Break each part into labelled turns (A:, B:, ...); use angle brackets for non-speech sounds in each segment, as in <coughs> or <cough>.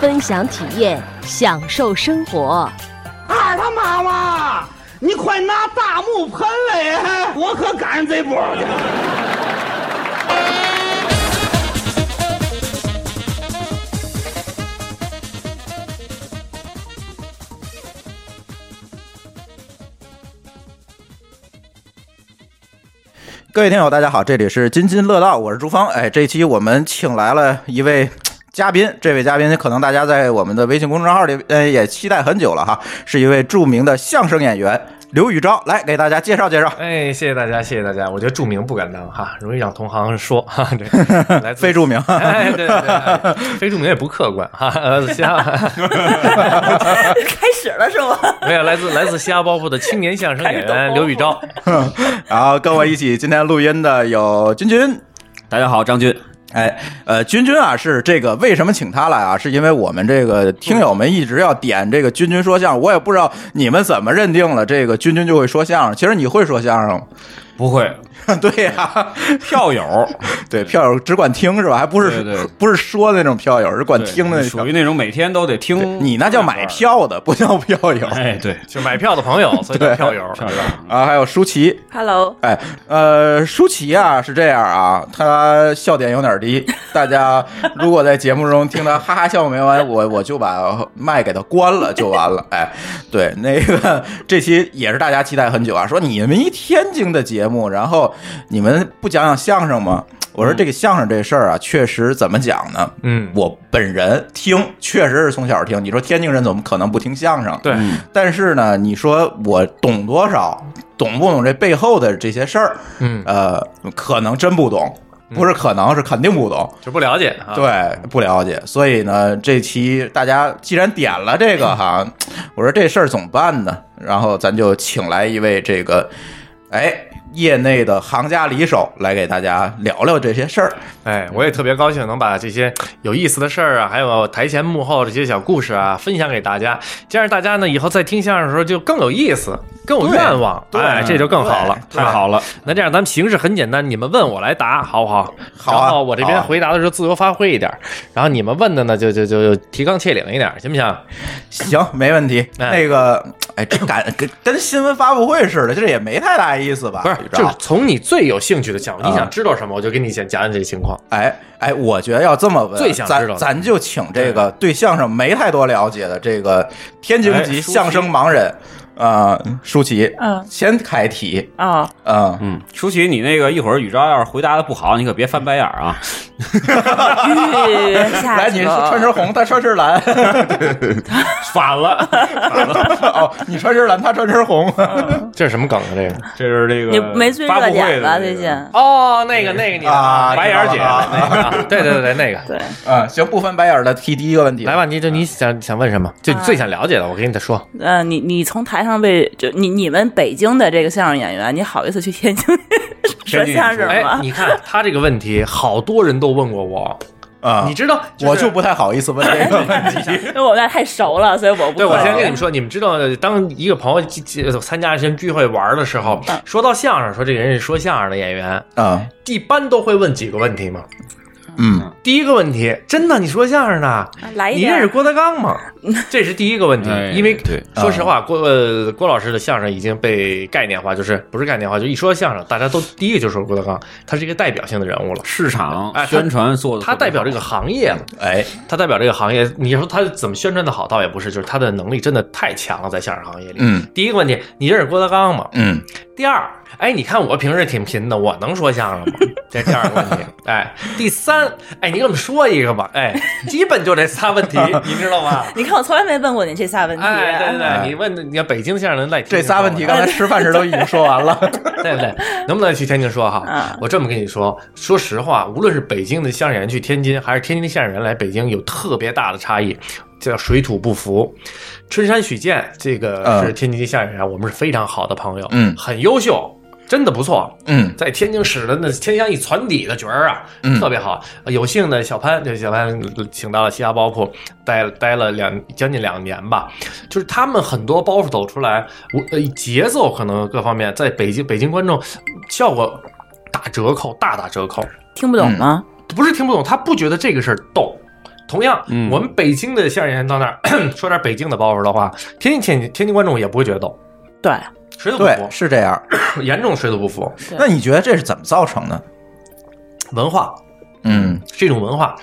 A: 分享体验，享受生活。
B: 二他妈妈，你快拿大木盆来，我可赶上这波了。
C: 各位听友，大家好，这里是津津乐道，我是朱芳。哎，这一期我们请来了一位。嘉宾，这位嘉宾可能大家在我们的微信公众号里，呃，也期待很久了哈，是一位著名的相声演员刘宇昭，来给大家介绍介绍。 <laughs>
D: 哎，谢谢大家，谢谢大家。我觉得著名不敢当哈，容易让同行说哈。对，
C: <laughs>
D: 来自
C: 非著名
D: 哎，对对对哎非著名也不客观哈。呃，瞎
A: 开始了是吗？
D: <laughs> 没有来自来自瞎包袱的青年相声演员刘宇昭。
C: 然后跟我一起今天录音的有君君，
E: 大家好，张军。
C: 哎，呃，君君啊，是这个为什么请他来啊？是因为我们这个听友们一直要点这个君君说相声，我也不知道你们怎么认定了这个君君就会说相声。其实你会说相声吗？
E: <laughs> 不会， <laughs>
C: 对呀、
E: 票友
C: <laughs> 对，票友只管听是吧？还不是
E: 对对
C: 不是说那种票友，只管
E: 对
C: 听的那
E: 属
C: 种
E: 于。那种每天都得听。
C: 你那叫买。票的，不叫票友。
E: <laughs> 哎，对，
D: 是买票的朋友，所以叫票友。
E: 漂亮。
C: 啊，还有舒淇，
A: Hello，
C: 哎，呃，舒淇啊是这样啊，她笑点有点低，大家如果在节目中听她哈哈笑没完，我我就把麦给她关了就完了。哎，对，那个这期也是大家期待很久啊，说你们一天津的节目，然后你们不讲讲相声吗？我说这个相声这事儿啊，确实怎么讲呢？
D: 嗯，
C: 我本人听确实是从小听，你说天津人怎么可能不听相声？
D: 对，
C: 但是呢，你说我懂多少，懂不懂这背后的这些事儿？
D: 嗯，
C: 呃，可能真不懂，不是可能是肯定不懂，
D: 就不了解啊。
C: 对，不了解。所以呢，这期大家既然点了这
D: <laughs>
C: 个哈，我说这事儿怎么办呢？然后咱就请来一位这个，哎，业内的行家里手来给大家聊聊这些事儿。
D: 哎，我也特别高兴能把这些有意思的事儿啊，还有台前幕后这些小故事啊，分享给大家。这样大家呢，以后在听相声的时候就更有意思，更有愿望。
C: 对
D: 哎，这就更好了，
E: 太好
D: 了。
E: 了，
D: 那这样咱们形式很简单，你们问我来答，好不好？
C: 好啊
D: 然后我这边
C: 好啊
D: 回答的时候自由发挥一点，然后你们问的呢，就就就就提纲挈领一点，行不行？
C: 行，没问题。
D: 哎
C: 那个，哎，这感跟跟新闻发布会似的，这也没太大意思吧？
D: 不是
C: 你，知
D: 就
C: 道
D: 是从你最有兴趣的项目，你
C: 啊
D: 想知道什么，我就给你先讲讲这个情况。
C: 哎哎，我觉得要这么问，
D: 最想知道
C: 咱
D: 的
C: 咱就请这个对相声没太多了解的这个天
D: 哎
C: 津籍相声盲人，呃，舒淇，
F: 嗯
C: 先开题，
F: 啊、
C: 嗯，
E: 嗯，舒淇，你那个一会儿宇昭要是回答的不好，你可别翻白眼儿啊。
F: 下
C: 来，你穿身红，他穿
F: <laughs>
C: 身蓝，
D: 反了，
C: 哦，你穿身蓝，他穿身红，
F: 嗯
D: 这是什么梗啊？这个
E: 这是这个
F: 你没最热点吧？
E: 了，
F: 最近
D: 哦，那个那个你
C: 啊
D: 白眼儿姐，
C: 知道了
D: 那个啊 <laughs> 对对对对，那个。
F: 对，
C: 嗯，行，不翻白眼儿的提第一个问题，
D: 来吧，你就你想想问什
F: 啊
D: 么，就你最想了解的，我给你再说。
F: 呃，你你从台上被就你你们北京的这个相声演员，你好意思去天津说相声
D: 哎，
F: 吗？
D: 你看他这个问题，好多人都问过我，
C: 啊，
D: 哎你知哎道，
C: 我
D: 就
C: 就不太好意思问这个问题，
F: 因为我们俩太熟了，所以我不
D: 对，我
F: 会
D: 先跟你们说，你们知道，当一个朋友集集参加一些聚会玩的时候，
F: 嗯
D: 说到相声，说这个人是说相声的演员，
C: 啊，
D: 一般都会问几个问题嘛。
C: 嗯，
D: 第一个问题，真的你说相声的，
F: 来一
D: 你
F: 点
D: 认识
F: 儿。
D: 郭德纲
F: <laughs>
D: 吗？这是第一个问题
E: 哎，
D: 因为
E: 对
D: 说实话，郭呃郭老师的相声已经被概念化，就是不是概念化，就一说相声，大家都第一个就说郭德纲，他是一个代表性的人物了。
E: 市场
D: 哎他
E: 宣传做的，
D: 他代表这个行业了，
C: 哎，
D: 他代表这个行业，你说他怎么宣传的好，倒也不是，就是他的能力真的太强了，在相声行业里。
C: 嗯
D: 第一个问题，你认识郭德纲吗？
C: 嗯，
D: 第二，哎，你看我平时挺贫的，我能说相声吗？
C: <laughs>
D: 这第二个问题。哎，第三，哎，你给我们说一个吧。
C: <laughs>
D: 哎，基本就这仨问题，你知道吗？
F: 你看我从来没问过你这仨问题，
D: 哎，对对对，你问你看北京相声人赖
C: 这仨问题刚
D: 才
C: 才吃饭时都已经说完了。
D: 对不对？ <laughs> 能不能去天津说哈
F: 嗯？
D: 我这么跟你说，说实话，无论是北京的相声演员去天津，还是天津的相声人来北京，有特别大的差异，叫水土不服。春山许健这个
C: 嗯
D: 是天津相声人，我们是非常好的朋友，
C: 嗯
D: 很优秀，真的不错。
C: <laughs> 嗯
D: 在天津使的那天香一攒底的角儿啊，
C: 嗯
D: 特别好。有幸呢，小潘就小潘请到了西雅包袱，待待了两将近两年吧。就是他们很多包袱走出来，我呃节奏可能各方面，在北京北京观众效果打折扣，大打折扣。嗯
F: 听不懂吗？
D: 不是听不懂，他不觉得这个事儿逗。同样，
E: 嗯
D: 我们北京的相声演员到那儿 <clears throat> 说点北京的包袱的话，天津天津天津观众也不会觉得逗，
F: 对，
D: 水土不
C: 对，
D: 服，
C: 是这样。
D: 严重水土不服。
F: 对
C: 那你觉得这是怎么造成的？
D: 文化，
C: 嗯
D: 是一种文化，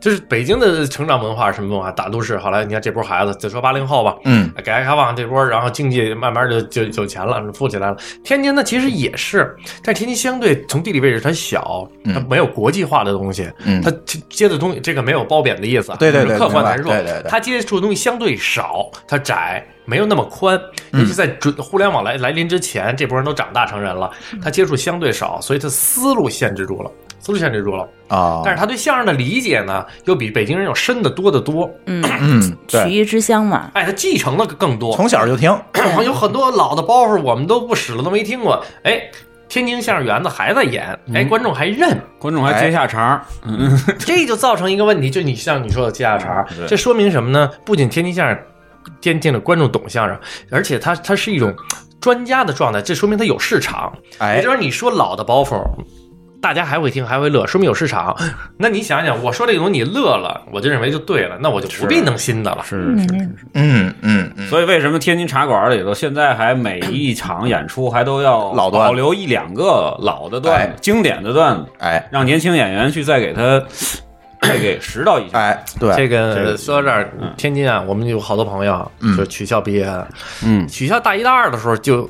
D: 就是北京的成长文化是什么文化？大都市。后来你看这波孩子，就说八零后吧，
C: 嗯
D: 改革开放这波，然后经济慢慢就就就有钱了，富起来了。天津呢，其实也是，但天津相对从地理位置它小，它
C: 嗯
D: 没有国际化的东西，
C: 嗯
D: 它接接的东西这个没有褒贬的意思啊，
C: 对对对
D: 就是客观来说
C: 明白对对，对
D: 它接触的东西相对少，它窄。没有那么宽，
C: 嗯
D: 尤其在准互联网来来临之前，这波人都长大成人了，
C: 嗯
D: 他接触相对少，所以他思路限制住了，思路限制住了。
C: 啊，
D: 但是他对相声的理解呢，又比北京人要深得多得多。
F: 嗯，
C: 嗯，
F: 曲
C: 对，
F: 艺之乡嘛，
D: 哎，他继承的更多，
C: 从小就听，
D: <clears throat> 有很多老的包袱我们都不使了，都没听过。哎，天津相声园子还在演，哎，观众还认，
E: 观众还接下茬儿，嗯，
D: 这就造成一个问题，就你像你说的接下茬儿，
E: 对
D: 这说明什么呢？不仅天津相声，天津的观众懂相声，而且它它是一种专家的状态，这说明它有市场。也
C: 哎
D: 就，是你说老的包袱，大家还会听，还会乐，说明有市场。那你想想，我说这个东西你乐了，我就认为就对了，那我就不必弄新的了。
E: 是是是是。
C: 嗯嗯嗯，
E: 所以为什么天津茶馆里头现在还每一场演出还都要
C: 老段
E: 保留一两个老的段
C: 哎
E: 子、经典的段子，
C: 哎
E: 让年轻演员去再给他 <coughs> 再给拾到一下。
C: 哎，对，
D: 这个
E: 个
D: 说到这儿，天津啊，我们有好多朋友啊
C: 嗯
D: 就是取校毕业的，
E: 嗯
D: 取校大一大二的时候就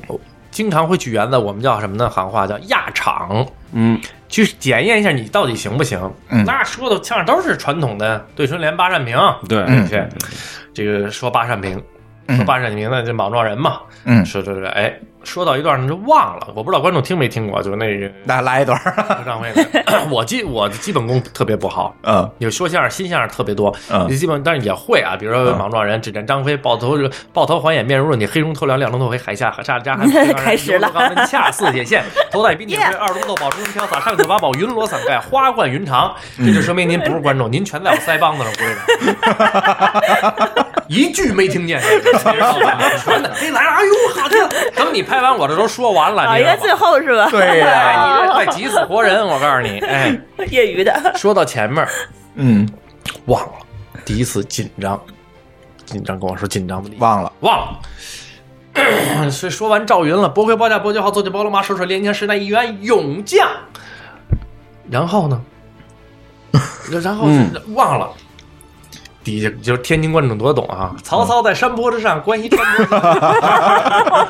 D: 经常会去园子，我们叫什么呢？行话叫压场。
E: 嗯，
D: 去检验一下你到底行不行？
C: 嗯
D: 那说的相声都是传统的对春联、八扇屏，
E: 对，
C: 嗯
D: 这这个说八扇屏，说
C: 嗯
D: 八扇屏呢，这莽撞人嘛，
C: 嗯，
D: 说说说，哎，说到一段你就忘了，我不知道观众听没听过，就是那个
C: 那来一段儿， <laughs>
D: 张辉的， <coughs> 我基我的基本功特别不好。
C: 嗯
D: 有说相声、新相声特别多，
C: 嗯
D: 基本但是也会啊，比如说莽撞人、指战张飞、抱头抱头还眼面如润，你黑中透亮，亮中透黑，海下海下扎 <laughs>
F: 开始了
D: 肛门恰似铁 <laughs> 线，头戴冰顶盔，
F: Yeah
D: 二龙斗宝，出中飘洒，上九八宝，云罗伞盖，花冠云长。这就说明您不是观众，您全在我腮帮子上挥着， <laughs> 一句没听见。说哪 <laughs> 哎来了，哎呦，好听！等你拍完我这都说完了，
F: 啊，
D: 你
F: 应
D: 知道
F: 该
D: 吗
F: 最后是吧？
C: 对
D: 哎
C: 呀，
D: 你这快急死活人！我告诉你，哎，
F: 业余的，
D: 说到前面儿
C: <laughs> 嗯，
D: 忘了，第一次紧张，紧张跟我说紧张不？
C: 忘了，
D: 忘了。 <clears throat> 是说完赵云了，拨盔包甲，拨九号，坐骑包罗马，手水连枪，时代一员，勇将。然后呢？ <laughs> 然后是忘了。底下就是天津观众多懂啊！曹操在山坡之上，关羽穿梭之上。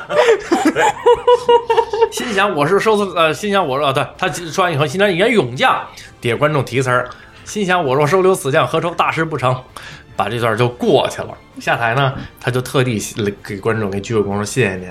D: 心想我是收拾呃，心想我说、啊、对他说完以后，心想你看勇将，底下观众提词儿，心想我若收留此将，何愁大事不成？把这段就过去了。下台呢，他就特地给观众给鞠个躬说谢谢您。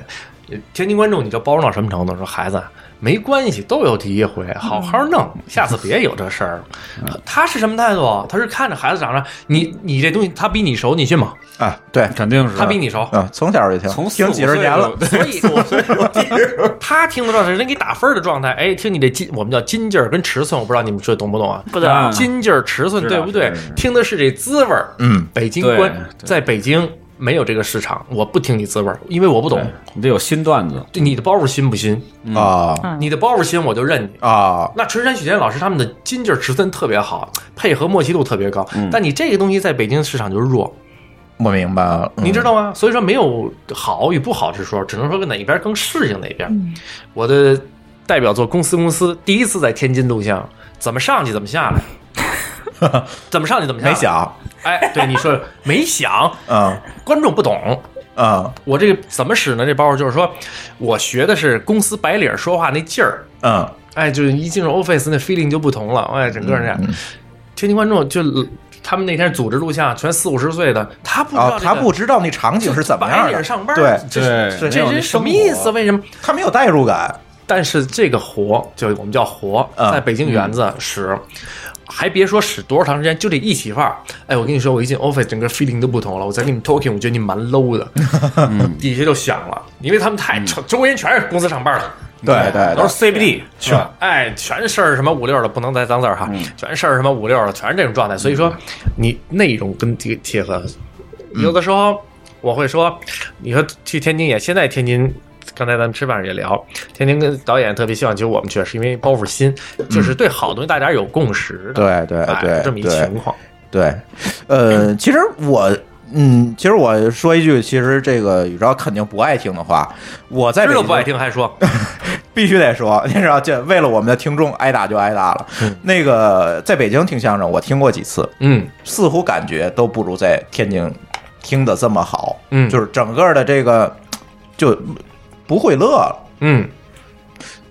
D: 天津观众你就包容到什么程度？说孩子啊没关系，都有第一回，好好弄，下次别有这事儿了。他是什么态度？他是看着孩子长大，你你这东西他比你熟，你信吗？
C: 啊，对，
E: 肯定是
D: 他比你熟，
C: 嗯，从小就听，
E: 从四
C: 听几十年了
E: 五，岁就
D: 所 <laughs> 以 <laughs> 他听得到是人给打分儿的状态。哎，听你这斤，我们叫斤劲儿跟尺寸，我不知道你们这懂不懂啊？
F: 不得，
D: 斤劲儿、尺寸
E: 知道
D: 对不对
E: 知道知？道
D: 听的是这滋味儿。
C: 嗯
D: 北京
E: 对
D: 观
E: 对
D: 在北京没有这个市场，我不听你滋味儿，因为我不懂
E: 对。你得有新段子，
D: 对你的包袱新不新？
C: 啊
F: 嗯
D: 你的包袱新我就认你。
C: 啊，
D: 那春山许健老师他们的筋劲儿、尺寸特别好，配合默契度特别高，
E: 嗯
D: 但你这个东西在北京市场就是弱，
C: 我明白了，嗯
D: 你知道吗？所以说没有好与不好之说，只能说跟哪一边更适应哪一边。我的代表作《公司公司》第一次在天津录像，怎么上去怎么下来，怎么上去怎么下来。
C: 没想，
D: 哎，对你说没想，
C: 嗯
D: 观众不懂，
C: 嗯
D: 我这个怎么使呢？这包就是说，我学的是公司白领说话那劲儿，
C: 嗯
D: 哎，就是一进入 office 那 feeling 就不同了，哎，整个人这
C: 嗯
D: 样。天津观众就他们那天组织录像，全四五十岁的，他不知道、
C: 啊，他不知道那场景是怎么
D: 白
C: 样
D: 领
C: 的，
D: 上班，
C: 对
D: 这是
E: 对
D: 这
C: 没有
D: 人
C: 那
D: 什么
C: 生
D: 意
C: 活啊
D: 思？为什么？
C: 他没有代入感。
D: 但是这个活，就我们叫活，
C: 嗯
D: 在北京园子使，还别说使多长时间，就得一起范儿。哎，我跟你说，我一进 office，整个 feeling 都不同了。我在跟你 talking，我觉得你蛮 low 的，底下就响了，因为他们太成周围人全是公司上班的。
C: 对对
E: 都
C: 对
E: 是 CBD，
D: 全哎，全是什么五六的，不能再脏字儿哈，
C: 嗯
D: 全是什么五六的，全是这种状态。所以说，你内容跟贴贴合，
C: 嗯
D: 有的时候我会说，你说去天津也，现在天津。刚才咱们吃饭时也聊，天津跟导演特别希望其实我们去，是因为包袱新，就是对好东西大家有共识的，
C: 对嗯对
D: 哎
C: 对
D: 这么一
C: 对
D: 情况。
C: 对，呃，其实我。嗯，其实我说一句，其实这个宇昭肯定不爱听的话，我在
D: 知
C: 这
D: 道不爱听还说，
C: 必须得说，你知道，这为了我们的听众挨打就挨打了。那个在北京听相声，我听过几次，
D: 嗯，
C: 似乎感觉都不如在天津听的这么好。
D: 嗯
C: 就是整个的这个就不会乐了。
D: 嗯，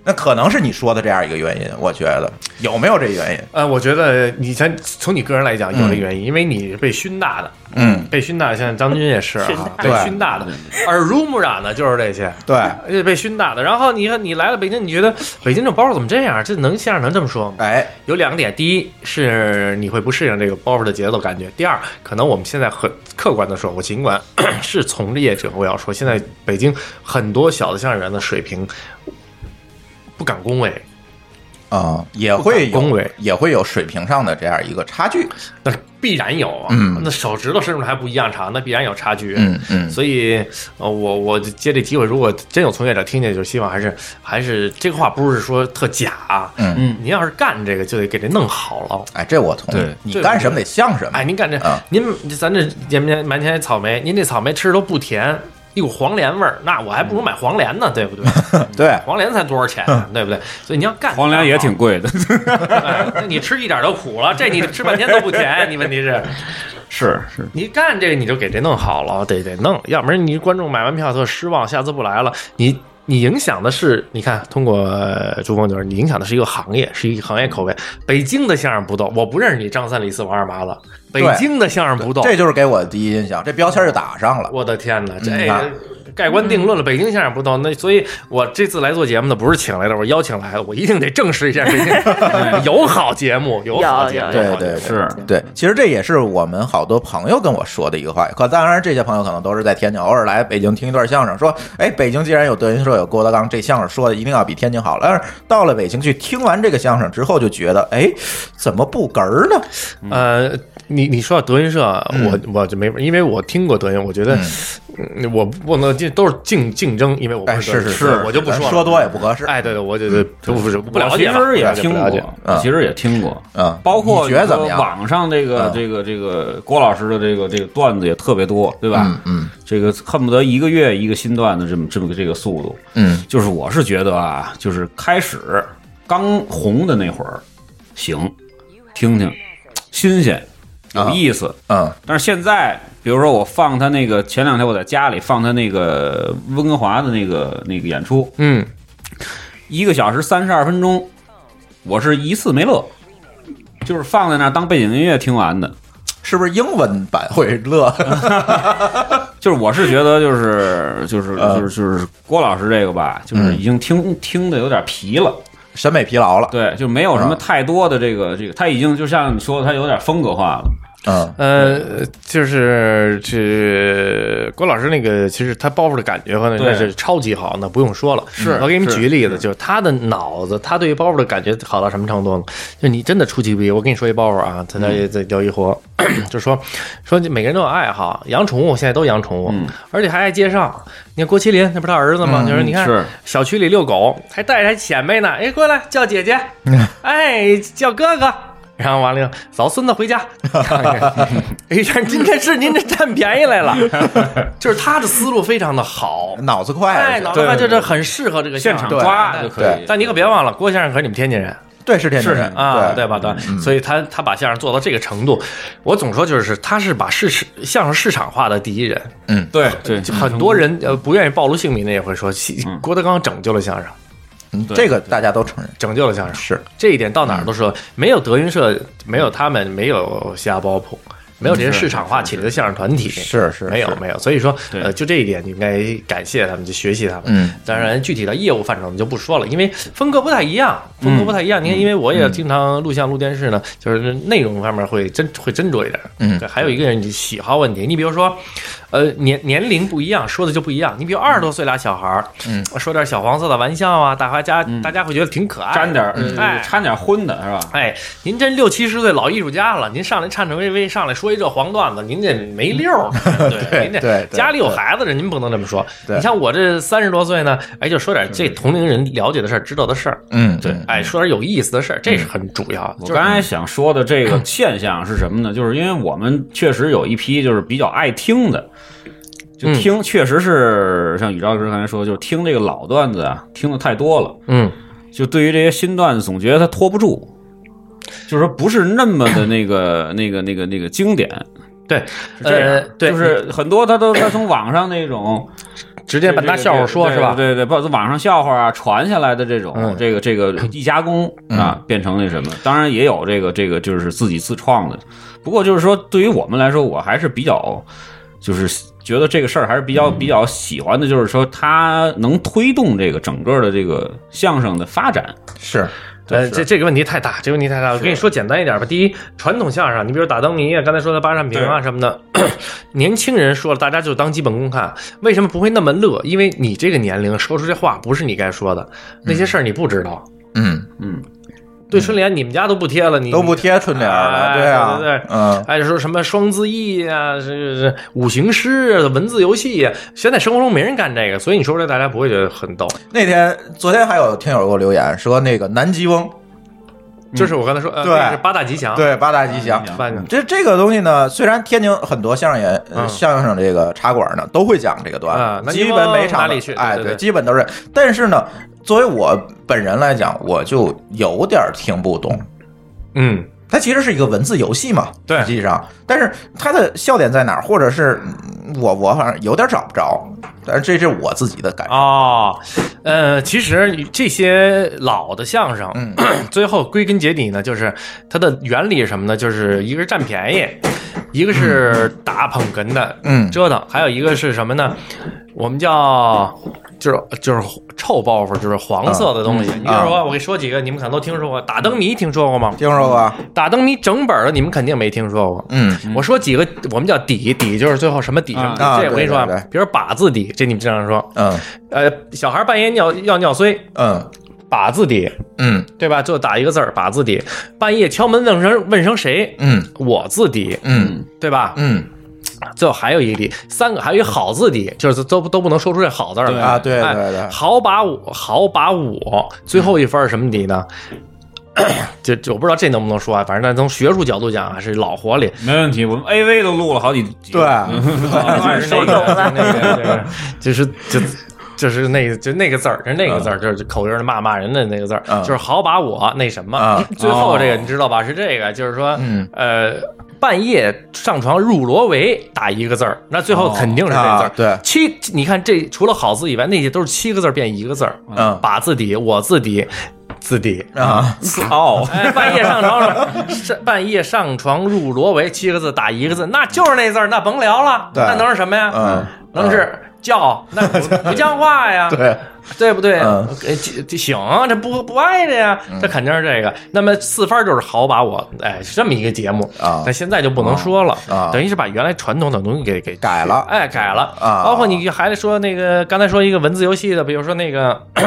C: 那可能是你说的这样一个原因，我觉得有没有这原因？
D: 呃，我觉得你先从你个人来讲，有这个原因，因为你是被熏大的，
C: 嗯，
D: 被熏大，像张军
F: <laughs>
D: 也是
F: 熏
D: 啊
F: 大，
D: 被
C: 对
D: 熏大的， <laughs> 耳濡目染的就是这些，
C: 对，
D: 而且被熏大的。然后你看，你来了北京，你觉得北京这包袱怎么这样？这能相声能这么说吗？
C: 哎，
D: 有两个点，第一是你会不适应这个包袱的节奏感觉；第二，可能我们现在很客观的说，我尽管 <clears throat> 是从业者，我要说，现在北京很多小的相声演员的水平不敢恭维，
C: 啊、也会
D: 不敢恭
C: 有
D: 维
C: 也会有水平上的这样一个差距。
D: 那必然有啊，
C: 嗯
D: 那手指头伸出来还不一样长，那必然有差距。
C: 嗯嗯
D: 所以，呃，我我借这机会，如果真有从业者听见，就希望还是还是这个话不是说特假啊，
C: 嗯
E: 嗯
D: 您要是干这个，就得给这弄好了。
C: 哎，这我同意
E: 对。
C: 你干什么得像什么。
D: 哎，您干这
C: 啊，
D: 您咱这前面满天草莓，您这草莓吃着都不甜，一股黄连味儿，那我还不如买黄连呢，对不 <laughs> 对？
C: 对，
D: 黄连才多少钱啊，对不对？所以你要干
E: 黄粱也挺贵的， <laughs>
D: 哎 <laughs> 那你吃一点都苦了，这你吃半天都不甜，啊你问题是？
E: 是是，
D: 你干这个你就给这弄好了，得得弄，要不然你观众买完票特失望，下次不来了。你你影响的是，你看通过呃朱峰就是你影响的是一个行业，是一个行业口味。北京的相声不逗，我不认识你张三李四王二麻子，北京的相声不逗，
C: 这就是给我的第一印象，这标签就打上了。
D: 我的天哪，这哎
C: 嗯啊
D: 盖棺定论了，北京相声不逗。那所以，我这次来做节目呢，不是请来的，我邀请来的，我一定得证实一
F: <laughs>
D: 下北京有好节目，有好节目，
F: 有
C: 对
D: 有好节目
C: 对对
E: 是
C: 对，其实这也是我们好多朋友跟我说的一个话。可当然，这些朋友可能都是在天津，偶尔来北京听一段相声，说：“哎，北京既然有德云社，有郭德纲，这相声说的一定要比天津好。”但是到了北京去听完这个相声之后，就觉得：“哎，怎么不哏儿呢
D: 呃，你你说到德云社，啊我我就没，因为我听过德云，我觉得嗯我不能进，都是竞竞争，因为我？”不
C: 哎，
D: 德
C: 是
D: 云
C: 是
D: 社我就不
C: 咱
D: 说
C: 说
D: 了。
C: 多也不合适。
D: 哎，对对，我就就就不是不了
E: 我
D: 解
E: 其
D: 了，
E: 实也
D: 了解
E: 听
D: 不了解
E: 过，我其实也听过，
C: 嗯
E: 包括
C: 你觉得怎么
E: 说
C: 样
E: 网上这个
C: 嗯
E: 这个这个郭老师的这个这个段子也特别多，对吧？
C: 嗯
E: 这个恨不得一个月一个新段子，这么这么个这个速度，
C: 嗯
E: 就是我是觉得啊，就是开始刚红的那会儿，行，听听，新鲜，有意思。
C: 嗯
E: 但是现在，比如说我放他那个前两天我在家里放他那个温哥华的那个那个演出，
D: 嗯，
E: 一个小时三十二分钟，我是一次没乐，就是放在那儿当背景音乐听完的。
C: 是不是英文版会乐？ <laughs>
E: 就是我是觉得就是就是
C: 呃
E: 就是就是郭老师这个吧，就是已经
D: 嗯
E: 听听的有点疲了。
C: 审美疲劳了。
E: 对，就没有
D: 啊
E: 什么太多的这个这个，他已经就像你说的，他有点风格化了。
C: 嗯
D: 呃，就是这郭老师那个，其实他包袱的感觉和那
E: 对
D: 那是超级好，那不用说了。
E: 是
D: 我给你们
E: 是
D: 举个例子，就是他的脑子，他对于包袱的感觉好到什么程度呢？就你真的出其不意。我跟你说一包袱啊，他他
E: 嗯
D: 在聊一活， <clears throat> 就说说每个人都有爱好，养宠物现在都养宠物，
E: 嗯
D: 而且还爱介绍。你看郭麒麟，那不是他儿子吗？就是你看
E: 是
D: 小区里遛狗，还带着还显摆呢，哎，过来叫姐姐，
E: 嗯
D: 哎，叫哥哥。然后完了以后，找孙子回
E: <laughs>
D: 家。哎呀，今天是您这占便宜来
E: <laughs>
D: 了，就是他的思路非常的好，
C: 脑子快
D: 哎，
C: 了
D: 脑
C: 是，
D: 子快就是很适合这个
E: 现场
D: 对
E: 抓
D: 对
E: 就可以
D: 但你可别忘了，郭先生可是你们天津人，
C: 对，是天津
D: 是
C: 人
D: 啊，
C: 对
D: 吧？对，
C: 嗯
D: 所以他他把相声做到这个程度，我总说就是他是把市相声市场化的第一人，
C: 嗯，
D: 对
E: 对
D: 很多人呃不愿意暴露姓名的也会说，其
E: 嗯
D: 郭德纲拯救了相声，
C: 嗯这个大家都承认。
D: 拯救了相声，是这一点到哪儿都
C: 嗯
D: 说，没有德云社，没有他们，没有瞎包铺。没有这些市场化起来的相声团体，
C: 是是
D: 没有
C: 是
D: 没有，所以说
E: 对
D: 呃，就这一点你应该感谢他们，就学习他们。
C: 嗯，
D: 当然具体的业务范畴我们就不说了，因为风格不太一样，
C: 嗯
D: 风格不太一样。你看，因为我也经常录像录电视呢，就是内容方面会斟会斟酌一点。
C: 嗯
D: 对，还有一个人你喜好问题，你比如说，呃，年年龄不一样，说的就不一样。你比如二十多岁俩小孩儿，
C: 嗯，
D: 说点小黄色的玩笑啊，大家大家会觉得挺可爱的，
E: 沾点儿
D: 嗯
E: 呃
D: 哎
E: 掺点儿荤的是吧？
D: 哎，您这六七十岁老艺术家了，您上来颤颤巍巍上来说一这黄段子，您这没溜儿。
C: <laughs>
D: 对，您这
C: 嗯对对
D: 家里有孩子的，您不能这么说。
C: 对
D: 你像我这三十多岁呢，哎，就说点这同龄人了解的事儿、知道的事儿，
C: 嗯，对
D: 哎，说点有意思的事儿，这是很主要的。
E: 我
D: 就是
E: 刚才想说的这个现象是什么呢？就是因为我们确实有一批就是比较爱听的，就
D: 嗯
E: 听确实是像宇昭老师刚才说，就是听这个老段子啊，听的太多了，
D: 嗯，
E: 就对于这些新段子总觉得它拖不住，就是说不是那么的那个 <clears throat> 那个那个那个经典。
D: 对，
E: 是这
D: 呃
E: 样，
D: 对，
E: 就是很多他都他从网上那种
D: 直接把
E: 这个
D: 当笑话说
E: 对
D: 是吧？
E: 对对，把网上笑话啊传下来的这种，
D: 嗯
E: 这个
D: <laughs>
E: 这个一加工啊，变成那什么，当然也有这个这个就是自己自创的。不过就是说，对于我们来说，我还是比较就是觉得这个事儿还是比
D: 嗯
E: 较比较喜欢的，就是说它能推动这个整个的这个相声的发展。
C: 是，
D: 呃，
C: 是
D: 这这个问题太大，这个问题太大。我跟你说简单一点吧。第一，传统相声，你比如打灯谜啊，刚才说的八扇屏啊什么的， <clears throat> 年轻人说了，大家就当基本功看。为什么不会那么乐？因为你这个年龄说出这话不是你该说的，那些事儿你不知道。
C: 嗯，
E: 嗯，
D: 对春联，你们家都不贴了，你
C: 都不。贴春联儿
D: 哎
C: 了，啊，
D: 对对对
C: 嗯，
D: 哎，说什么双字义啊，是是是五行诗、啊、文字游戏、啊，现在生活中没人干这个，所以你说出来大家不会觉得很逗。
C: 那天昨天还有听友给我留言说那个南极翁，
D: 这是我刚才说，
C: 嗯
D: 呃，
C: 对
D: 那是八大吉祥，，
C: 对八大吉祥。
D: 八大
C: 这这个东西呢，虽然天津很多相声演员、呃
D: 嗯
C: 相声这个茶馆呢都会讲这个
D: 啊
C: 段，子，
D: 南
C: 基
D: 京
C: 本每
D: 哪
C: 场
D: 里
C: 的
D: 去
C: 哎
D: 对对对
C: 基本都是。但是呢，作为我本人来讲，我就有点听不懂。
D: 嗯，
C: 它其实是一个文字游戏嘛，
D: 对
C: 实际上，但是它的笑点在哪儿，或者是嗯我我好像有点找不着，但是这是我自己的感觉。
D: 哦，呃，其实这些老的相声，
C: 嗯
D: <clears throat> 最后归根结底呢，就是它的原理是什么呢？就是一个是占便宜，一个是打捧哏的，
C: 嗯
D: 折腾，还有一个是什么呢？我们叫就是就是臭包袱，就是黄色的
C: 嗯
D: 东西。你比如
C: 啊
D: 说，我给说几个，你们可能都听说过。打灯谜听说过吗？
C: 听说过？
D: 打灯谜整本儿的你们肯定没听说过。
C: 嗯，
D: 我说几个，我们叫底底，就是最后什么底什么底。
C: 啊
D: 这我跟你说啊
C: 对对对，
D: 比如把字底，这你们经常说。
C: 嗯
D: 呃，小孩半夜尿要尿虽，
C: 嗯
D: 把字底，
C: 嗯
D: 对吧？就打一个字儿，把字底。半夜敲门问声问声谁？
C: 嗯
D: 我字底，
C: 嗯
D: 对吧？
C: 嗯
D: 最后还有一个底，三个还有一个好字底，就是都都不能说出这好字儿
C: 嗯
D: 来
C: 啊，对
D: 哎
C: 对对，
D: 好把我，好把我，最后一分是什么底呢？ <coughs> 这这我不知道这能不能说啊，反正从学术角度讲啊，是老活里，
E: 没问题，我们 AV 都录了好几
D: <laughs>
E: 集。
C: 对， <laughs>
D: 就是那
F: 手
D: 个
F: 抖了
D: 就是那个，就是就。就是那个，就那个字儿，就是那个字儿，就是口音儿骂骂人的那个字儿，
C: 嗯
D: 就是好把我那什么
C: 啊。
D: 最后这个
E: 哦
D: 你知道吧？是这个，就是说
C: 嗯，
D: 呃，半夜上床入罗围打一个字儿，那最后肯定是这个字儿
C: 啊。对
D: 七，你看这除了好字以外，那些都是七个字儿变一个字儿。
C: 嗯
D: 把字底，我字底，字底。
C: 啊，
E: 哦，
D: 哎，半夜上床是半夜上床入罗围七个字打一个字，那就是那字儿，那甭聊了，
C: 对
D: 那能是什么呀？
C: 嗯
D: 能是叫，那不不像话
C: <laughs>
D: 呀，
C: 对，
D: 对不对？
C: 嗯
D: 呃这这醒，这不不挨着呀，这肯定是这个。那么四番就是好把我，哎，是这么一个节目
C: 啊
D: 但现在就不能说了，
C: 啊
D: 等于是把原来传统的东西给给
C: 改了
D: 哎，改了
C: 啊
D: 包括你还得说那个刚才说一个文字游戏的，比如说那个 <clears throat>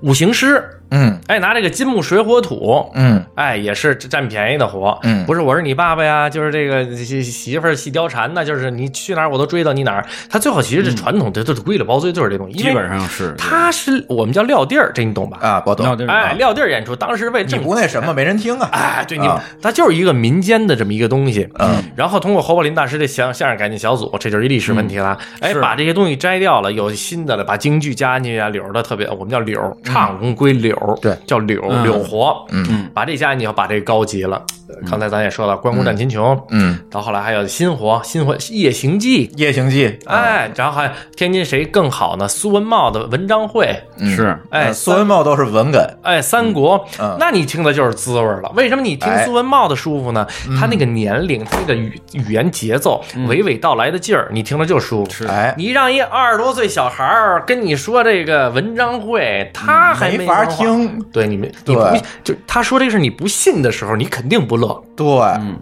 D: 五行诗。
C: 嗯
D: 哎，拿这个金木水火土，
C: 嗯
D: 哎，也是占便宜的活。
C: 嗯
D: 不是我是你爸爸呀，就是这个媳媳妇儿细貂蝉呐，就是你去哪儿我都追到你哪儿。他最后其实这传统这都是归了包堆，就是这东西，因为
E: 基本上是
D: 他是我们叫撂地儿，这你懂吧？
C: 啊，我懂。
E: 那这是
D: 哎，撂地儿演出，当时为
C: 你
D: 挣
C: 不那什么，没人听啊！
D: 哎，对你
C: 啊，
D: 它就是一个民间的这么一个东西。
C: 嗯，
D: 然后通过侯宝林大师这相相声改进小组，这就是一历史问题了。
C: 嗯
D: 哎，
E: 是
D: 把这些东西摘掉了，有新的了，把京剧加进去啊，柳儿的特别，我们叫柳儿，唱功归柳儿，柳，
C: 对
D: 叫柳
E: 嗯
D: 柳活，
C: 嗯
D: 把这家你要把这高级了。刚才咱也说了，关公战秦琼，
C: 嗯，
D: 到后来还有新活新活《夜行记》，
C: 《夜行啊记》
D: 哎，然后还天津谁更好呢？苏文茂的文章会，
C: 嗯
E: 是
D: 哎，
C: 呃苏文茂都是文哏，
D: 哎，三国，
C: 嗯
D: 那你听的就是滋味儿了。为什么你听
C: 哎嗯
D: 苏文茂的舒服呢？他那个年龄，他那个语语言节奏，娓娓道来的劲儿，你听着就舒服。
C: 哎，
D: 你让一二十多岁小孩儿跟你说这个文章会，他还
C: 没法
D: 文化。
C: 听，
D: 对你没，你不
C: 对
D: 就他说这个事儿你不信的时候，你肯定不乐，
C: 对，
D: 嗯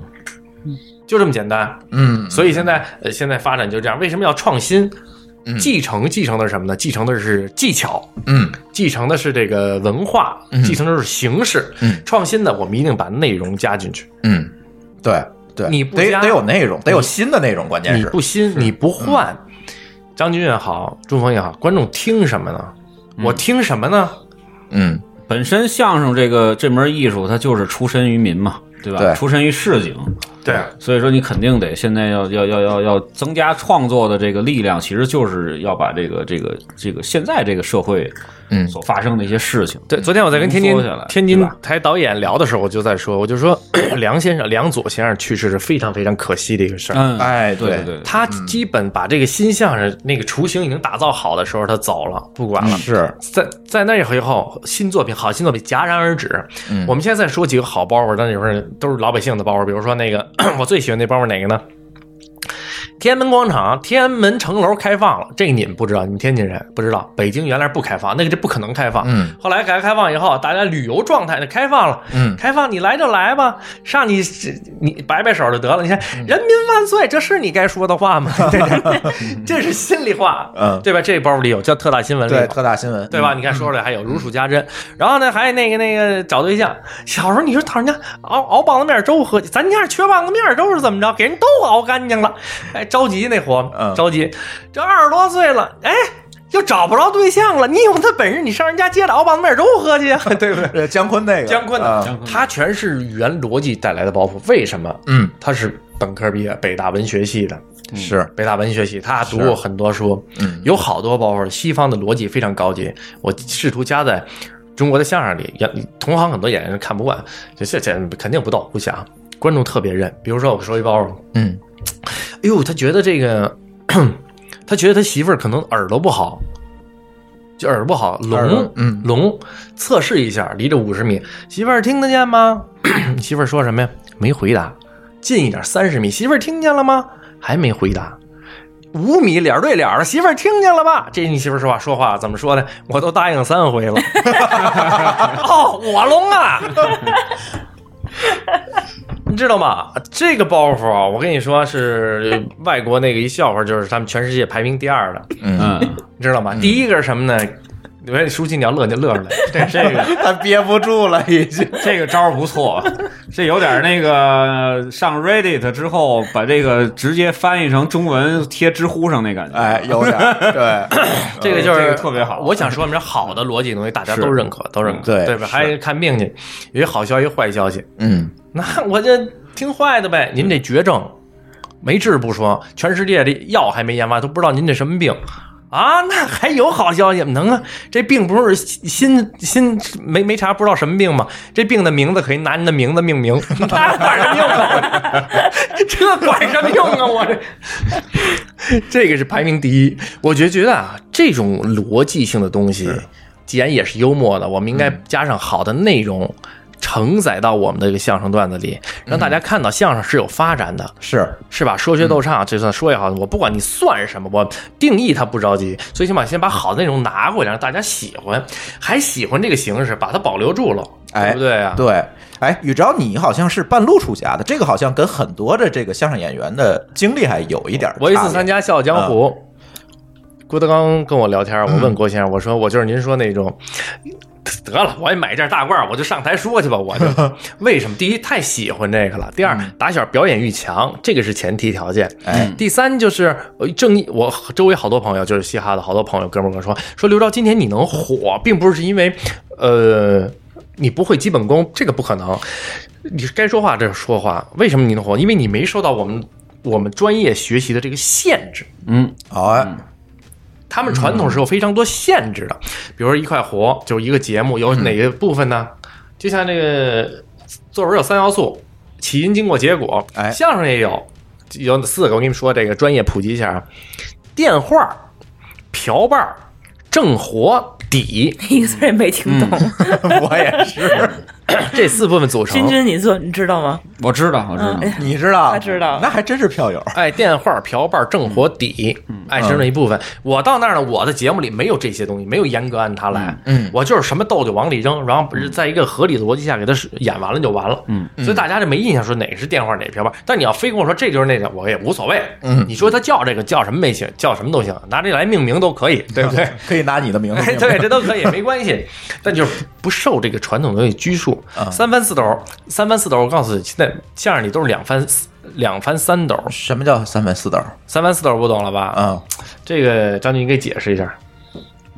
D: 就这么简单。
C: 嗯，
D: 所以现在呃，现在发展就这样。为什么要创新？
C: 嗯
D: 继承继承的是什么呢？继承的是技巧，
C: 嗯，
D: 继承的是这个文化，继承的是形式。
C: 嗯
D: 创新的我们一定把内容加进去。
C: 嗯，对对，
D: 你不
C: 得
D: 加
C: 得有内容，得有
D: 你
C: 新的内容，关键
D: 你
C: 是嗯
D: 不新，你不换，张军也好，朱峰也好，观众听什么呢？我听什么呢？
C: 嗯，
E: 本身相声这个这门艺术，它就是出身于民嘛，对吧？
C: 对
E: 出身于市井，
D: 对，
C: 啊
E: 所以说你肯定得现在要要要要要增加创作的这个力量，其实就是要把这个这个这个现在这个社会，
C: 嗯
E: 所发生的一些事情，
D: 对，昨天我在跟天津
E: 浓缩下来
D: 天津
E: 对吧
D: 台导演聊的时候，我就在说，我就说 <clears throat> 梁先生梁左先生去世是非常非常可惜的一个事儿。
E: 嗯，
C: 哎
E: 对
C: 对
E: 对，
D: 他基本把这个新相声那个雏形已经打造好的时候，他走了，不管了。
C: 嗯是，
D: 在在那以后，新作品好新作品戛然而止。
C: 嗯
D: 我们现在再说几个好包袱，但有时候都是老百姓的包袱，比如说那个 <clears throat> 我最喜欢那包袱哪个呢？天安门广场、天安门城楼开放了，这你们不知道，你们天津人不知道。北京原来不开放，那个就不可能开放。
C: 嗯
D: 后来改革开放以后，大家旅游状态就开放了。
C: 嗯
D: 开放你来就来吧，上你你摆摆手就得了。你看
C: 嗯
D: “人民万岁”，这是你该说的话吗？ <laughs> 这是心里话，
C: 嗯
D: 对吧？这包袱里有叫特大新闻里有
C: 对，特大新闻，
D: 对吧？你看说出来还有如数家珍，然后呢，还有那个那个找对象。小时候你说讨人家熬熬棒子面粥喝，咱家缺棒子面粥是怎么着？给人都熬干净了，哎，着急那伙
C: 嗯
D: 着急，这二十多岁了，哎。又找不着对象了，你有那本事，你上人家街里熬棒子面粥喝去啊，对不对？
C: 呃，姜昆那个，
D: <laughs> 姜昆
C: 啊
D: 的，他全是语言逻辑带来的包袱。为什么？
C: 嗯，
D: 他是本科毕业，北大文学系的，
C: 是，
D: 北大文学系，他读过很多书，
C: 嗯
D: 有好多包袱。西方的逻辑非常高级，我试图加在中国的相声里，也同行很多演员看不惯，这这这肯定不到不想，观众特别认。比如说我说一包袱，
C: 嗯
D: 哎呦，他觉得这个，他觉得他媳妇儿可能耳朵不好，就耳朵不好，
C: 耳
D: 聋
C: 朵，嗯
D: 聋，测试一下，离着五十米，媳妇儿听得见吗？ <coughs> 媳妇儿说什么呀？没回答，近一点，三十米，媳妇儿听见了吗？还没回答。五米脸对脸了，媳妇儿听见了吧？这你媳妇儿说话说话怎么说呢？我都答应三回了。 <laughs> 哦，我聋啊！你知道吗？这个包袱啊，我跟你说 <laughs> 是外国那个一笑话，就是他们全世界排名第二的，
C: 嗯，
E: 嗯，
D: 你知道吗？第一个是什么呢？我说舒淇，你要乐你就乐 <laughs> 出来。这这个
C: 他憋不住了已经，
E: 这个招儿不错，这有点那个上 Reddit 之后把这个直接翻译成中文贴知乎上那感觉，
C: 哎，有点儿，
D: <laughs>
C: 对，
D: 这个就是、
E: 这个特别好
D: 我想说明好嗯的逻辑东西，大家都
E: 是
D: 认可，都认可，
C: 对
D: 对吧？还看命去，有一好消息，坏消息。
C: 嗯，
D: <laughs> 那我就听坏的呗。您这绝症没治不说，全世界这药还没研发，都不知道您这什么病啊？那还有好消息吗能啊？这病不是新新没没查不知道什么病吗？这病的名字可以拿您的名字命名， <laughs> 那管什么用啊？ <laughs> 这管什么用啊？我这 <laughs> 这个是排名第一，我觉觉得啊，这种逻辑性的东西。既然也是幽默的，我们应该加上好的内容，承载到我们的这个相声段子里，让大家看到相声是有发展的，
C: 是，
D: 嗯是嗯吧？说学逗唱，就算说也好，我不管你算什么，我定义它不着急，最起码先把好的内容拿过来，让大家喜欢，还喜欢这个形式，把它保留住了，
C: 哎
D: 对不对啊？
C: 对，哎，宇钊，你好像是半路出家的，这个好像跟很多的这个相声演员的经历还有一点儿差别。嗯
D: 我一次参加《笑傲江湖》，郭德纲跟我聊天，我问郭先生，我说我就是您说那种。得了，我也买一件大褂儿，我就上台说去
C: <laughs>
D: 吧。我就为什么？第一，太喜欢这个了；第二，打小表演欲强，这个是前提条件。
C: 嗯哎，
E: 嗯
D: 第三就是呃正义，我周围好多朋友就是嘻哈的好多朋友哥们儿跟我说说刘钊今天你能火，并不是因为呃你不会基本功，这个不可能，你该说话这是说话，为什么你能火？因为你没受到我们我们专业学习的这个限制，
E: 嗯，
C: 好哎，
D: 他们传统是有非常多限制的，比如说一块活就是一个节目，有哪个部分呢？就像这个作文有三要素：起因、经过、结果。
C: 哎
D: 相声也有，有四个。我跟你们说，这个专业普及一下啊：电话、瓢把、正活、底
F: <laughs>
D: <coughs>
F: 一个字儿也没听懂。
D: 嗯
C: <laughs> 我也是，
D: <laughs> 这四部分组成
F: 君。君，你做你知道吗？
E: 我知道，我知道，
C: 你知道？
F: 他知道
C: 那还真是票友。
D: 哎，电话、瓢把、正活、底，哎，是那一部分。我到那儿呢，我的节目里没有这些东西，没有严格按它来，
C: 嗯
D: 我就是什么豆就往里扔，然后在一个合理的逻辑下给它演完了就完了，嗯，所以大家就没印象说哪个是电话，哪个是瓢把。但你要非跟我说这就是那个，我也无所谓，嗯，你说它叫这个叫什么没行，叫什么都行，拿这来命名都可以，对不对？
C: 可以拿你的名字
D: 哎，， <laughs> 对，这都可以，没关系。但就是不受这个传统东西拘束。三番四斗，三番四斗，我告诉你，现在相声里都是两番四两番三斗，
C: 什么叫三番四斗？
D: 三番四斗不懂了吧？
C: 嗯，
D: 这个张军，你给解释一下。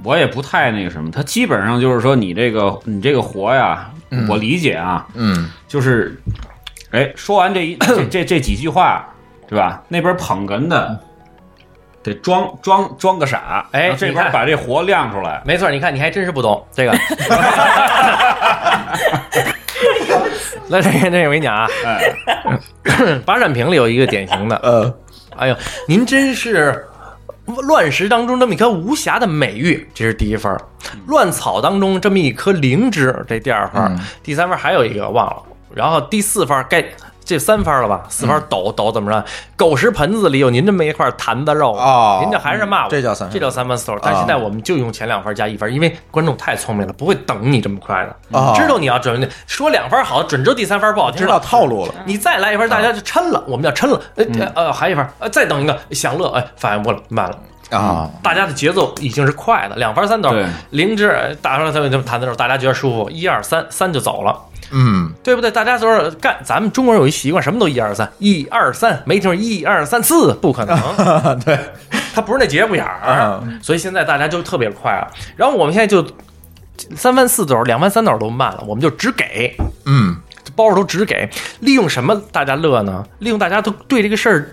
E: 我也不太那个什么，他基本上就是说你这个你这个活呀，我理解啊，
C: 嗯，
E: 就是，哎，说
D: <coughs>
E: 完这一这这这几句话，对吧？那边捧哏的得装装装个傻，
D: 嗯哎
E: 然后这
D: 你看
E: 边把这活亮出来，
D: 没错，你看你还真是不懂这个。来，这个这个我给你讲啊，
E: 哎，
D: 八扇屏里有一个典型的，
C: 呃，
D: 哎呦，您真是乱石当中这么一颗无瑕的美玉，这是第一分儿；乱草当中这么一颗灵芝，这第二分儿；
C: 嗯
D: 第三分儿还有一个忘了，然后第四分儿该。这三分儿了吧？四
C: 嗯
D: 分儿抖抖怎么着？狗食盆子里有您这么一块坛子肉
C: 哦
D: 您这还是骂我？
C: 这叫三哦分
D: 这叫三番 store。但现在我们就用前两分加一分，因为观众太聪明了，不会等你这么快
C: 哦
D: 的，知道你要准说两分好，准知道第三分不好听
C: 知
D: 了，
C: 道套路了。嗯
D: 你再来一份，大家就抻了，我们要抻了，呃呃，还一份，呃，再等一个，享乐，哎，反应过来慢了， <laughs>
C: 啊，
D: 大家的节奏已经是快的，两番三斗
E: 对，
D: 灵芝打上他们这么弹的时候，大家觉得舒服，一二三，三就走了。
C: 嗯，
D: 对不对？大家都是干，咱们中国人有一习惯，什么都一二三，一二三，没听说一二三四，不可能。
C: 对，
D: 他不是那节骨眼儿，啊所以现在大家就特别快了。然后我们现在就三番四斗、两番三斗都慢了，我们就只给，
C: 嗯，
D: 包袱都只给，利用什么大家乐呢？利用大家都对这个事儿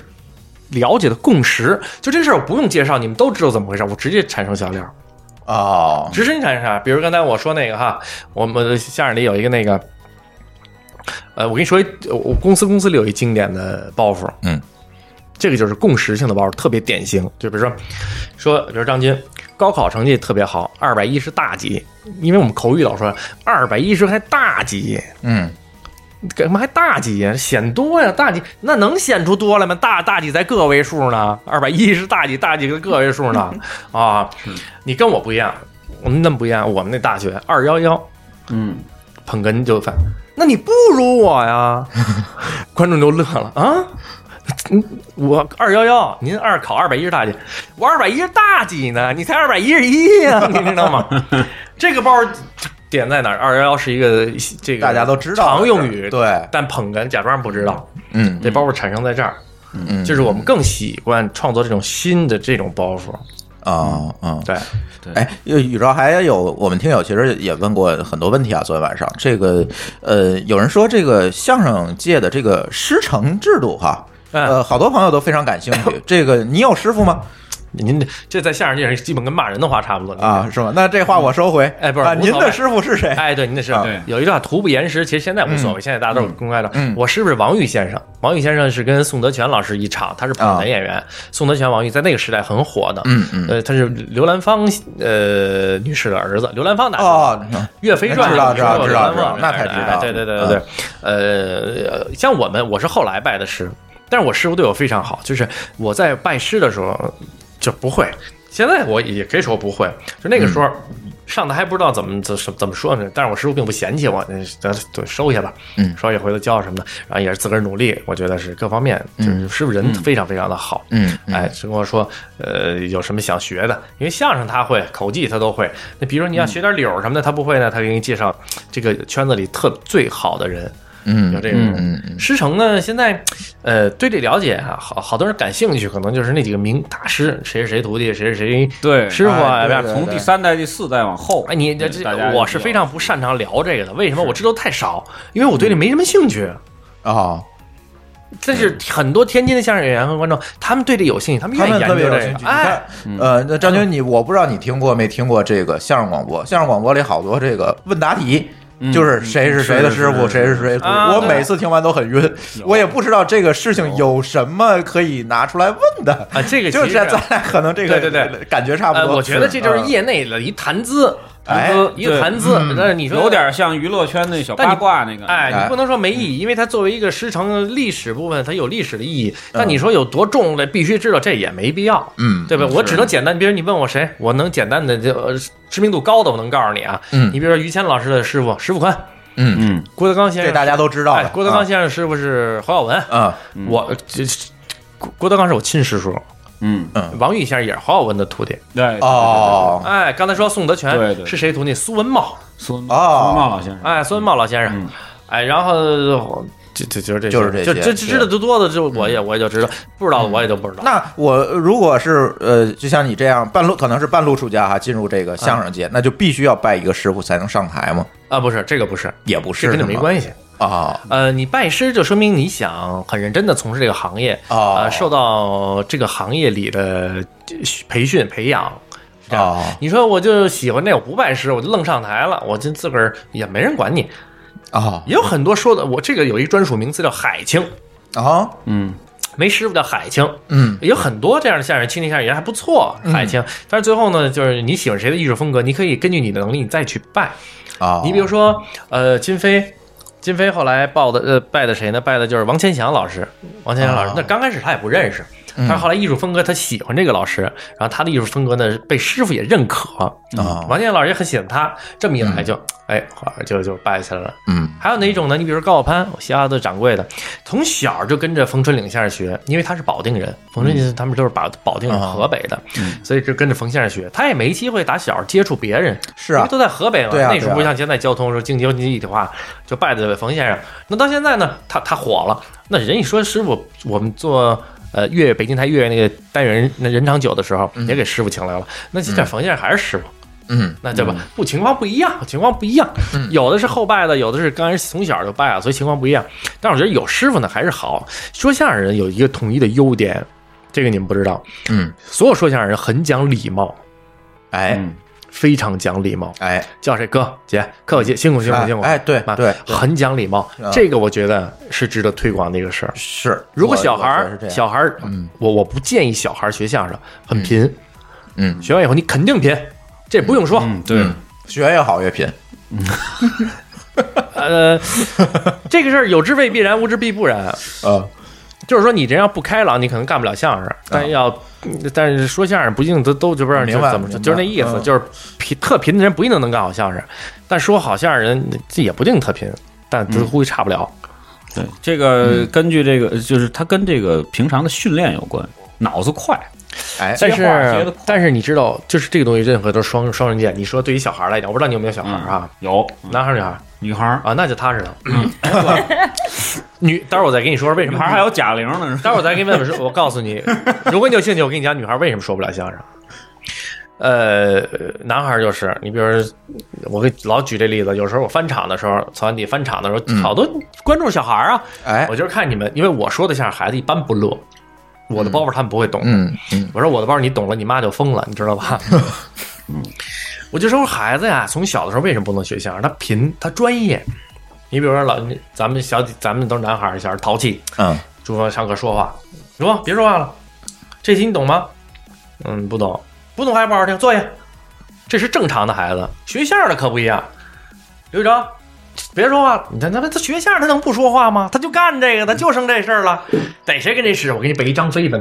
D: 了解的共识，就这事儿我不用介绍，你们都知道怎么回事，我直接产生笑料，
C: 哦，
D: 直生产生啥？比如刚才我说那个哈，我们相声里有一个那个，呃，我跟你说一，我公司公司里有一经典的包袱，
C: 嗯，
D: 这个就是共识性的包袱，特别典型。就比如说，说比如张军高考成绩特别好，二百一十大几，因为我们口语老说二百一十还大几，
C: 嗯，
D: 干嘛还大几呀？显多呀，大几那能显出多来吗？大大几在个位数呢，二百一十大几，大几个个位数呢？啊，你跟我不一样，我们那么不一样，我们那大学二幺幺
E: 嗯，
D: 捧哏就犯，那你不如我呀， <laughs> 观众就乐了啊。嗯我二幺幺，您二考二百一十大几，我二百一十大几呢？你才二百一十一呀， <laughs> 你知道吗？这个包儿点在哪儿？二幺幺是一个这个
C: 大家都知道
D: 常用语，
C: 对
D: 但捧哏假装不知道，
C: 嗯
D: 这包袱产生在这儿，
C: 嗯，
D: 就是我们更喜欢创作这种新的这种包袱。
C: 啊，嗯，
D: 对，
C: 哎，宇宙还有我们听友其实也问过很多问题啊。昨天晚上，这个呃，有人说这个相声界的这个师承制度哈，
D: 嗯
C: 呃，好多朋友都非常感兴
D: <laughs>
C: 趣。这个你有师傅吗？
D: 您这这在相声界上基本跟骂人的话差不多。
C: 啊，是吗？那这话我收回。
D: 哎不是
C: 啊
D: 无
C: 您
D: 所谓
C: 的师傅是谁？
D: 哎，对，您那是
C: 啊
E: 对
D: 有一句话“徒不言师”，其实现在无所谓，现在大家都是公开的。
C: 嗯
D: 我是不是王玉先生？王玉先生是跟宋德全老师一场，他是捧哏演员。宋德全、王玉在那个时代很火的。
C: 啊嗯嗯
D: 呃，他是刘兰芳呃女士的儿子，刘兰芳大家知道
C: 哦，
D: 《岳飞传》
C: 知道知道
D: 你们说过
C: 知道
D: 刘兰芳
C: 知道那太知道了嗯
D: 哎对对对对对，呃，像我们我是后来拜的师，但是我师傅对我非常好，就是我在拜师的时候就不会，现在我也可以说不会，就那个时候。
C: 嗯
D: 上的还不知道怎么怎么怎么说呢，但是我师傅并不嫌弃我，嗯咱对收下吧，
C: 嗯
D: 收下回头教什么的，然后也是自个儿努力，我觉得是各方面，就是师傅人非常非常的好，
C: 嗯嗯
D: 哎，是跟我说，呃，有什么想学的？因为相声他会，口技他都会。那比如说你要学点柳儿什么的，他不会呢，他给你介绍这个圈子里特最好的人，
C: 嗯
D: 有这个人。
C: 嗯嗯
D: 师承呢，现在，呃，对这了解啊，好好多人感兴趣，可能就是那几个名大师，谁是谁徒弟，谁是谁
E: 对
D: 师傅啊，
C: 哎对
D: 要不
C: 对
D: 然
E: 从第三代、第四代往后，
D: 哎，你这
E: 对大家
D: 这，我是非常不
C: 嗯
D: 擅长聊这个的。为什么？我知道太少，因为我对这没什么兴趣。
C: 哦，
D: 但是很多天津的相声演员和观众，他们对这有兴趣，他们
C: 他
D: 愿意
C: 们
D: 研
C: 特
D: 究
C: 别有
D: 这
C: 兴趣。
D: 个。
C: 你
D: 哎
C: 看，，呃，那张军，你我不知道你听过没听过这个相声广播？相声广播里好多这个问答题。就是谁是谁的师傅，
E: 是
C: 谁是谁的徒弟。
D: 啊
C: 我
D: 对
C: 每次听完都很晕，我也不知道这个事情有什么可以拿出来问的
D: 啊这
C: <laughs>
D: 个
C: 就是
D: 其实
C: 咱咱俩可能这个
D: 对对对
C: 感觉差不
D: 呃，
C: 多。
D: 我觉得这就是
C: 嗯
D: 业内的一谈资，
C: 哎嗯
D: 谈资一个
E: 对
D: 谈资。但是你说
E: 有点像娱乐圈那小
D: 但你
E: 八卦那个，
D: 哎，
C: 哎
D: 你不能说没意义，因为它作为一个师承历史部分，它有历史的意义。但你说有多重的，必须知道，这也没必要，
C: 嗯
D: 对吧？我只能简单，比如你问我谁，我能简单的就呃知名度高的，我能告诉你啊。
C: 嗯
D: 你比如说于谦老师的师傅石富宽，
C: 嗯，
E: 嗯，
D: 郭德纲先
C: 这
D: 生，
C: 大家都知道
D: 哎
C: 的。，
D: 郭德纲先生师傅是侯耀文，
C: 啊，
D: 我呃这这郭郭德纲是我亲师叔，
E: 嗯，
D: 王宇先生也是侯耀文的徒弟。
E: 对，对对对
C: 嗯哦
D: 哎，刚才说宋德
E: 对对
D: 全是谁徒弟？苏文茂，
E: 苏文苏文
C: 哦
E: 茂老先生，
D: 哎，孙茂老先生
E: 嗯，
D: 哎，然后就就就是这些，
C: 就是这些嗯
D: 就
C: 是
D: 这知道的多的，就我也我也就知道，不知道的我也就不知道。
C: 那我如果是呃，就像你这样半路可能是半路出家哈，进入这个相声
D: 嗯
C: 界，那就必须要拜一个师傅才能上台吗？
D: 啊，不是这个不是，
C: 也不是
D: 这跟你没关
C: 系
D: 系。
C: 啊
D: 呃，你拜师就说明你想很认真的从事这个行业，
C: 哦
D: 呃，受到这个行业里的培训培养。是这样
C: 哦
D: 你说我就喜欢那，我不拜师，我就愣上台了，我就自个儿也没人管你。
C: 啊
D: 也有很多说的，我这个有一专属名词叫海清，
C: 啊！
E: 嗯，
D: 没师傅叫海清，
C: 嗯，
D: 有很多这样的相声，青年相声也还不错，海清。但是最后呢，就是你喜欢谁的艺术风格，你可以根据你的能力你再去拜。
C: 啊，
D: 你比如说，呃，金飞，金飞后来报的呃拜的谁呢？拜的就是王千祥老师。王千祥老师，
C: 哦嗯
D: 那刚开始他也不认识，但是后来艺术风格他喜欢这个老师，然后他的艺术风格呢被师傅也认可。
C: 哦
D: 王千祥老师也很喜欢他，这么一来就、哎，后来就就拜起来了。
C: 嗯
D: 还有哪种呢？你比如说高晓攀，我西安的掌柜的，从小就跟着冯春岭先生学，因为他是保定人，冯春岭他们都是保保定人，
C: 嗯啊
D: 河北的，所以就跟着冯先生学。他也没机会打小接触别人，
C: 是啊
D: 因为都在河北嘛。
C: 对啊
D: 那时
C: 对啊
D: 候不像现在交通说经济经济一体化，就拜的冯先生。那到现在呢，他他火了，那人一说师傅，我们做。呃，粤北京台粤那个单元那人长久的时候，也给师傅请来了。那现在冯先生还是师傅，
C: 嗯
D: 那对吧？不，情况不一样，情况不一样。有的是后拜的，有的是刚开始从小就拜啊，所以情况不一样。但是我觉得有师傅呢还是好。说相声人有一个统一的优点，这个你们不知道，
C: 嗯，
D: 所有说相声人很讲礼貌，
C: 哎
E: 嗯
D: 非常讲礼貌，
C: 哎
D: 叫谁哥姐，客气，辛苦辛苦辛苦。
C: 哎，对
D: 啊
C: 对
D: 很讲礼貌
C: 啊，
D: 这个我觉得是值得推广的一个事儿。
C: 是。
D: 如果
C: 我
D: 小孩
C: 我觉
D: 儿
C: 得是这样
D: 小孩儿，我我不建议小孩儿学相声，很贫。
C: 嗯
D: 学完以后你肯定贫，这不用说。
E: 嗯，对，
C: 学越好越贫，
D: 呃，这个事儿有之未必然，无之必不然。
C: 呃
D: 就是说，你人要不开朗，你可能干不了相声。但要，但是说相声不一定都都就不知道
C: 明白
D: 怎么，
C: 明白
D: 就是那意思，
C: 嗯
D: 就是贫特贫的人不一定能干好相声，但说好相声人这也不一定特贫，但这估计差不了。
E: 对，这个
C: 嗯
E: 根据这个，就是它跟这个平常的训练有关，脑子快，
C: 哎
D: 但
E: 接话接
D: 是
E: 得快
D: 但是你知道，就是这个东西，任何都是双双刃剑。你说对于小孩来讲，我不知道你有没有小孩
E: 嗯
D: 啊，
E: 有
D: 男孩儿女孩儿
E: 女孩儿，
D: 啊，那就踏实了。 <laughs> 女，待会儿我再给你说说为什
E: 女
D: 么
E: 孩儿还有贾玲呢，
D: <laughs> 待会儿再给你问问说，我告诉你，如果你有兴趣，我跟你讲，女孩为什么说不了相声。呃，男孩就是，你比如说我给老举这例子，有时候我翻场的时候，曹安迪翻场的时候，好多观众小孩啊，
C: 哎
D: 我就是看你们，因为我说的相声孩子一般不乐，我的包袱他们不会懂，
C: 嗯嗯
D: 我说我的包袱你懂了，你妈就疯了，你知道吧？我就说孩子呀，从小的时候为什么不能学相声？他贫，他专业。你比如说老，咱们小咱们都是男孩儿，小孩儿淘气，
C: 嗯
D: 主播上课说话，说别说话了，这题你懂吗？嗯，不懂，不懂还不好好听，坐下。这是正常的孩子，学相声的可不一样。刘宇哲，别说话，你看他们他学相声他能不说话吗？他就干这个，他就剩这事儿了，逮谁跟谁使？我给你背一张飞吧，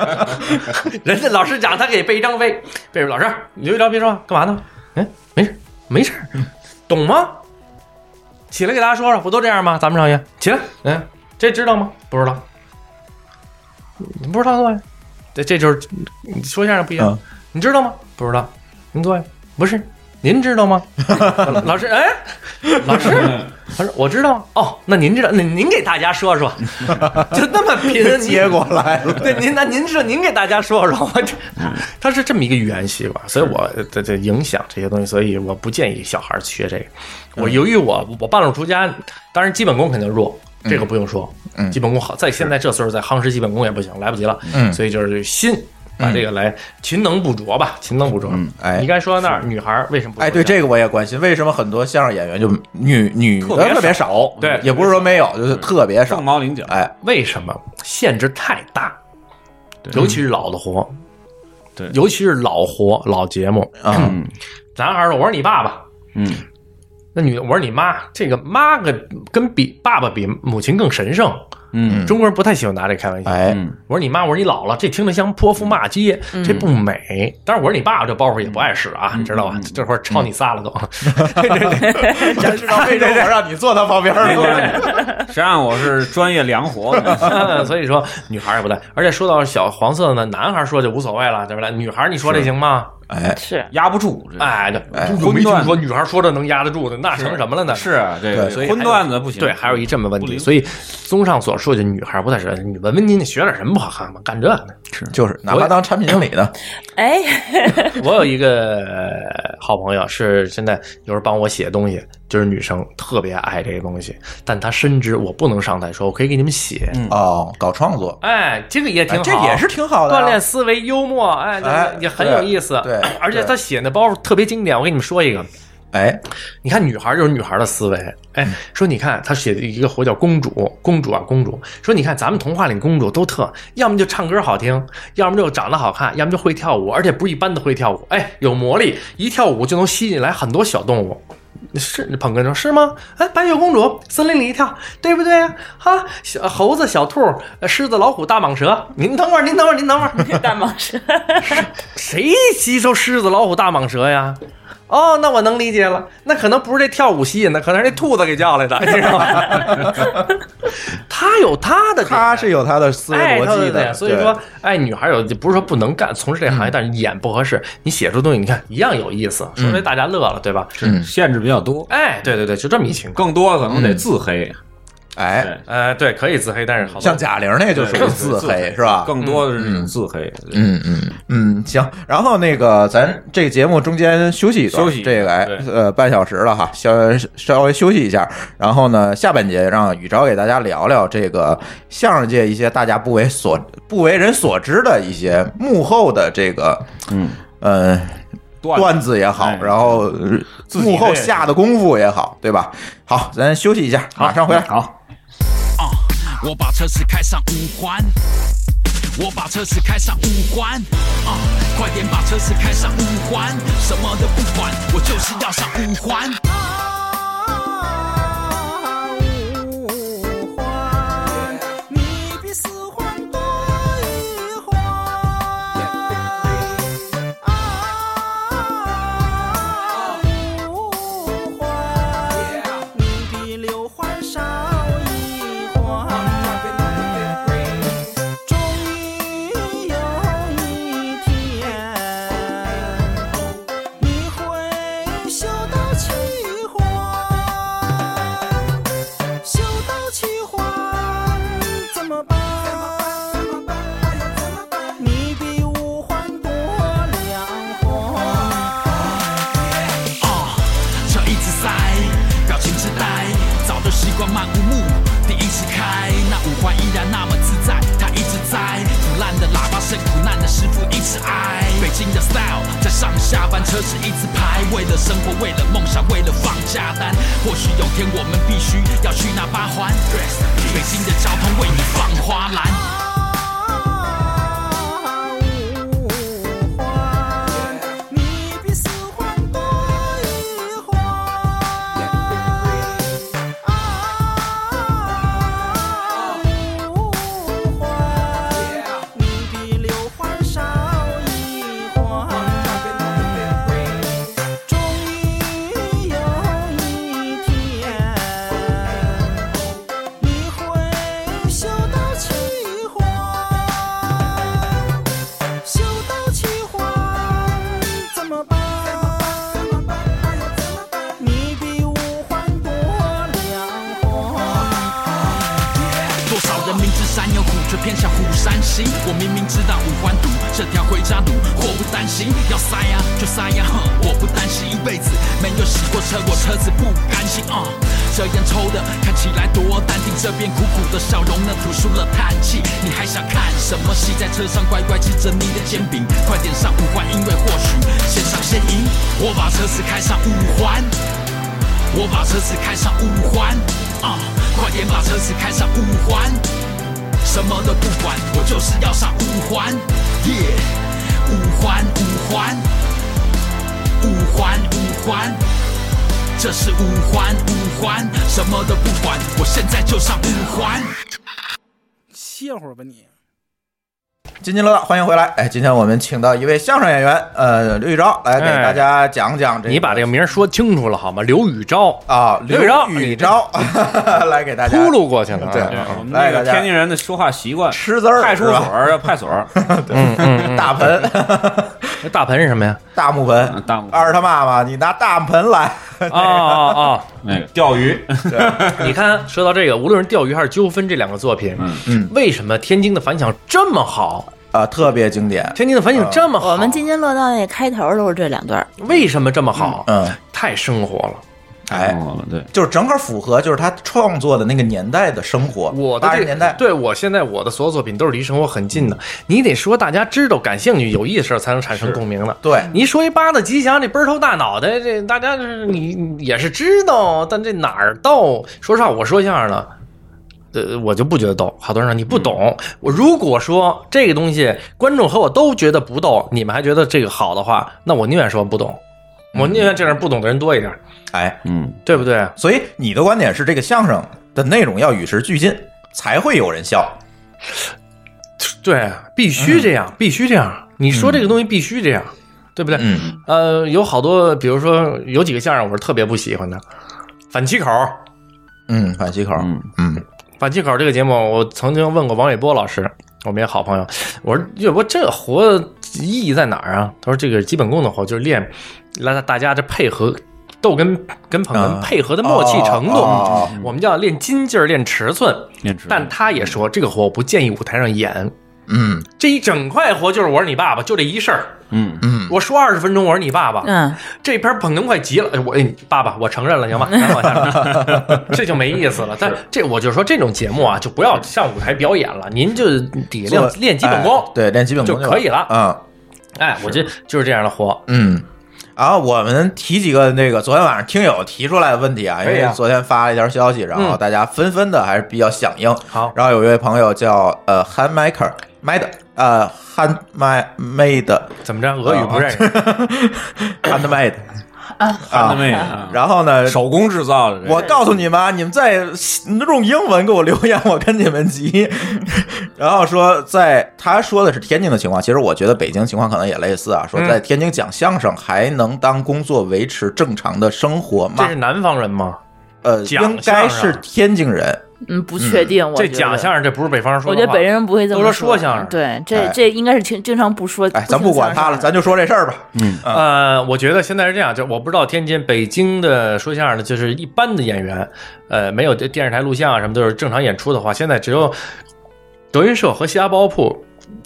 D: <laughs> 人家老师讲他给背一张飞，背着老师刘宇哲别说话，干嘛呢？嗯，没事，没事儿，懂吗？起来给大家说说，不都这样吗？咱们上学起来，嗯，这知道吗？不知道，你不知道坐下。这这就是你说相声不一样，
C: 嗯
D: 你知道吗？不知道，您坐下。不是，您知道吗？ <laughs> 老师，哎，老师，老师，我知道啊。哦，那您知道，那您给大家说说，就那么贫，你
C: 接过来了，
D: <laughs> 对，您那您说，您给大家说说，我这他嗯是这么一个语言习惯，所以我这这影响这些东西，所以嗯我不建议小孩儿学这个。我由于我我半路出家，当然基本功肯定弱，这个不用说，
C: 嗯
D: 基本功好，在现在这岁数再夯实基本功也不行，来不及了。
C: 嗯
D: 所以就是心。把这个来勤能补拙吧，勤能补拙。
C: 哎
D: 你刚才说到那儿，女孩儿为什么不？
C: 哎，对，这个我也关心，为什么很多相声演员就女女的
D: 特别少
C: 特别少？
D: 对
C: 也不是说没有，就是特别少
E: 凤。毛麟角。
C: 哎，
D: 为什么限制太大？
E: 对
D: 尤其是老的活，
E: 对
D: 尤其是老活老节目。
C: 嗯，
E: 嗯
D: 男孩儿说：“我是你爸爸。
E: 嗯，”
D: 那女的：“我是你妈。”这个妈跟跟比爸爸比，母亲更神圣。
E: 嗯
D: 中国人不太喜欢拿这开玩笑。
C: 哎，
D: <laughs>
E: 嗯，
D: 我说你妈，我说你姥姥，这听着像泼妇骂街，这不美。当然，我说你爸爸这包袱也不碍事啊，
E: 嗯
D: 你知道吧？这会儿抄你仨了都。
C: 我知道为什么我让你坐他旁边儿了。
E: 谁让我是专业良
D: <laughs>
E: 活的？
D: 所以说，女孩也不赖。而且说到小黄色呢，男孩说就无所谓了，对不对？女孩你说这行吗？
C: 哎，
F: 是
E: 压不住，这
D: 哎，对，
C: 哎
D: 我没听
E: 混乱
D: 说女孩说这能压得住的，那成什么了呢？
E: 是啊这个
C: 对
D: 所以还有
E: 荤段子不行。
D: 对，还有一这么问
E: 不
D: 题。
E: 灵
D: 所以，综上所述，就女孩不太是你文文静静学点什么不好看吗？干这呢？
C: 就是哪怕当产品经理呢，
F: 哎，
D: <laughs> 我有一个呃好朋友，是现在有时候帮我写东西，就是女生特别爱这个东西，但她深知我不能上台说，我可以给你们写。
E: 嗯
C: 哦，搞创作，
D: 哎，这个也挺
C: 哎
D: 好，
C: 这也是挺好的啊。
D: 锻炼思维、幽默，哎，
C: 哎
D: 也很有意思。
C: 对对
D: 而且她写那包袱特别经典。我跟你们说一个，
C: 哎，
D: 你看女孩儿就是女孩儿的思维，哎，说你看她写的一个活叫公主，公主啊公主，说你看咱们童话里公主都特，要么就唱歌好听，要么就长得好看，要么就会跳舞，而且不是一般的会跳舞，哎，有魔力，一跳舞就能吸引来很多小动物。是捧哏说，是吗？哎，白雪公主，森林里一跳，对不对啊？哈，小猴子、小兔、呃狮子、老虎、大蟒蛇。您等会儿，您等会儿，您等会儿，
F: <laughs> 大蟒蛇，
D: 谁吸收狮子、老虎、大蟒蛇呀？哦，那我能理解了，那可能不是这跳舞吸引的，可能是这兔子给
C: <laughs>
D: 叫来的，你知道吗？他有他的点
C: 他是有他的思维
D: 哎
C: 逻
D: 他有
C: 辑
D: 点
C: 的，
D: 所以说，哎，女孩有不是说不能干从事这
C: 嗯
D: 行业，但是演不合适，你写出东西，你看一样有意思，说明大家乐了，对吧？
C: 对，嗯，
E: 限制比较多，嗯
D: 哎，对对对，就这么一情况。
E: 更多可能得自黑。
D: 啊
C: 哎，
E: 对，
D: 呃，对，可以自黑，但是好多
C: 像贾玲那就属于
E: 对
C: 自
E: 自
C: 黑是吧？
E: 更多的是那种自黑。对
C: 嗯嗯嗯，行。然后那个，咱这个节目中间休息一段，
E: 休息一段
C: 这个哎
E: 对
C: 呃半小时了哈，稍稍微休息一下。然后呢，下半节让宇钊给大家聊聊这个相声界一些大家不为所不为人所知的一些幕后的这个
E: 嗯，
C: 呃段子也好
E: 哎，
C: 然后呃
E: 己的
C: 幕后
E: 也
C: 下的功夫也好，对吧？好，咱休息一下，马上回来。
E: 好。
G: 我把车子开上五环，我把车子开上五环，啊，快点把车子开上五环，什么都不管，我就是要上五环。五环，你比四环多一环。啊，五环，你比六环少一环。终于有一天，你会修到七环，修到七环怎么办？你比五环多两环。哦，车一直塞，表情痴呆，早就习惯漫无目的一直开，那五环依然那么自在，它一直在，腐烂的喇叭声，苦难的师傅一直挨，北京的 style 在上下班车是一直排，为了生活，为了梦想，为了放假单，或许有天我们必须要去那八环，北京的交通为你放花篮。五环，你比四环多一环。啊，五环，你比六环少一环。终于有一天，你会修到七环。修到七环怎么办？你比五环多两环。多少人明知山有虎，却偏向虎
H: 山行。我明明知道五环堵，这条回家路祸不单行。要塞呀、就塞呀、哼，我不担心，一辈子没有洗过车，我车子不甘心啊。这烟抽的看起来多淡定，这边苦苦的笑容呢吐出了叹气。你还想看什么戏？在车上乖乖吃着你的煎饼，快点上五环，因为或许先上先赢。我把车子开上五环。我把车子开上五环，啊、快点把车子开上五环，什么都不管，我就是要上五环，耶、五环五环，五环五环，这是五环五环，什么都不管，我现在就上五环。
B: 歇会儿吧你。
C: 津津乐道，欢迎回来。哎，今天我们请到一位相声演员，呃，刘宇昭来给
D: 哎
C: 大家讲讲这个。
D: 你把这个名儿说清楚了好吗？刘宇昭，
C: 啊，
D: 刘宇昭
C: 宇昭 <laughs> 来给大家
D: 秃噜过去了啊。
C: 对
E: 对，我们
C: 来
E: 那个
C: 大家
E: 天津人的说话习惯，
C: 吃字儿
E: 派出
C: 是
E: 所
C: 吧
E: 儿啊，派出所儿，
D: 嗯嗯，
C: 大盆， <laughs>
D: 这大盆是什么呀？
C: 大木盆，
E: 大木盆
C: 二他妈妈，你拿大盆来，
D: 哦哦
E: 那个钓鱼，
D: 哦，你看，说到这个，无论是钓鱼还是纠纷这两个作品，
E: 嗯
C: 嗯
D: 为什么天津的反响这么好？
C: 啊，特别经典。
D: 天津的反响这么
C: 啊
D: 好，
F: <laughs> 我们津津乐道那开头都是这两段儿，
D: 为什么这么好？
C: 嗯，
D: 太生活了。
C: 哎，
D: 嗯
E: 哦对，
C: 就是正好符合，就是他创作的那个年代的生活，
D: 我的
C: 八
D: 这
C: 十
D: 个
C: 年代，嗯
D: 对我现在我的所有作品都是离生活很近的。你得说大家知道、感兴趣、有意思的事儿，才能产生共鸣的。
C: 对
D: 你说一八的吉祥，这奔头大脑袋，这大家是你你也是知道，但这哪儿逗？说实话，我说相声呢，呃，我就不觉得逗。好多人说你不懂，我如果说这个东西观众和我都觉得不逗，你们还觉得这个好的话，那我宁愿说不懂，我宁愿这样不懂的人多一点，
C: 哎，
E: 嗯，
D: 对不对？
C: 所以你的观点是这个相声的内容要与时俱进，才会有人笑。
D: 对，必须这样，必须这样。你说这个东西必须这样，对不对？
C: 嗯，
D: 呃，有好多，比如说有几个相声我是特别不喜欢的，反七口。
C: 嗯，反西口，
E: 嗯
C: 嗯
D: 反七口这个节目，我曾经问过王伟波老师，我们也好朋友，我说岳波这活意义在哪儿啊？他说这个基本功的活就是练，让大家这配合。逗跟跟捧哏
C: 啊
D: 配合的默契程度，
C: 哦哦
D: 我们叫练筋劲儿、练尺寸。
E: 练尺寸
D: 但他也说，这个活我不建议舞台上演。
C: 嗯
D: 这一整块活就是我是你爸爸，就这一事儿。
E: 嗯，
C: 嗯，
D: 我说二十分钟，我是你爸爸。
F: 嗯，
D: 这篇捧哏快急了，哎我哎，爸爸，我承认了，行吧，咱往下
F: <laughs>
D: 说，这就没意思了。但这我就说这种节目啊，就不要上舞台表演了，您就底下
C: 做
D: 练练基本
C: 哎
D: 功，
C: 对，练基本功
D: 就可以了
C: 嗯
D: 哎，我这就是这样的活。
C: 嗯。然后我们提几个那个昨天晚上听友提出来的问题啊，因
D: 可以
C: 为
D: 啊嗯
C: 昨天发了一条消息，然后大家纷纷的还是比较响应。
D: 好
C: 然后有一位朋友叫呃 Han Maker Made 呃 Han Ma- <laughs> Made
D: 怎么着？俄
F: 啊
D: 语不认识，
C: Han Made，
E: 看到没有啊？
C: 然后呢，
E: 手工制造的这个，
C: 我告诉你们啊，你们再用英文给我留言，我跟你们急。
D: <laughs>
C: 然后说在，他说的是天津的情况，其实我觉得北京情况可能也类似啊。
D: 嗯
C: 说在天津讲相声还能当工作维持正常的生活吗
D: 这？是南方人吗？
C: 呃，
D: 讲
C: 应该
D: 相声啊
C: 是天津人。
F: 嗯，不确定，我
D: 这
F: 觉
D: 讲
F: 得
D: 相声，这不是北方人说
F: 我
D: 的
F: 觉
D: 话。
F: 得北京人不会这么
D: 都说说相声
F: 对，这
C: 哎
F: 这应该是经经常不说。
C: 哎，咱不
F: 听
C: 管
F: 相
C: 他
F: 声
C: 了，
F: 的
C: 咱就说这事儿吧。
D: 呃，我觉得现在是这样，就我不知道天津、北京的说相声的，就是一般的演员，呃，没有电电视台录像啊什么，都是正常演出的话，现在只有德云社和虾包铺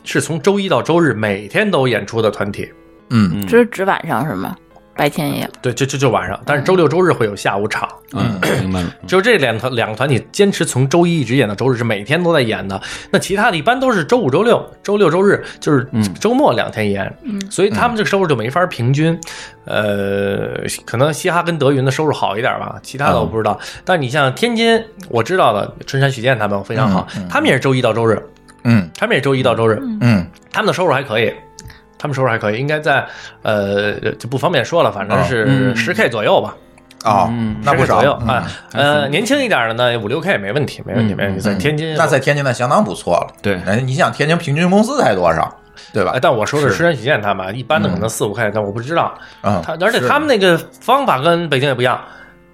D: 是从周一到周日每天都有演出的团体。
C: 嗯
E: 嗯
F: 这是指晚上是吗？白天也有
C: 啊
D: 对，就就就晚上，但是周六周日会有下午场，
E: 嗯，明白了，
D: 只有这两个两个团体坚持从周一一直演到周日，是每天都在演的。那其他的一般都是周五、周六、周六、周日，就是周末两天演，所以他们这个收入就没法平均。呃，可能嘻哈跟德云的收入好一点吧，其他的我不知道。但你像天津，我知道的春山许健他们非常好，他们也是周一到周日，
C: 嗯
D: 他们也是周一到周日，
C: 嗯
D: 他们的收入还可以。他们收入还可以，应该在呃就不方便说了，反正
E: 嗯
D: 是
E: 嗯
D: 十 K 左右吧。
C: 哦，那
D: 10K
C: 不少
D: 左右
C: 嗯
D: 啊。呃，年轻一点的呢，五六 K 没问题，没问题，没问题。在天津，
C: 嗯那在天津那相当不错了。
E: 对
C: 哎，你想天津平均工资才多少，对吧
D: 哎，？但我说的是山许健他们，一般的可能四五 K，但我不知道。
C: 嗯
D: 他而且他们那个方法跟北京也不一样，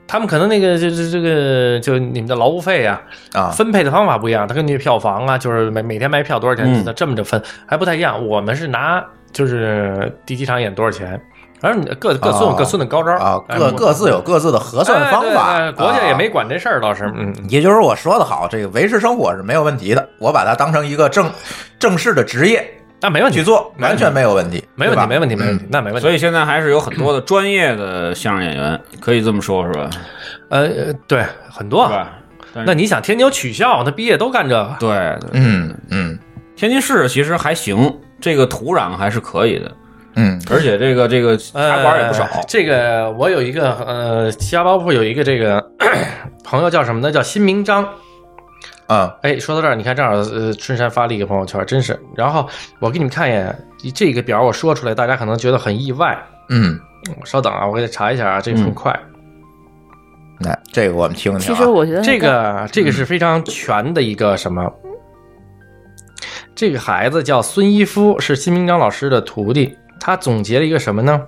D: 他们可能那个这这这个就你们的劳务费啊，
C: 啊，
D: 分配的方法不一样，他根据票房啊，就是每每天卖票多少钱，
E: 嗯
D: 这么着分还不太一样。我们是拿就是第几场演多少钱，反正各各自有各自的高招
C: 哦啊，
D: 哎
C: 各
D: 我
C: 各自有各自的核算
D: 哎
C: 方
D: 对
C: 法，
D: 对国家也没
C: 啊。
D: 管这事儿，倒是，嗯，
C: 也就是我说的好，这个维持生活是没有问题的。我把它当成一个正正式的职业
D: 那没问题，
C: 去做，嗯完全没有问题，
D: 没问题，没
C: 问
D: 问题，没问题，那没问题。
E: 所以现在还是有很多的专业的相声演员，可以这么说，是吧？
D: 呃，呃对，很多
E: 是
D: 啊。
E: 吧？但是
D: 那你想，天津有取校，他毕业都干这个，
E: 对，对
C: 嗯嗯
E: 天津市其实还行，这个土壤还是可以的，
C: 嗯
E: 而且这个这个茶馆也不少。
D: 呃这个我有一个呃，家包铺有一个这个 <clears throat> 咳咳朋友叫什么呢？叫辛明章。
C: 啊
D: 哎，说到这儿，你看正好呃，春山发了一个朋友圈，真是。然后我给你们看一眼这个表，我说出来，大家可能觉得很意外。
C: 嗯，
D: 我稍等啊，我给他查一下啊，这个
E: 嗯
D: 很快。
C: 来这个我们听听
F: 其
C: 啊。
F: 实我觉得
D: 这个这个是非常全的一个什么？这个孩子叫孙一夫，是辛明章老师的徒弟。他总结了一个什么呢？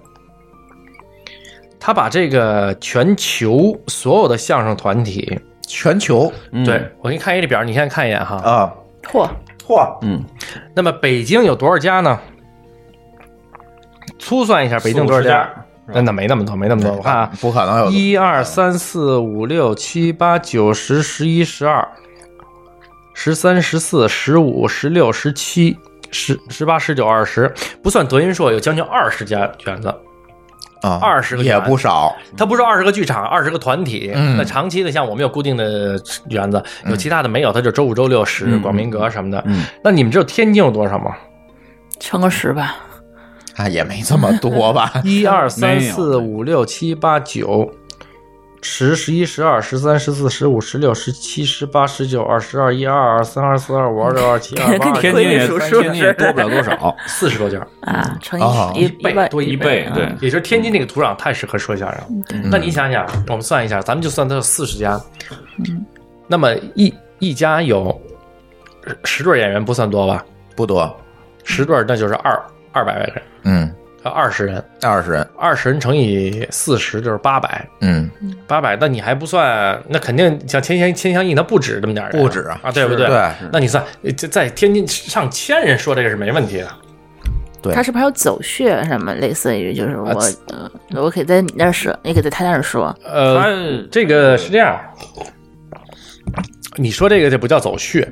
D: 他把这个全球所有的相声团体，
C: 全球
E: 嗯
D: 对，我给你看一个表，你先看一眼哈。
C: 啊，
F: 嚯，
C: 嚯，
E: 嗯，
D: 那么北京有多少家呢？粗算一下，北京多少家？那那没那么多，没那么多。我看啊，
C: 不可能有
D: 一二三四五六七八九十十一十二十三十四十五十六十七十十八十九二十，不算德云社有将近二十家园子，
C: 啊，
D: 20个
C: 也
D: 圆
C: 不少，
D: 它不是二十个剧场，二十个团体。
C: 嗯
D: 那长期的像我们有固定的园子，有其他的没有，它就周五周六
C: 嗯
D: 十广明阁什么的。那你们知道天津有多少吗？？
F: 乘个十吧，
C: 啊，也没这么多吧 <laughs>
D: <laughs> 一二
E: 没
D: 三
E: 有
D: 四五六七八九十十一十二十三十四十五十六十七十八十九二十二一二二三二四二五二六二七 <laughs> 二八
E: 天津也天津也多不了多少，
D: 四十多家，
F: 啊，乘
C: 哦
F: 以一啊
D: 倍
F: 万
D: 多
E: 一
D: 倍
E: 倍，对，
D: 也就是天津这个土壤太适合说相声了。那你想想，我们算一下，咱们就算它有四十家，那么一一家有十对演员不算多吧？
C: 不多，
D: 十对那就是二二百人，
C: 嗯，
D: 二十人，
C: 二十人，
D: 二十人乘以四十就是八百，
C: 嗯，
D: 八百，那你还不算，那肯定像千祥千祥义，那不止这么点儿人，
C: 不止啊
D: 啊，对不对？
C: 对
D: 那你算这在天津上千人说这个是没问题啊的，
C: 对
F: 他是不是还有走穴什么？类似于就是我
D: 啊，
F: 呃我可以在你那儿说，也可以在他那儿说。
D: 呃，这个是这样，你说这个这不叫
C: <laughs>
D: 走穴，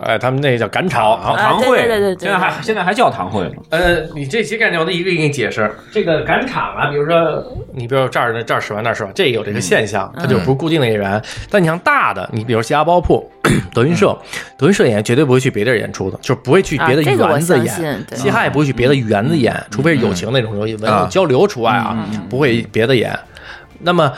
D: 哎，他们那个叫赶场。
E: 堂
F: 啊
E: 会，
F: 对对对对对
E: 现在还现在还叫堂会吗？
D: 呃，你这些概念我都一个一个给你解释。这个赶场啊，比如说你比如说这儿这儿使完那儿使完，这有
F: 嗯
D: 这个现象，它就不是固定的演员。但你像大的，你比如家包铺、 <clears throat> 德云社，德云社演员绝对不会去别地儿演出的，就是不会去别
F: 嗯
D: 的
F: 啊这个我
D: 园子
F: 相
D: 演。
F: 信对嗯
D: 嘻哈也不会去别的园子演，除非是友情那种有文
C: 啊
D: 有交流除外
F: 嗯
D: 啊，不会别的演。那么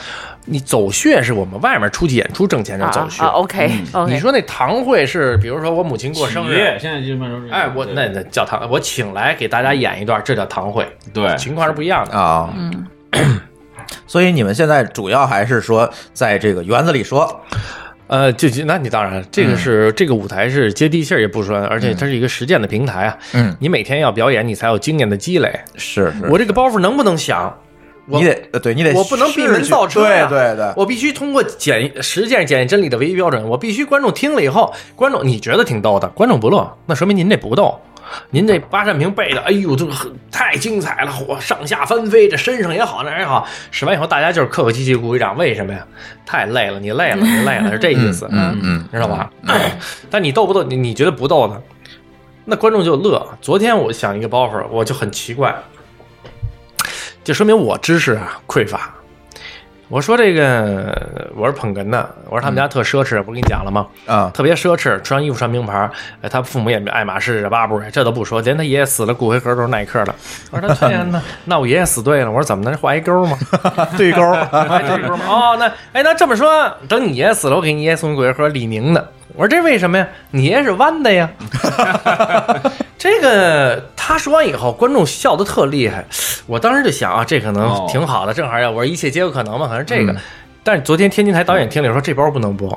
D: 你走穴是我们外面出去演出挣钱叫
F: 啊
D: 走穴嗯
F: 啊。，OK
D: 你
F: OK，
D: 说那堂会是，比如说我母亲过生
E: 企
D: 日
E: 业，现在基本上是
D: 哎，我那那叫堂，我请来给大家演一段，这叫堂会，
E: 对
D: 情况是不一样的。
C: 哎啊，所以你们现在主要还是说在这个园子里说，
D: 呃，就就那你当然，
C: 嗯
D: 这个是、这个舞台是接地气儿也不说，而且它是一个实践的平台啊。
C: 嗯，
D: 你每天要表演，你才有经验的积累。
C: 是是，
D: 我这个包袱能不能响？我
C: 你得呃对你得
D: 我不能闭门
C: 试去
D: 造车
C: 对
D: 呀
C: 对对，
D: 我必须通过检实践检验真理的唯一标准，我必须观众听了以后，观众你觉得挺逗的，观众不乐，那说明您这不逗。您这八扇屏背的，哎呦，这个很太精彩了！我上下翻飞，这身上也好，那儿也好。使完以后，大家就是客客气气鼓一掌，为什么呀？太累了，你累了，你累了，是这意思，
C: 嗯嗯
D: 知道吧？ <clears throat> 但你逗不逗？你你觉得不逗呢？那观众就乐。昨天我想一个包袱，我就很奇怪，这说明我知识啊匮乏。我说这个，我是捧哏的，我说他们家特奢侈，不是跟你讲了吗？
C: 啊
D: 特别奢侈，穿衣服穿名牌，哎，他父母也爱马仕、巴布，这都不说，连他爷爷死了，骨灰盒都是耐克的。我说他这样呢，那 <laughs> 我爷爷死对了，我说怎么的，画一勾吗？
C: 对勾， <laughs>
D: <laughs> 哎这哥们儿哦，那哎，那这么说，等你爷死了，我给你爷送一骨灰盒，李宁的。我说这为什么呀？你爷是弯的呀。 <laughs> 这个他说完以后，观众笑得特厉害。我当时就想啊，这可
C: 哦
D: 能挺好的，正好要我说一切皆有可能嘛，可能这
C: 嗯
D: 个。但是昨天天津台导演听了说这包不能播，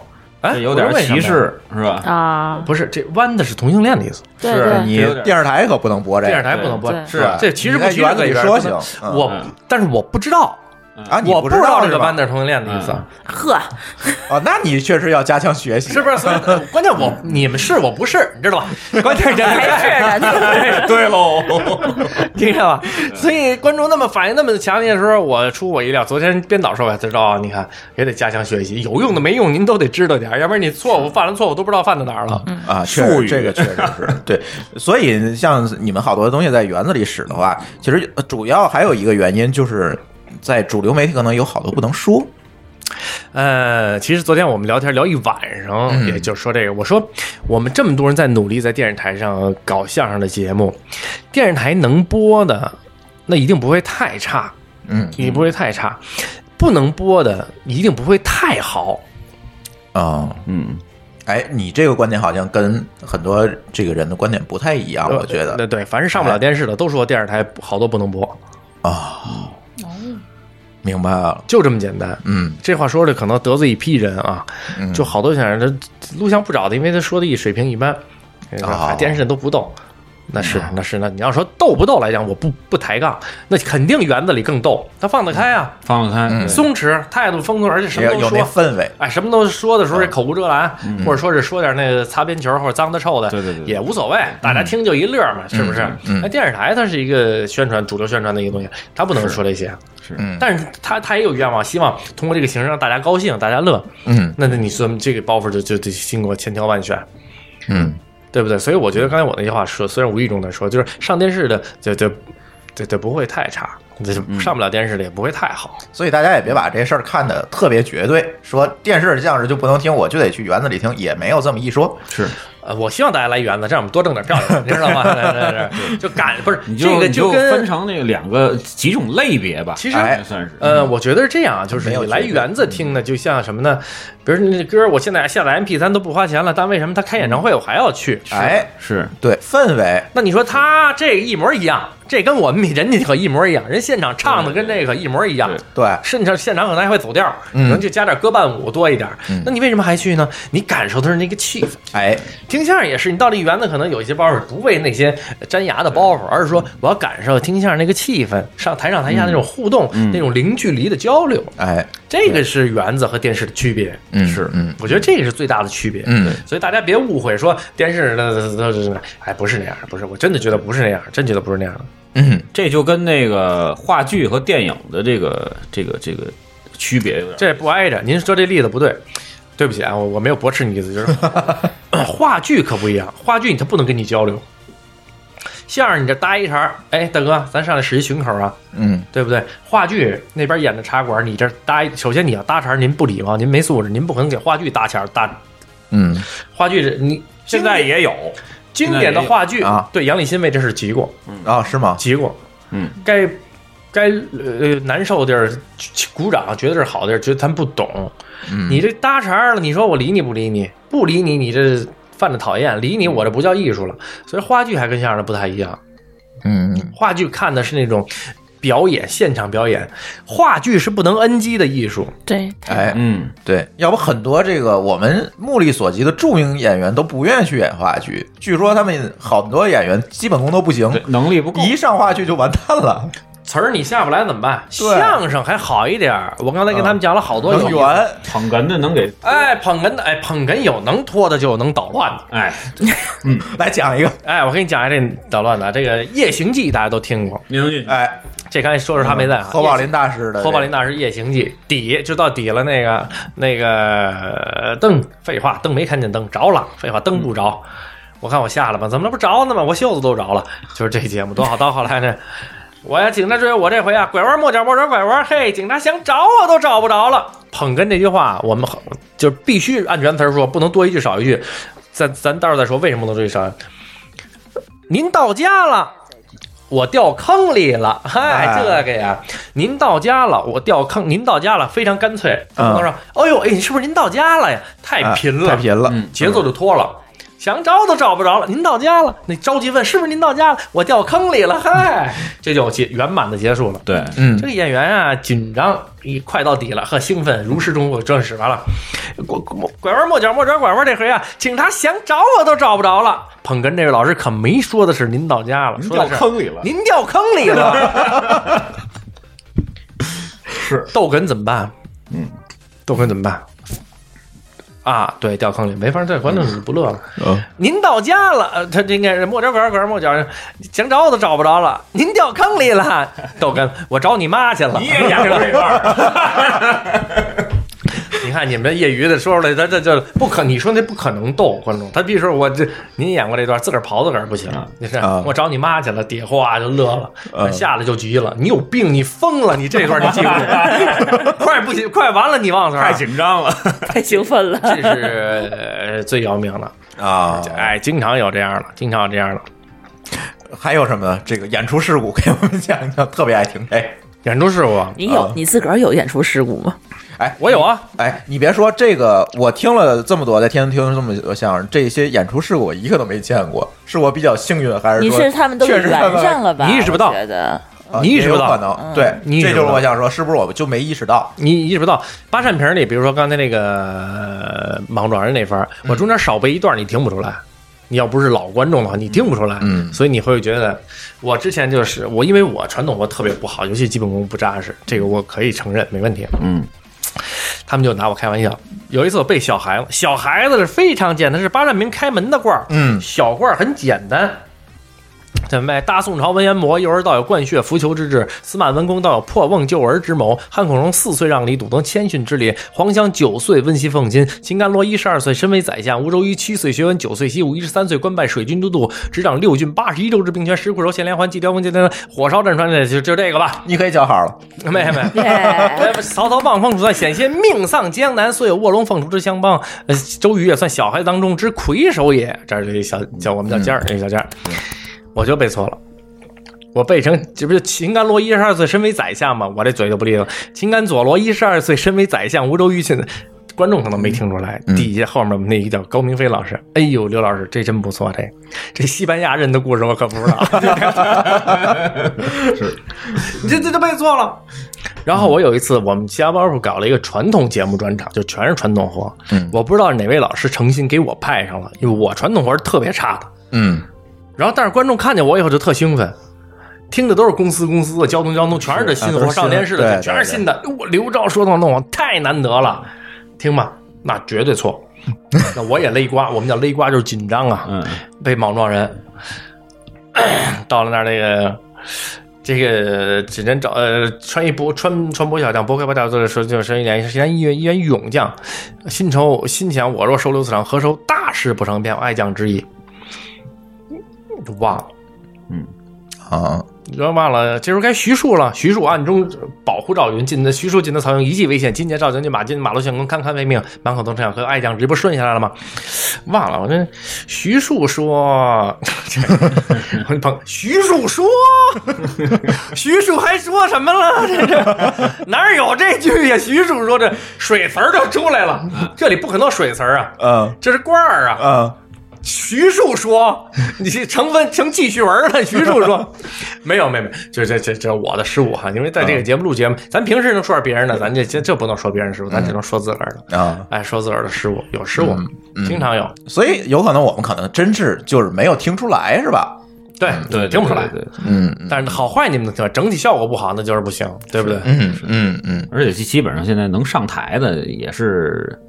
D: 哎，
E: 这有点
D: 我说为什么
E: 歧
D: 呀。
E: 视是吧？
F: 啊，
D: 不是，这弯的是同性恋的意思，
F: 对
C: 是
F: 对，
C: 你
E: 这有点
C: 电视台可不能播这
D: 电视
C: 个，
D: 台不能播。
F: 对
D: 这其实
C: 啊你
D: 不
C: 在
D: 歧视
C: 园子
D: 可以
C: 里
D: 这
C: 说
D: 样
C: 行，嗯
D: 我但是我不知道，
C: 啊，你
D: 我
C: 不
D: 知道
C: 是
D: 这个
C: 吧
D: 班的同性恋的意思，
E: 嗯
F: 呵，
C: 啊，那你确实要加强学习，
D: 是不
F: <laughs>
D: 是？所以呃关键我你们是我不是，你知道吧？关键是这
F: 还是呢，
D: <laughs> 对喽，听见吧？所以观众那么反应那么强烈的时候，我出我意料。昨天编导说我才知道，啊，你看也得加强学习，有用的没用您都得知道点儿，要不然你错误犯了错误都不知道犯到哪儿了。
C: 啊，
E: 术
C: 确实
E: 语
C: 这个确实是对，所以像你们好多东西在园子里使的话，其实呃主要还有一个原因就是在主流媒体可能有好多不能说，
D: 呃，其实昨天我们聊天聊一晚上，
C: 嗯
D: 也就是说这个，我说我们这么多人在努力在电视台上搞相声的节目，电视台能播的那一定不会太差，
C: 嗯
D: 一定不会太差；不能播的一定不会太好。
C: 啊、
E: 嗯，
C: 哎，你这个观点好像跟很多这个人的观点不太一样，我觉
D: 呃对
C: 得哎
D: 对，凡是上不了电视的，都说电视台好多不能播，
C: 啊
D: 哦
C: 明白了，
D: 就这么简单。
C: 嗯
D: 这话说的可能得罪一批人啊，
C: 嗯，
D: 就好多想让他录像不找的，因为他说的一水平一般，哎
C: 哦
D: 还电视都不逗。那是
C: 啊
D: 那是那你要说逗不逗来讲，我不不抬杠，那肯定园子里更逗，他放得开啊，
E: 放得开，
C: 嗯
E: 对
D: 松弛态度风度，而且什么
C: 有
D: 都
C: 有那
D: 说。
C: 氛围，
D: 哎，什么都说的时候这口无遮拦，或者说是说点那个擦边球或者脏的臭的，
E: 对对对对
D: 也无所谓，大家听就一乐嘛，是不是
C: 嗯嗯？
D: 那电视台它是一个宣传主流宣传的一个东西，它不能说这些，
C: 嗯
D: 但是它它也有愿望，希望通过这个形式让大家高兴，大家乐。
C: 嗯
D: 那那你说这个包袱就就得经过千挑万选，
C: 嗯
D: 对不对？所以我觉得刚才我那句话说，虽然无意中的说，就是上电视的就就就就不会太差，就上不了电视的也不会太好。
C: 所以大家也别把这事儿看得特别绝对，说电视相声就不能听，我就得去园子里听，也没有这么一说。
E: 是
D: 呃，我希望大家来园子，这样我们多挣
E: <laughs>
D: 点票钱，你知道吗？来来来就赶不是
E: 你就
D: 这个
E: 你就
D: 跟
E: 分成那个两个几种类别吧，
D: 其实
E: 哎算是
D: 呃，我觉得是这样啊，就是
C: 没有
D: 你来
C: 绝对
D: 园子听呢，就像什么呢？
E: 嗯
D: 比如你那歌，我现在下载 MP 三都不花钱了，但为什么他开演唱会我还要去？
C: 哎，
E: 是
C: 对，氛围，
D: 那你说他这一模一样，这跟我们比人家可一模一样，人现场唱的跟这个一模一样
E: 嗯对，
C: 对，
D: 甚至现场可能还会走调，可
C: 嗯
D: 能就加点歌伴舞多一点。
E: 嗯
D: 那你为什么还去呢？你感受的是那个气氛。
C: 哎，
D: 听相声也是，你到了园子可能有一些包袱，不为那些粘牙的包袱，而是说我要感受听相声那个气氛，上台上台下那种互动，
C: 嗯
D: 那种零距离的交流，
C: 哎，
D: 这个是园子和电视的区别。
C: 嗯
E: 是
C: 嗯
D: 我觉得这个是最大的区别。
C: 嗯，
D: 所以大家别误会，说电视的，呃哎，不是那样，不是，我真的觉得不是那样，真觉得不是那样的。
C: 嗯，
E: 这就跟那个话剧和电影的这个这个这个区别有点
D: 这不挨着。您说这例子不对，对不起啊，我我没有驳斥你的意思，就是 <laughs> 话剧可不一样，话剧你他不能跟你交流。相声你这搭一茬儿，哎，大哥，咱上来使一群口啊，
C: 嗯，
D: 对不对？话剧那边演的茶馆，你这搭一，首先你要搭茬儿，您不礼貌，您没素质，您不可能给话剧搭茬儿搭。
C: 嗯，
D: 话剧是你
E: 现在也有，
D: 经典的话剧
C: 现在也有啊
D: 对杨立新为这事急过，
C: 啊，是吗？
D: 急过，
E: 嗯，
D: 该该呃难受地儿鼓掌，觉得是好地儿，觉得咱不懂，
C: 嗯
D: 你这搭茬儿了，你说我理你不理你？不理你，你这犯着讨厌；理你，我这不叫艺术了。所以话剧还跟相声的不太一样，
C: 嗯，
D: 话剧看的是那种表演，现场表演，话剧是不能 NG 的艺术。
F: 对，
C: 哎，
E: 嗯，
C: 对，要不很多这个我们目力所及的著名演员都不愿意去演话剧，据说他们好多演员基本功都不行，
E: 对，能力不够，
C: 一上话剧就完蛋了，
D: 词儿你下不来怎么办？
C: 对嗯
D: 相声还好一点儿，我刚才跟他们讲了好多
C: 能
D: 有意思。
C: 圆，
E: 捧哏的能给，
D: 哎，捧哏的，哎，捧哏有能拖的，就有能捣乱的。
E: 哎，
C: 来讲一个，
D: 哎，我给你讲一下这捣乱的，这个《夜行记》大家都听过，
E: 您能进去，
C: 哎，
D: 这刚才说是他没在啊。
C: 侯宝林大师的，
D: 侯宝林，大师《夜行记》底就到底了，那个那个灯，废话，灯没看见灯着了，废话，灯不着。
C: 嗯
D: 我看我下了吧，怎么了不着呢吗？我袖子都着了，就是这节目多好。到后来呢，我呀，警察追我这回啊，拐弯抹角抹角拐弯，嘿，警察想找我都找不着了。捧哏这句话，我们很就是必须按原词儿说，不能多一句少一句。咱咱待会儿再说为什么不能多一句少一句。您到家了。我掉坑里了，嗨，
C: 哎
D: 这个呀，您到家了，我掉坑，您到家了，非常干脆，不
C: 嗯
D: 能说，哎呦，哎，是不是您到家了呀？太贫了，
C: 哎太贫了，
E: 嗯，
D: 呃节奏就脱了，想找都找不着了。您到家了，那着急问是不是您到家了？我掉坑里了，嗨，这就结圆满的结束了。
E: 对，
C: 嗯
D: 这个演员啊，紧张，一快到底了，呵，兴奋，如释重负，正使完了，拐拐拐弯抹角，抹角拐弯，这回啊，警察想找我都找不着了。捧哏这位老师可没说的是您到家了，说的是
E: 掉坑里了，
D: 您掉坑里了。 <laughs> 是 <laughs> 逗哏怎么办？
C: 嗯，
D: 逗哏怎么办？啊，对，掉坑里没法儿对，观众是不乐了。
C: 嗯
D: 您到家了，呃他这应该是莫扎尔格莫角，想找都找不着了，您掉坑里了。逗哏，我找你妈去了。
E: 你也演成这段儿
D: <laughs> 你看你们业余的说出来，他这就不可，你说那不可能逗观众，他必须说我这您演过这段，自个儿刨自个儿不行，你是
C: 啊
D: 我找你妈去了，底下哗就乐了，
C: 嗯
D: 下来就急了，你有病，你疯了，你这段你记不
E: <laughs>
D: 住，快不行，快完了你忘词儿啊
E: 太，紧张了。
F: 太兴奋了。
D: 这是呃最要命的，
C: 啊，
D: 哎，经常有这样的，经常有这样的。
C: 还有什么呢？这个演出事故给我们讲讲，特别爱听哎这个。
D: 演出事故，
F: <laughs> 你有
C: 啊
F: 你自个儿有演出事故吗？
C: 哎，
D: 我有啊，
C: 哎，你别说这个，我听了这么多，在天津听了这么多相声，这些演出事故我一个都没见过，是我比较幸运，还是
F: 你
C: 说
F: 是他们都
C: 确实
F: 圆
C: 他们
F: 上了嗯吧？
D: 你意识不到
F: 我觉得
C: 啊
D: 你意识不
C: 也
D: 到
C: 有可能对，
D: 你意识
C: 这
D: 不
C: 就
D: 到
C: 是我想说，是不是我就没意识到？
D: 你意识不到八扇屏里，比如说刚才那个呃莽撞人那番儿，
C: 嗯
D: 我中间少背一段，你听不出来。你要不是老观众的话，你听不出来，
C: 嗯
D: 所以你会觉得，我之前就是我，因为我传统我特别不好，尤其基本功不扎实，这个我可以承认，没问题。
E: 嗯，
D: 他们就拿我开玩笑。有一次我背小孩子，小孩子是非常简单，是八扇屏开门的罐儿，
C: 嗯
D: 小罐儿很简单。怎么卖？大宋朝文言博，幼儿道有灌血扶求之志；司马文公道有破瓮救儿之谋；汉孔融四岁让梨，笃能谦逊之礼；黄香九岁温习奉亲；秦甘罗一十二岁身为宰相；吴周瑜七岁学文；九岁习武；一十三岁官拜水军都督，执掌六郡八十一州之兵权；石库柔、献连环、季雕翁、季连火烧战船，这就就这个吧，
C: 你可以叫号了，
D: <laughs> 妹妹。
F: 耶，
D: 哎曹操望风处算，险些命丧江南，虽有卧龙凤雏之相帮。呃，周瑜也算小孩当中之魁首也。这是一小叫我们叫尖儿，这小尖儿，我就背错了。我背成这不就秦甘罗一十二岁身为宰相嘛，我这嘴就不利落。秦甘佐罗一十二岁身为宰相，吴周瑜现在观众可能没听出来，底下后面我们那一个叫高明飞老师，哎呦，刘老师这真不错，这这西班牙人的故事我可不知道， <laughs> 你这这就背错了。然后我有一次，我们家包袱搞了一个传统节目专场，就全是传统活。
C: 嗯
D: 我不知道哪位老师诚心给我派上了，因为我传统活是特别差的。
C: 嗯，
D: 然后，但是观众看见我以后就特兴奋，听的都是公司公司的，交通交通，全是这新
C: 啊都是
D: 活，
C: 新的
D: 上电视的
C: 对
D: 全是新的。我刘钊说弄弄我太难得了，听吧，那绝对错。那我也勒瓜，我们叫勒瓜就是紧张啊，
E: 嗯，
D: 被莽撞人。到了那儿，那个这个只能找呃穿一博穿穿博小将，博开八大作者说就是说一员实际一员一员勇将，新仇心想我若收留此场，何愁大事不成，便有爱将之意。就忘了，
C: 啊，
D: 然后忘了，这时候该徐庶了。徐庶暗中保护赵云，进的徐庶进的曹营，一计为险。今节赵将军马进马路相公，堪堪为命，满口都是这样和爱将之意，这不顺下 <laughs> 来了吗？忘了，我这徐庶说，我捧徐庶说，徐庶还说什么了？这这哪儿有这句呀？徐庶说这水词儿都出来了，这里不可能有水词儿啊，
C: 嗯
D: 这是罐儿啊。
C: 嗯
D: 徐庶说：“ <laughs> 你这成文成记叙文 <laughs> 了。”徐庶说：“没有，没有，没有，这这这这我的失误哈，因为在这个节目录节目，咱平时能说点别人的，咱这这这不能说别人的失误，咱只能说自个儿的。
C: 啊，
D: 哎，说自个儿的失误，有失误，经常有，
C: 所以有可能我们可能真是就是没有听出来，是吧？
D: 嗯对
E: 对，
D: 听不出来。
E: 对对对
C: 嗯
D: 但是好坏你们能听出来，整体效果不好那就是不行，对不对？
C: 嗯嗯嗯 <laughs>
E: 而且基基本上现在能上台的也是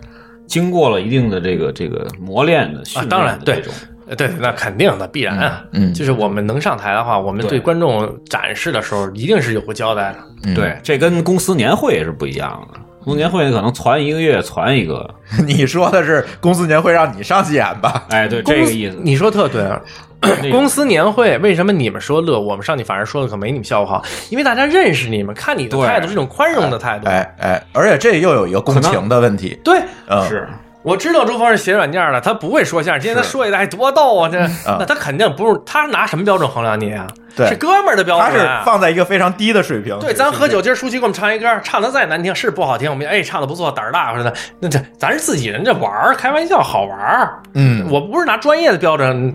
E: 经过了一定的这个这个磨练的训
D: 啊
E: 练，
D: 当然
E: 这种
D: 呃对，那肯定的，必然啊。
C: 嗯嗯
D: 就是我们能上台的话，我们对
E: 对
D: 观众展示的时候一定是有个交代的。
C: 嗯，
E: 对，这跟公司年会是不一样的。公司年会可能传一个月传一个，
C: 你说的是公司年会让你上去演吧？
E: 哎，对，
D: 公
E: 这个
D: 司
E: 意思。
D: 你说特对啊。
E: 那
D: 公
E: 种
D: 司年会为什么你们说乐，我们上去反而说的可没你们效果好？因为大家认识你们，看你的
E: 对
D: 态度是一种宽容的态度。
C: 哎哎，而且这又有一个共情的问题，
D: 对，
C: 嗯
E: 是
D: 我知道周峰是写软件的，他不会说相声。今天他说一大，哎，多逗啊！这那他肯定不是，他拿什么标准衡量你啊？
C: 对
D: 是哥们儿的标
C: 他是
D: 准啊。
C: 放在一个非常低的水平。
D: 对，咱喝酒，今儿舒淇给我们唱一歌，唱的再难听是不好听，我们哎唱的不错，胆儿大似的。那这咱是自己人，这玩儿开玩笑好玩儿。
C: 嗯，
D: 我不是拿专业的标准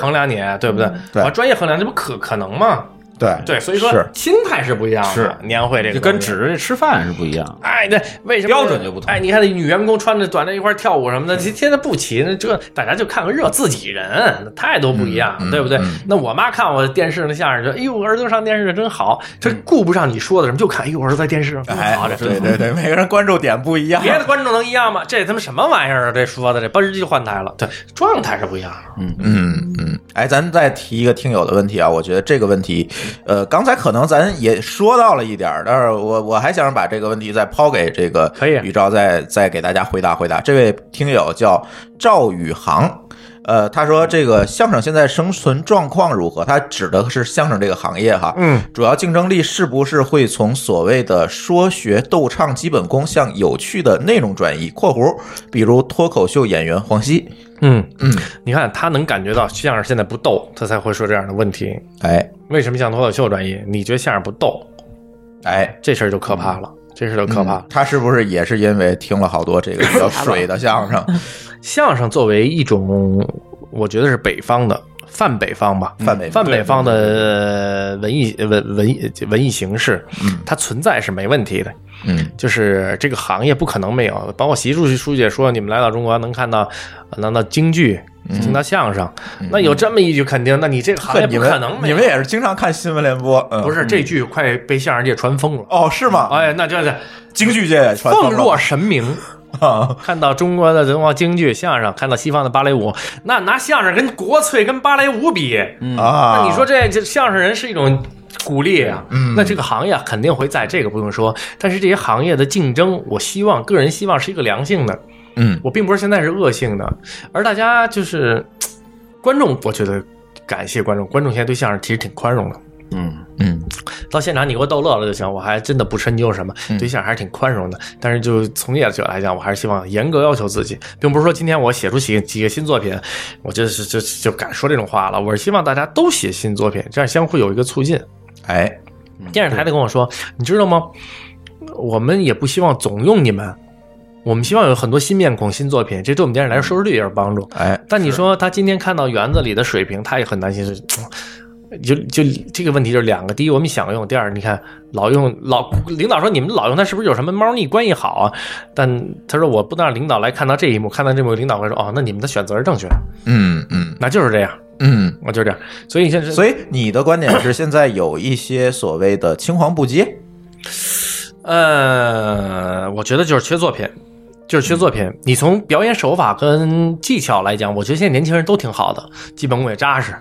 D: 衡量你，对不对？
C: 对
D: 我专业衡量这不可可能吗？
C: 对
D: 对，所以说
C: 是
D: 心态是不一样的。
E: 是
D: 年会这个
E: 就跟
D: 东西
E: 指着这吃饭是不一样。
D: 哎，对，为什么
E: 标准就不同
D: 哎，你看那女员工穿着短着一块跳舞什么的，现现在不齐，那这大家就看个热，自己人态度不一样，
C: 嗯嗯
D: 对不对？
C: 嗯
D: 那我妈看我电视那相声，说：“哎呦，儿子上电视真好。”这顾不上你说的什么，就看哎呦，儿子在电视上真
C: 哎
D: 好，这，嗯
C: 对对对，每个人关注点不一样。
D: 别的观众能一样吗？这他妈什么玩意儿啊！这说的这嘣儿就换台了，对，状态是不一样的。
C: 嗯嗯，哎，咱再提一个听友的问题啊，我觉得这个问题，呃，刚才可能咱也说到了一点儿，但是我我还想把这个问题再抛给这个
D: 可以啊
C: 宇钊，再再给大家回答回答。这位听友叫赵宇航。呃，他说这个相声现在生存状况如何？他指的是相声这个行业哈。
D: 嗯，
C: 主要竞争力是不是会从所谓的说学逗唱基本功向有趣的内容转移（括弧比如脱口秀演员黄西
D: 嗯
C: 嗯，
D: 你看他能感觉到相声现在不逗，他才会说这样的问题。）？
C: 哎
D: 为什么向脱口秀转移？你觉得相声不逗，
C: 哎，
D: 这事儿就可怕了，这事儿就可怕了
C: 嗯。他是不是也是因为听了好多这个比较水的相声，
D: 相声作为一种，我觉得是北方的泛北方吧，
C: 嗯泛北
D: 泛北方的呃文艺文文艺文艺形式，它存在是没问题的。
C: 嗯
D: 就是这个行业不可能没有，包括习主席书记也说，你们来到中国能看到能到京剧，
C: 嗯
D: 听到相声，那有这么一句肯定，那你这个行业
C: 你
D: 不可
C: 们
D: 能没
C: 嗯你
D: 有。
C: 们也是经常看新闻联播，嗯，
D: 不是这句快被相声界传疯了。
C: 哦，是吗？
D: 哎，那这是
C: 京剧界也传
D: 奉
C: 疯
D: 若
C: 了
D: 神明。
C: 啊，
D: 看到中国的文化京剧、相声，看到西方的芭蕾舞，那拿相声跟国粹、跟芭蕾舞比，
C: 啊
D: 那你说这这相声人是一种鼓励啊？
C: 嗯
D: 那这个行业肯定会在，这个不用说。但是这些行业的竞争，我希望个人希望是一个良性的，
C: 嗯
D: 我并不是现在是恶性的，而大家就是嘖观众，我觉得感谢观众，观众现在对相声其实挺宽容的。
E: 嗯，
C: 嗯
D: 到现场你给我逗乐了就行，我还真的不深究什么，对象还是挺宽容的。但是就从业者来讲，我还是希望严格要求自己，并不是说今天我写出几几个新作品，我就是就就敢说这种话了。我是希望大家都写新作品，这样相互有一个促进。
C: 哎
D: 电视台的跟我说，你知道吗？我们也不希望总用你们，我们希望有很多新面孔、新作品，这对我们电视台收视率也有帮助。
C: 哎，
D: 但你说他今天看到园子里的水平，他也很担心是。就就这个问题就是两个，第一我们想用，第二你看老用老领导说你们老用它是不是有什么猫腻关系好啊？但他说我不能让领导来看到这一幕，看到这幕领导会说哦，那你们的选择是正确的，
C: 嗯嗯
D: 那就是这样，
C: 嗯，
D: 我就这样。所以现在
C: 所以你的观点是现在有一些所谓的青黄不接，
D: 呃，我觉得就是缺作品，就是缺作品。你从表演手法跟技巧来讲，我觉得现在年轻人都挺好的，基本功也扎实。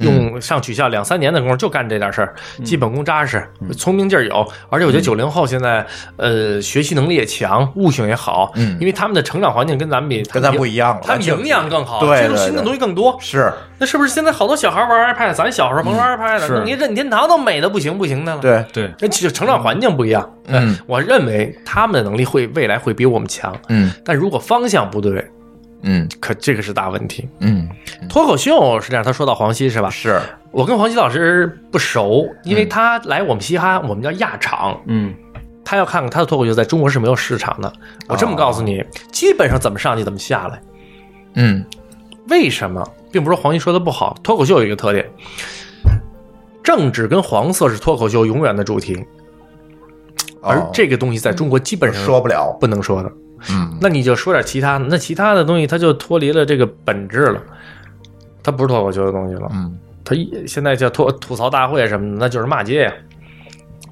D: 用上取校两三年的功夫就干这点事儿，
C: 嗯
D: 基本功扎实，聪明劲儿有，而且我觉得九零后现在，呃，学习能力也强，悟性也好，
C: 嗯
D: 因为他们的成长环境跟咱们比，
C: 跟咱不
D: 样，
C: 一样了，
D: 他们营养更好，
C: 对
D: 接触
C: 对
D: 新的
C: 对
D: 东西更多，
C: 是
D: 那是不是现在好多小孩玩 iPad，咱小时候甭
C: 嗯
D: 玩 iPad
E: 是
D: 了，你任天堂都美的不行不行的了，
C: 对，
E: 对，
D: 那其实成长环境不一样。
C: 嗯
D: 哎，我认为他们的能力会未来会比我们强，
C: 嗯
D: 但如果方向不对，
C: 嗯
D: 可这个是大问题。
C: 嗯，
D: 脱口秀是这样，他说到黄西是吧？
C: 是
D: 我跟黄西老师不熟，因
C: 嗯
D: 为他来我们嘻哈，我们叫亚场，
E: 嗯，
D: 他要看看他的脱口秀在中国是没有市场的。我
C: 哦
D: 这么告诉你，基本上怎么上去怎么下来。
C: 嗯
D: 为什么？并不是黄西说的不好，脱口秀有一个特点，政治跟黄色是脱口秀永远的主题，而
C: 哦
D: 这个东西在中国基本上
C: 说不了，
D: 不能说的。
C: 嗯
D: 那你就说点其他的，那其他的东西它就脱离了这个本质了，它不是脱口秀的东西了。
C: 嗯，
D: 它一现在叫脱吐槽大会什么的，那就是骂街呀。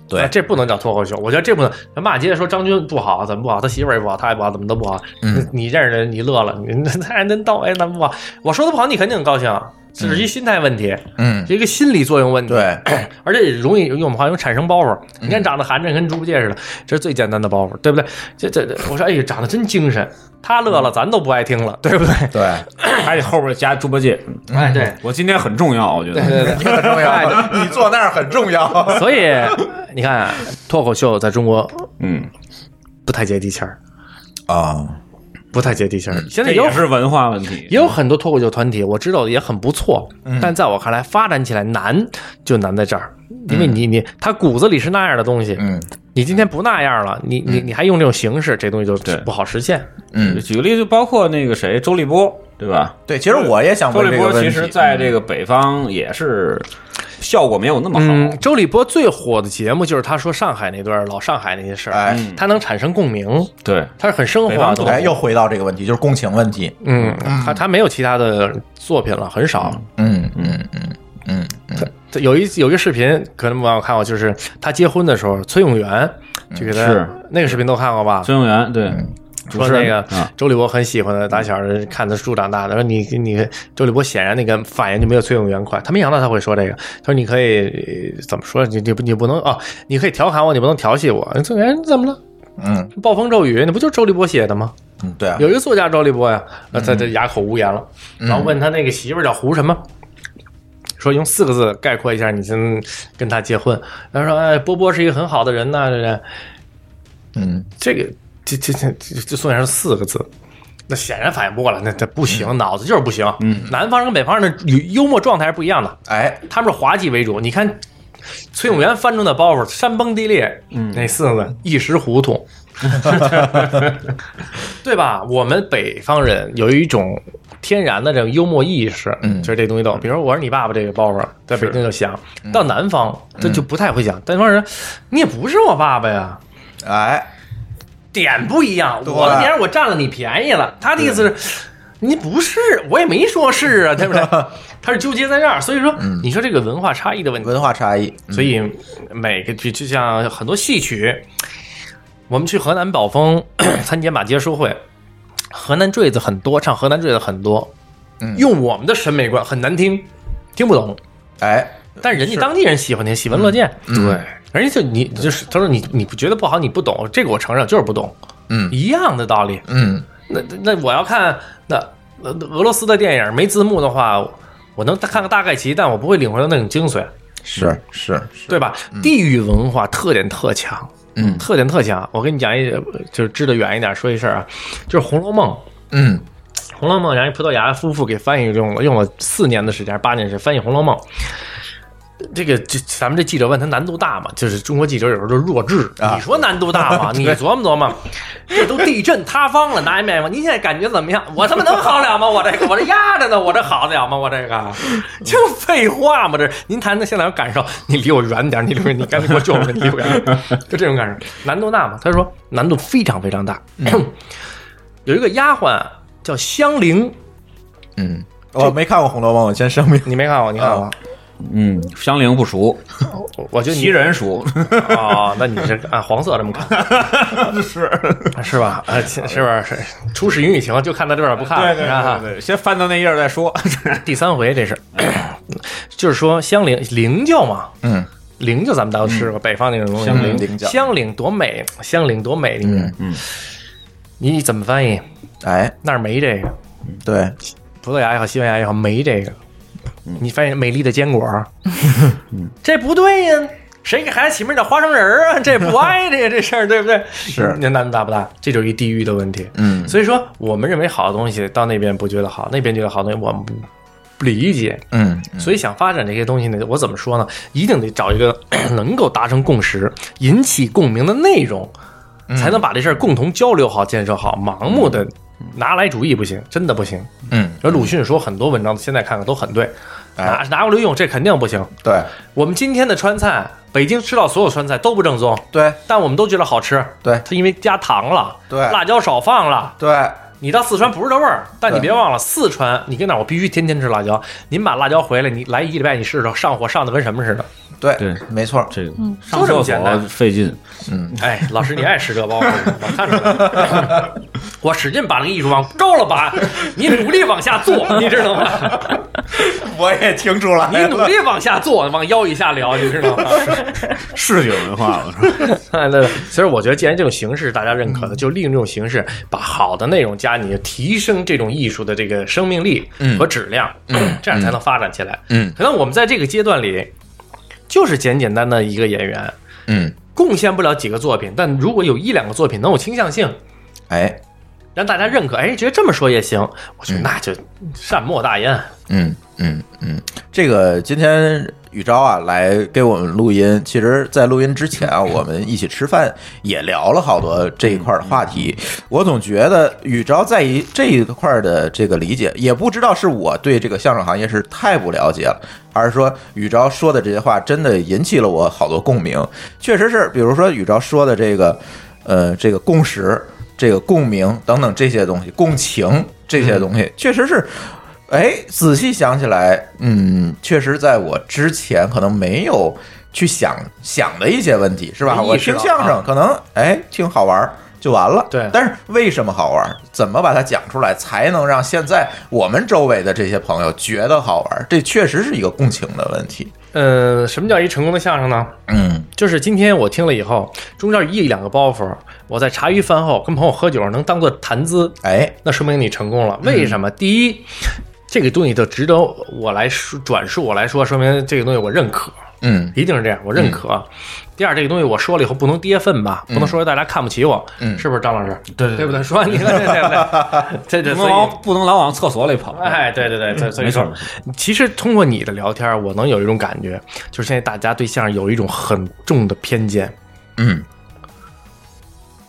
C: 对
D: 那这不能叫脱口秀，我觉得这不能骂街。说张军不好，怎么不好？他媳妇儿也不好，他也不好，怎么都不好。
C: 嗯
D: 你你认识人，你乐了，你 <laughs> 那真到哎，咱不好。我说的不好，你肯定很高兴，这是一心态问题，
C: 嗯
D: 是一个心理作用问题。
C: 对，
D: 而且容易用我们话用产生包袱。
E: 嗯
D: 你看长得寒碜，跟猪八戒似的，这是最简单的包袱，对不对？这这这，我说哎呀，长得真精神，他乐了，咱都不爱听了，
E: 嗯
D: 对不对？
C: 对， <laughs>
E: 还得后边加猪八戒。
D: 哎，对。
E: 我今天很重要，我觉得。
D: 对对 <laughs>
C: 你很重要，哎你坐那儿很重要
D: 对，。所以你看，脱口秀在中国
E: 嗯，
D: 不太接地气儿，
C: <laughs> 啊，
D: 不太接地气儿。现在
E: 嗯这
D: 有
E: 也是文化问题。
D: 也有很多脱口秀团体，我知道的也很不错，
E: 嗯
D: 但在我看来，发展起来难就难在这儿，
E: 嗯
D: 因为你你他骨子里是那样的东西，
C: 嗯
D: 你今天不那样了，你你你还用这种形式，这东西就
E: 嗯对
D: 不好实现。
C: 嗯，
E: 举个例子，就包括那个谁，周立波，对吧？
C: 对，其实我也想嗯
E: 周
C: 问
E: 立
C: 这个
E: 波
C: 问题。嗯
E: 其实在这个北方也是效果没有那么好。
D: 嗯，周立波最火的节目就是他说上海那段老上海那些事儿，
C: 哎
E: 嗯
D: 他能产生共鸣，
E: 对，
D: 他是很生
E: 北
D: 活
E: 方不
D: 的。
C: 哎，又回到这个问题，就是共情问题。
D: 嗯，他他没有其他的作品了，很少。
C: 嗯嗯嗯嗯嗯，
D: 这有一有一个视频，可能网友看过，就是他结婚的时候，崔永元就给他
E: 嗯是
D: 那个视频都看过吧？
E: 孙永元对，
C: 嗯
E: 主
D: 说
E: 持
D: 那
E: 人
D: 个
E: 啊
D: 周立波很喜欢的，打小看他书长大的。说你你周立波显然那个反应就没有崔永元快，他没想到他会说这个。他说你可以呃怎么说？你你不你不能哦，你可以调侃我，你不能调戏我。崔永元怎么了？
C: 嗯
D: 暴风骤雨，那不就是周立波写的吗？
C: 嗯，对啊，嗯
D: 有一个作家周立波呀，呃他这哑口无言了。然后问他那个媳妇儿叫胡什么，说用四个字概括一下你跟跟他结婚。他说：“哎，波波是一个很好的人呐、这人
C: 嗯
D: 这个这这这这这宋先生四个字。”那显然反应不过来，那这不行，脑子就是不行。嗯，南方人跟北方人的幽幽默状态是不一样的，
C: 哎，
D: 他们是滑稽为主。你看，崔永元翻出那包袱，山崩地裂，嗯，那四个字一时
C: <laughs>
D: 糊涂，对吧？我们北方人有一种天然的这种幽默意识，
C: 嗯
D: 就是这东西逗。比如我是你爸爸这个包袱，在北京就想，到南方
C: 嗯
D: 这就不太会想。南方人，你也不是我爸爸呀，
C: 哎，
D: 点不一样，
C: 对
D: 我的点我占了你便宜了。他的意思是，你不是，我也没说是啊，
C: <laughs>
D: 对不对？他是纠结在这儿，所以说，
C: 嗯
D: 你说这个文化差异的问题，
C: 文化差异，
D: 嗯
C: 嗯
D: 所以每个就就像很多戏曲，我们去河南宝丰 <clears throat> 参加马街书会，河南坠子很多，唱河南坠子很多，
C: 嗯
D: 用我们的审美观很难听，听不懂，
C: 哎，
D: 但人家当地人喜欢听，喜闻乐见。
C: 嗯对，
D: 人家就你就是他说你你不觉得不好，你不懂这个我承认就是不懂，
C: 嗯
D: 一样的道理。
C: 嗯
D: 那那我要看那那俄罗斯的电影没字幕的话，我能看个大概齐，但我不会领会到那种精髓。
C: 是是是，
D: 对吧？地域文化特点特强，
C: 嗯
D: 特点特强。我跟你讲一，就是支得远一点说一事儿啊，就是《红楼梦》。
C: 嗯
D: 《红楼梦》，然后一葡萄牙夫妇给翻译用了用了四年的时间，还是八年时间翻译《红楼梦》。这个这咱们这记者问他难度大吗？就是中国记者有时候就弱智。
C: 啊
D: 你说难度大吗？你琢磨琢磨，这都地震塌方了，拿一面膜，您现在感觉怎么样？我他妈能好了吗？我这个我这压着呢，我这好得了吗？我这个就废话嘛！这您谈的现在有感受，你离我远点，你离我你赶紧给我救我，你离我远点，就这种感受。难度大吗？他说难度非常非常大。 <clears throat> 有一个丫鬟叫香菱，
C: 嗯，我没看过《红楼梦》，我先声明，
D: 你没看过，你看过吗？
E: 嗯，香菱不熟，
D: 我我觉得你
E: 袭人熟，
D: 哦，那你是按黄色这么看，<laughs>
E: <laughs>
D: 是是吧？啊，是是吧？是初始云雨情就看到这边不
E: 啊
D: 看了，你看哈
E: 对，先翻到那页儿再说。
D: 第三回这是，就是说香菱菱角嘛，
C: 嗯，
D: 菱角咱们当
E: 嗯
D: 时吃过，北方那种东西，嗯
C: 香菱菱角
D: 香菱多美，香菱多美，里面，
E: 嗯，
D: 你怎么翻译？
C: 哎，
D: 那儿没这个，
C: 对，
D: 葡萄牙也好，西班牙也好，没这个。
C: 嗯
D: 你发现美丽的坚果儿， <laughs> 这不对呀、谁给孩子起名叫花生仁儿啊？这
C: <laughs>
D: 不挨着呀，这事儿对不对？
C: 是
D: 那难度大不大？这就是一地域的问题。
C: 嗯
D: 所以说，我们认为好的东西到那边不觉得好，那边觉得好的东西我们不不理解。
C: 嗯
D: 所以想发展这些东西呢，我怎么说呢？一定得找一个 <clears throat> 能够达成共识、引起共鸣的内容，
C: 嗯
D: 才能把这事儿共同交流好、建设好。盲目的拿来主义不行，真的不行。
C: 嗯，
D: 而鲁迅说很多文章，现在看看都很对，
C: 哎
D: 拿拿过来用，这肯定不行。
C: 对
D: 我们今天的川菜，北京吃到所有川菜都不正宗，
C: 对
D: 但我们都觉得好吃。
C: 对
D: 它因为加糖了，
C: 对
D: 辣椒少放了。
C: 对，
D: 你到四川不是这味儿，但你
C: 对
D: 别忘了，四川你跟哪儿我必须天天吃辣椒。您把辣椒回来，你来一礼拜，你试试上火上的跟什么似的。
C: 对
E: 对
C: 没错，
E: 这 <laughs> 个
D: 就
E: 上
D: 这么
E: 厕
D: 简单
E: 所费劲，
D: 哎，老师你爱吃这包子， <laughs> 我看出来了。 <laughs> 我使劲把那个艺术往高了拔，你努力往下做，你知道吗？
C: 我也听出来
D: 你努力往下做，往腰以下聊，你知 <laughs> 道吗？
E: 市井文化了。
D: 哎，那其实我觉得，既然这种形式大家认可的，就利用这种形式，把好的内容加你，提升这种艺术的这个生命力和质量，这样才能发展起来。
C: 嗯
D: 可能我们在这个阶段里，就是简简单单的一个演员，
C: 嗯，
D: 贡献不了几个作品，但如果有一两个作品能有倾向性，
C: 哎，
D: 让大家认可，哎，觉得这么说也行，嗯我觉得那就善莫大焉。
C: 嗯嗯嗯，这个今天宇昭啊来给我们录音，其实，在录音之前啊，我们一起吃饭也聊了好多这一块儿的话题。我总觉得宇昭在于这一块儿的这个理解，也不知道是我对这个相声行业是太不了解了，还是说宇昭说的这些话真的引起了我好多共鸣。确实是，比如说宇昭说的这个，呃，这个共识、这个共鸣等等这些东西，共情这些东西，确实是。哎，仔细想起来，嗯，确实在我之前可能没有去想想的一些问题，是吧？
D: 没意识
C: 我听
D: 到
C: 相声
D: 啊
C: 可能哎听好玩儿就完了，
D: 对
C: 但是为什么好玩儿？怎么把它讲出来，才能让现在我们周围的这些朋友觉得好玩儿？这确实是一个共情的问题。
D: 呃，什么叫一成功的相声呢？
C: 嗯
D: 就是今天我听了以后，中间有一两个包袱，我在茶余饭后跟朋友喝酒能当做谈资，
C: 哎，
D: 那说明你成功了。
E: 嗯
D: 为什么？第一，这个东西就值得我来说转述，我来说，说明这个东西我认可，
C: 嗯
D: 一定是这样，我认可。
E: 嗯
D: 第二，这个东西我说了以后不能跌份吧，不能说大家看不起我，
C: 嗯
D: 是不是张老师？
E: 对对
D: 对不对？说完你了，对对
E: <laughs>
D: 对，这这
E: 不能
D: 所以
E: 往不能老往厕所里跑。
D: 哎，
C: 嗯
D: 对对对，所以所以
E: 没错
D: 说，其实通过你的聊天儿，我能有一种感觉，就是现在大家对相声有一种很重的偏见。
C: 嗯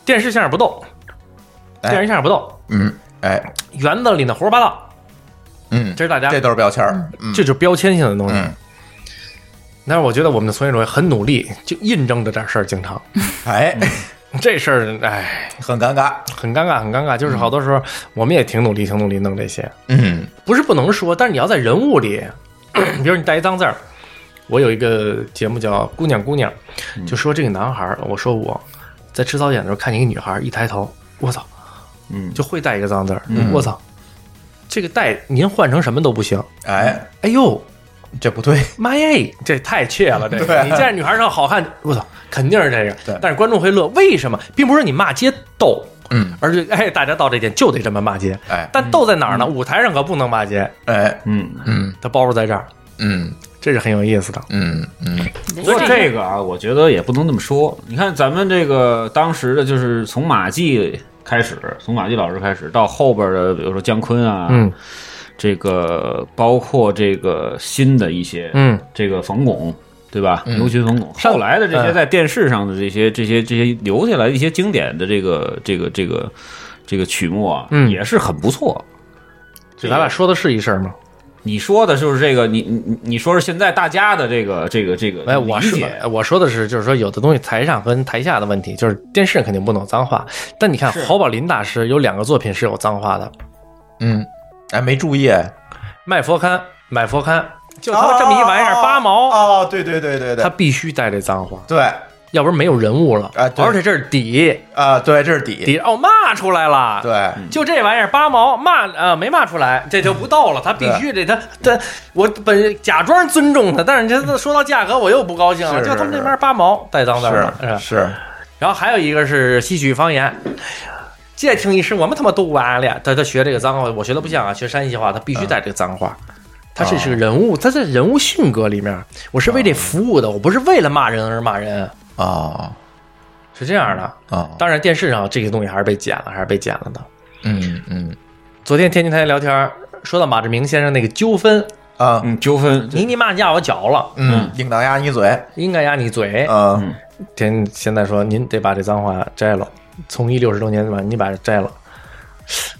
D: 电视相声不逗，
C: 哎
D: 电视相声不逗，
C: 嗯，哎
D: 园子里的胡说八道，
C: 嗯，
D: 这是大家
C: 这都是标签儿。嗯
D: 这就是标签性的东西。
C: 嗯，
D: 但是我觉得我们的从业者员很努力，就印证着这事儿，经常
C: 哎，
D: 嗯这事儿，哎，
C: 很尴尬。
D: 很尴尬，很尴尬。就是好多时候我们也挺努力，挺努力弄这些，
C: 嗯
D: 不是不能说，但是你要在人物里， <coughs> 比如你带一脏字儿，我有一个节目叫《姑娘姑娘》，
C: 嗯
D: 就说这个男孩儿，我说我在吃早点的时候看见一个女孩儿，一抬头，我操，
E: 嗯
D: 就会带一个脏字儿，
C: 嗯
D: 我操，这个带您换成什么都不行，
C: 哎，
D: 哎呦。
C: 这不对。
D: 妈耶，这太怯了！这
C: 对
D: 个，你见着女孩上好看，我操，肯定是这
C: 对
D: 个。但是观众会乐，为什么？并不是你骂街逗，
C: 嗯
D: 而是哎，大家到这点就得这么骂街。
C: 哎
D: 但逗在哪儿呢？舞台上可不能骂街，
C: 哎
E: 嗯，
C: 嗯
D: 它包袱在这儿，
C: 嗯
D: 这是很有意思的。
C: 嗯嗯
E: 不过这个啊，我觉得也不能那么说。你看咱们这个当时的，就是从马季开始，从马季老师开始，到后边的，比如说姜昆啊，
D: 嗯
E: 这个包括这个新的一些，
D: 嗯，
E: 这个冯巩。对吧？牛群冯巩，
D: 上
E: 后来的这些
D: 嗯
E: 在电视上的这些、这些、这些留下来的一些经典的这个、这个、这个、这个曲目啊，
D: 嗯
E: 也是很不错。
D: 就咱俩说的是一事儿吗？
E: 你说的就是这个，你你你你说是现在大家的这个这个这个
D: 哎，我
E: 理
D: 是
E: 解
D: 我说的是，就是说有的东西台上跟台下的问题，就是电视肯定不能有脏话，但你看侯宝林大师有两个作品是有脏话的，
C: 嗯，哎，没注意。
D: 《卖佛龛》《买佛龛》，就他妈这么一玩意儿，八毛，
C: 哦，对对对对对
D: 他，必须带这脏话。
C: 对
D: 要不然没有人物了。
C: 啊对
D: 而且这是底
C: 啊，对，这是底，
D: 底哦，骂出来了。，
C: 对，
D: 就这玩意儿八毛骂呃没骂出来，这就不逗了。他必须得他他我本假装尊重他，但是这说到价格我又不高兴了，
C: 是
D: 就是他们
C: 是
D: 那边八毛带脏字儿了。
C: 是
D: 吧
C: 是，
D: 然后还有一个是戏曲方言。这听一声，我们他妈都完了。他他学这个脏话，我学的不像啊，学山西话，他必
C: 嗯
D: 须带这个脏话。他这是
C: 哦
D: 个人物，他在人物性格里面，我是为这服务的，我不是为了骂人而骂人，
C: 哦
D: 是这样的。
C: 哦，
D: 当然，电视上这个东西还是被剪了，还是被剪了的。
C: 嗯嗯
D: 昨天天津台聊天说到马志明先生那个纠纷，
C: 啊，
E: 嗯纠纷，
D: 你你骂架我脚了，
C: 嗯，应当压你嘴，
D: 应该压你嘴。
C: 嗯
D: 天现在说您得把这脏话摘了，从医六十周年吧，你把这摘了，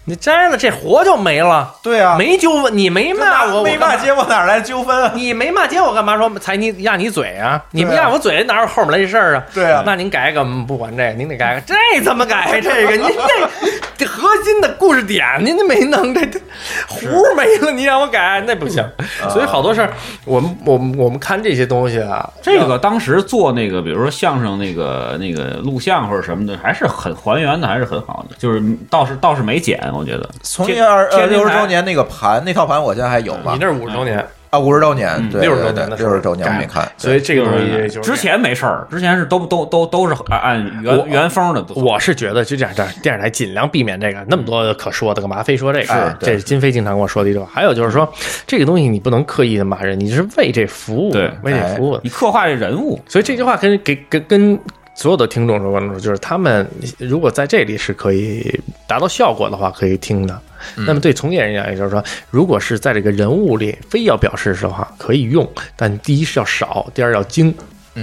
D: 你摘了这活就没了。
C: 对啊
D: 没纠纷，你没骂我，
C: 没
D: 我干
C: 骂
D: 嘛。
C: 街，我哪来纠纷啊？
D: 你没骂街，我干嘛说踩你压你嘴啊？你们
C: 对啊
D: 压我嘴，哪有后面来这事儿啊？
C: 对啊
D: 那您改一个，嗯不管这个，您得改一个，这怎么改？啊这个您
C: <laughs>
D: 这这核心的故事点，您都没弄，这这糊没了，你让我改，那不行。
C: 嗯
D: 所以好多事儿，我们我们我们看这些东西啊，
E: 这个当时做那个，比如说相声那个那个录像或者什么的，还是很还原的，还是很好的，就是倒是倒是没减，我觉得。
C: 从业二呃
E: 天津
C: 六十
E: 台
C: 周年那个盘那套盘，我现在还有吗
D: 你？那是五十周年，
C: 啊，五十周年，对
D: 六十周
C: 对对
D: 年的，时候
C: 六十周年我没看，
D: 所以哎这个东西就是
E: 之。前没事儿，之前是都都都都是按按
D: 我
E: 原原封的不错。
D: 我是觉得就这样，这样电视台尽量避免这个，那么多可说的，干嘛非说这个？哎
C: 对
D: 这是金飞经常跟我说的一句话。还有就是说，这个东西你不能刻意的骂人，你是为这服务，
E: 对哎
D: 为这服务的。
E: 你刻画这人物，
D: 所以这句话跟给跟跟所有的听众说，观众说，就是他们如果在这里是可以达到效果的话，可以听的。
C: 嗯
D: 那么对从业人员，也就是说，如果是在这个人物里非要表示的话，可以用，但第一是要少，第二要精，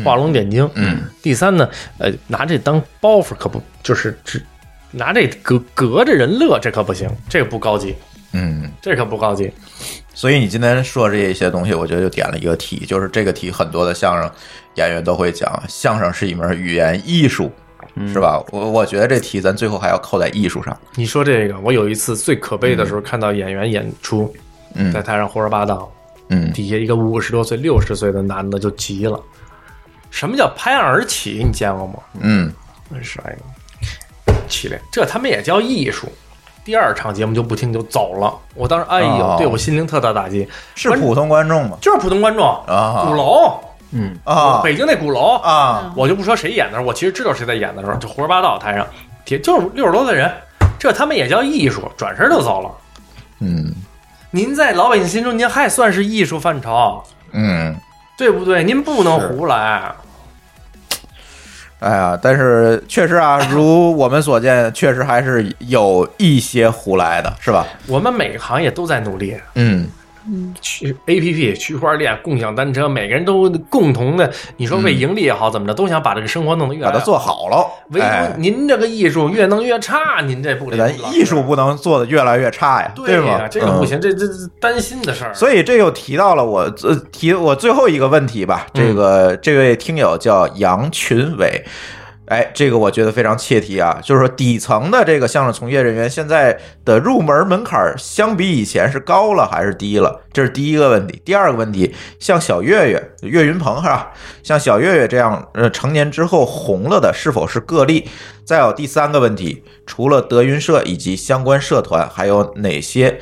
D: 画龙点睛。
C: 嗯，
D: 第三呢，呃，拿这当包袱可不，就是只拿这隔隔着人乐，这可不行，这个不高级，
C: 嗯，
D: 这可不高级。
C: 所以你今天说这些东西，我觉得就点了一个题，就是这个题很多的相声演员都会讲，相声是一门语言艺术，是吧？我我觉得这题咱最后还要扣在艺术上，
D: 你说这个，我有一次最可悲的时候，看到演员演出，
C: 嗯
D: 在台上胡说八道，
C: 嗯
D: 底下一个五十多岁、六十岁的男的就急了。什么叫拍案而起？你见过吗？
C: 嗯
D: 是哎呦，起来，这他们也叫艺术。第二场节目就不听就走了，我当时哎呦，
C: 哦
D: 对我心灵特大打击。
C: 是普通观众吗？
D: 就是普通观众，
C: 啊
D: 鼓楼，
C: 啊
D: 北京那鼓楼，
C: 啊，
D: 我就不说谁演的时候，我其实知道谁在演的时候，就胡说八道台上，也就是六十多岁人，这他们也叫艺术，转身就走了。
C: 嗯
D: 您在老百姓心中，您还算是艺术范畴，
C: 嗯。
D: 对不对？您不能胡来。
C: 哎呀，但是确实啊，如我们所见，确实还是有一些胡来的，是吧？
D: 我们每个行业都在努力，
C: 嗯
D: 区 A P P、区块链、共享单车，每个人都共同的，你说为盈利也好，怎么着，都想把这个生活弄得越
C: 把
D: 来
C: 它
D: 越
C: 做。好了。
D: 啊唯
C: 哎
D: 独您这个艺术越弄越差，您这不灵
C: 咱
D: 了
C: 艺术不能做的越来越差呀，
D: 对呀
C: 吗？
D: 这个
C: 嗯
D: 不行，这这这担心的事儿。
C: 所以这又提到了我呃提我最后一个问题吧，这个、这位听友叫杨群伟。哎，这个我觉得非常切题啊，就是说底层的这个相声从业人员现在的入门门槛，相比以前是高了还是低了？这是第一个问题。第二个问题，像小岳岳、岳云鹏哈，像小岳岳这样呃成年之后红了的是否是个例？再有第三个问题，除了德云社以及相关社团，还有哪些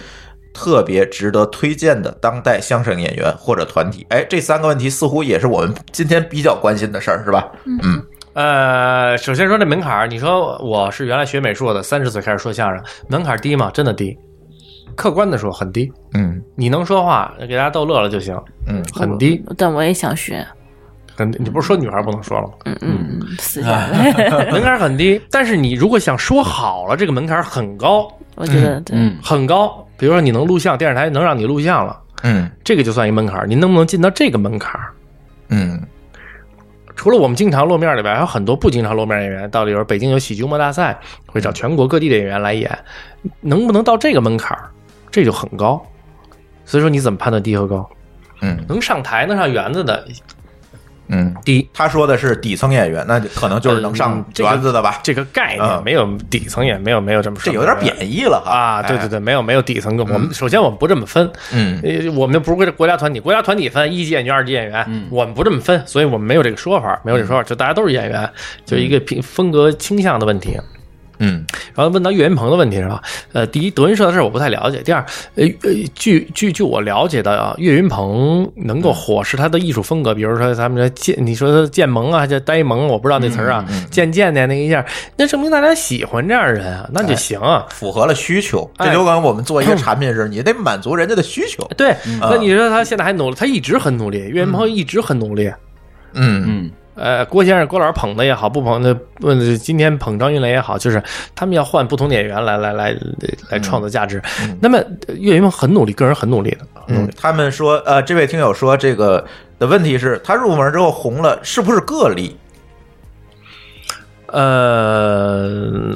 C: 特别值得推荐的当代相声演员或者团体？哎，这三个问题似乎也是我们今天比较关心的事儿，是吧？嗯
D: 呃，首先说这门槛儿，你说我是原来学美术的，三十岁开始说相声，门槛儿低吗？真的低，客观的说很低。
C: 嗯
D: 你能说话，给大家逗乐了就行，
C: 嗯，
D: 很低，
F: 但我也想学，
D: 很低。你不是说女孩不能说了吗？
F: 嗯嗯，嗯，私下
D: 哎
F: 来，
D: <laughs> 门槛儿很低，但是你如果想说好了，这个门槛儿很高，
F: 我觉得对，
E: 嗯
D: 很高。比如说你能录像，电视台能让你录像了，
C: 嗯
D: 这个就算一门槛儿。您能不能进到这个门槛儿？
C: 嗯
D: 除了我们经常露面里边，还有很多不经常露面的演员。到里边，北京有喜剧幽默大赛，会找全国各地的演员来演，能不能到这个门槛儿，这就很高。所以说，你怎么判断低和高？
C: 嗯
D: 能上台、能上园子的
C: 嗯，
D: 低，
C: 他说的是底层演员，那就可能就是能上
D: 嗯这个
C: 园子的吧？
D: 这个概念
C: 嗯
D: 没有底层也没有没有这么
C: 这
D: 说，
C: 有点贬义了哈哎
D: 啊！对对，对，没有没有底层跟我们首先我们不这么分，
C: 嗯
D: 呃，我们不是国家团体，国家团体分一级演员、二级演员，我们不这么分，所以我们没有这个说法，没有这个说法，就大家都是演员，就一个评风格倾向的问题。
C: 嗯
D: 然后问到岳云鹏的问题是吧？呃，第一，德云社的事儿我不太了解。第二，呃，呃据据据我了解的啊，岳云鹏能够火是他的艺术风格，比如说咱们说建，你说他建萌啊，叫呆萌，我不知道那词儿啊，渐渐的那一下，那证明大家喜欢这样的人啊，那就行啊。
C: 符合了需求，这
D: 哎
C: 就跟我们做一个产品是，你得满足人家的需求。
D: 对，那你说他现在还努力，他一直很努力，岳云鹏一直很努力。
C: 嗯
E: 嗯
D: 呃，郭先生、郭老师捧的也好，不捧的，呃，今天捧张云雷也好，就是他们要换不同的演员来来来来创造价值。那么呃岳云鹏很努力，个人很努力的，很努
C: 嗯
D: 力，
C: 他们说呃，这位听友说这个的问题是，他入门之后红了，是不是个例？
D: 呃，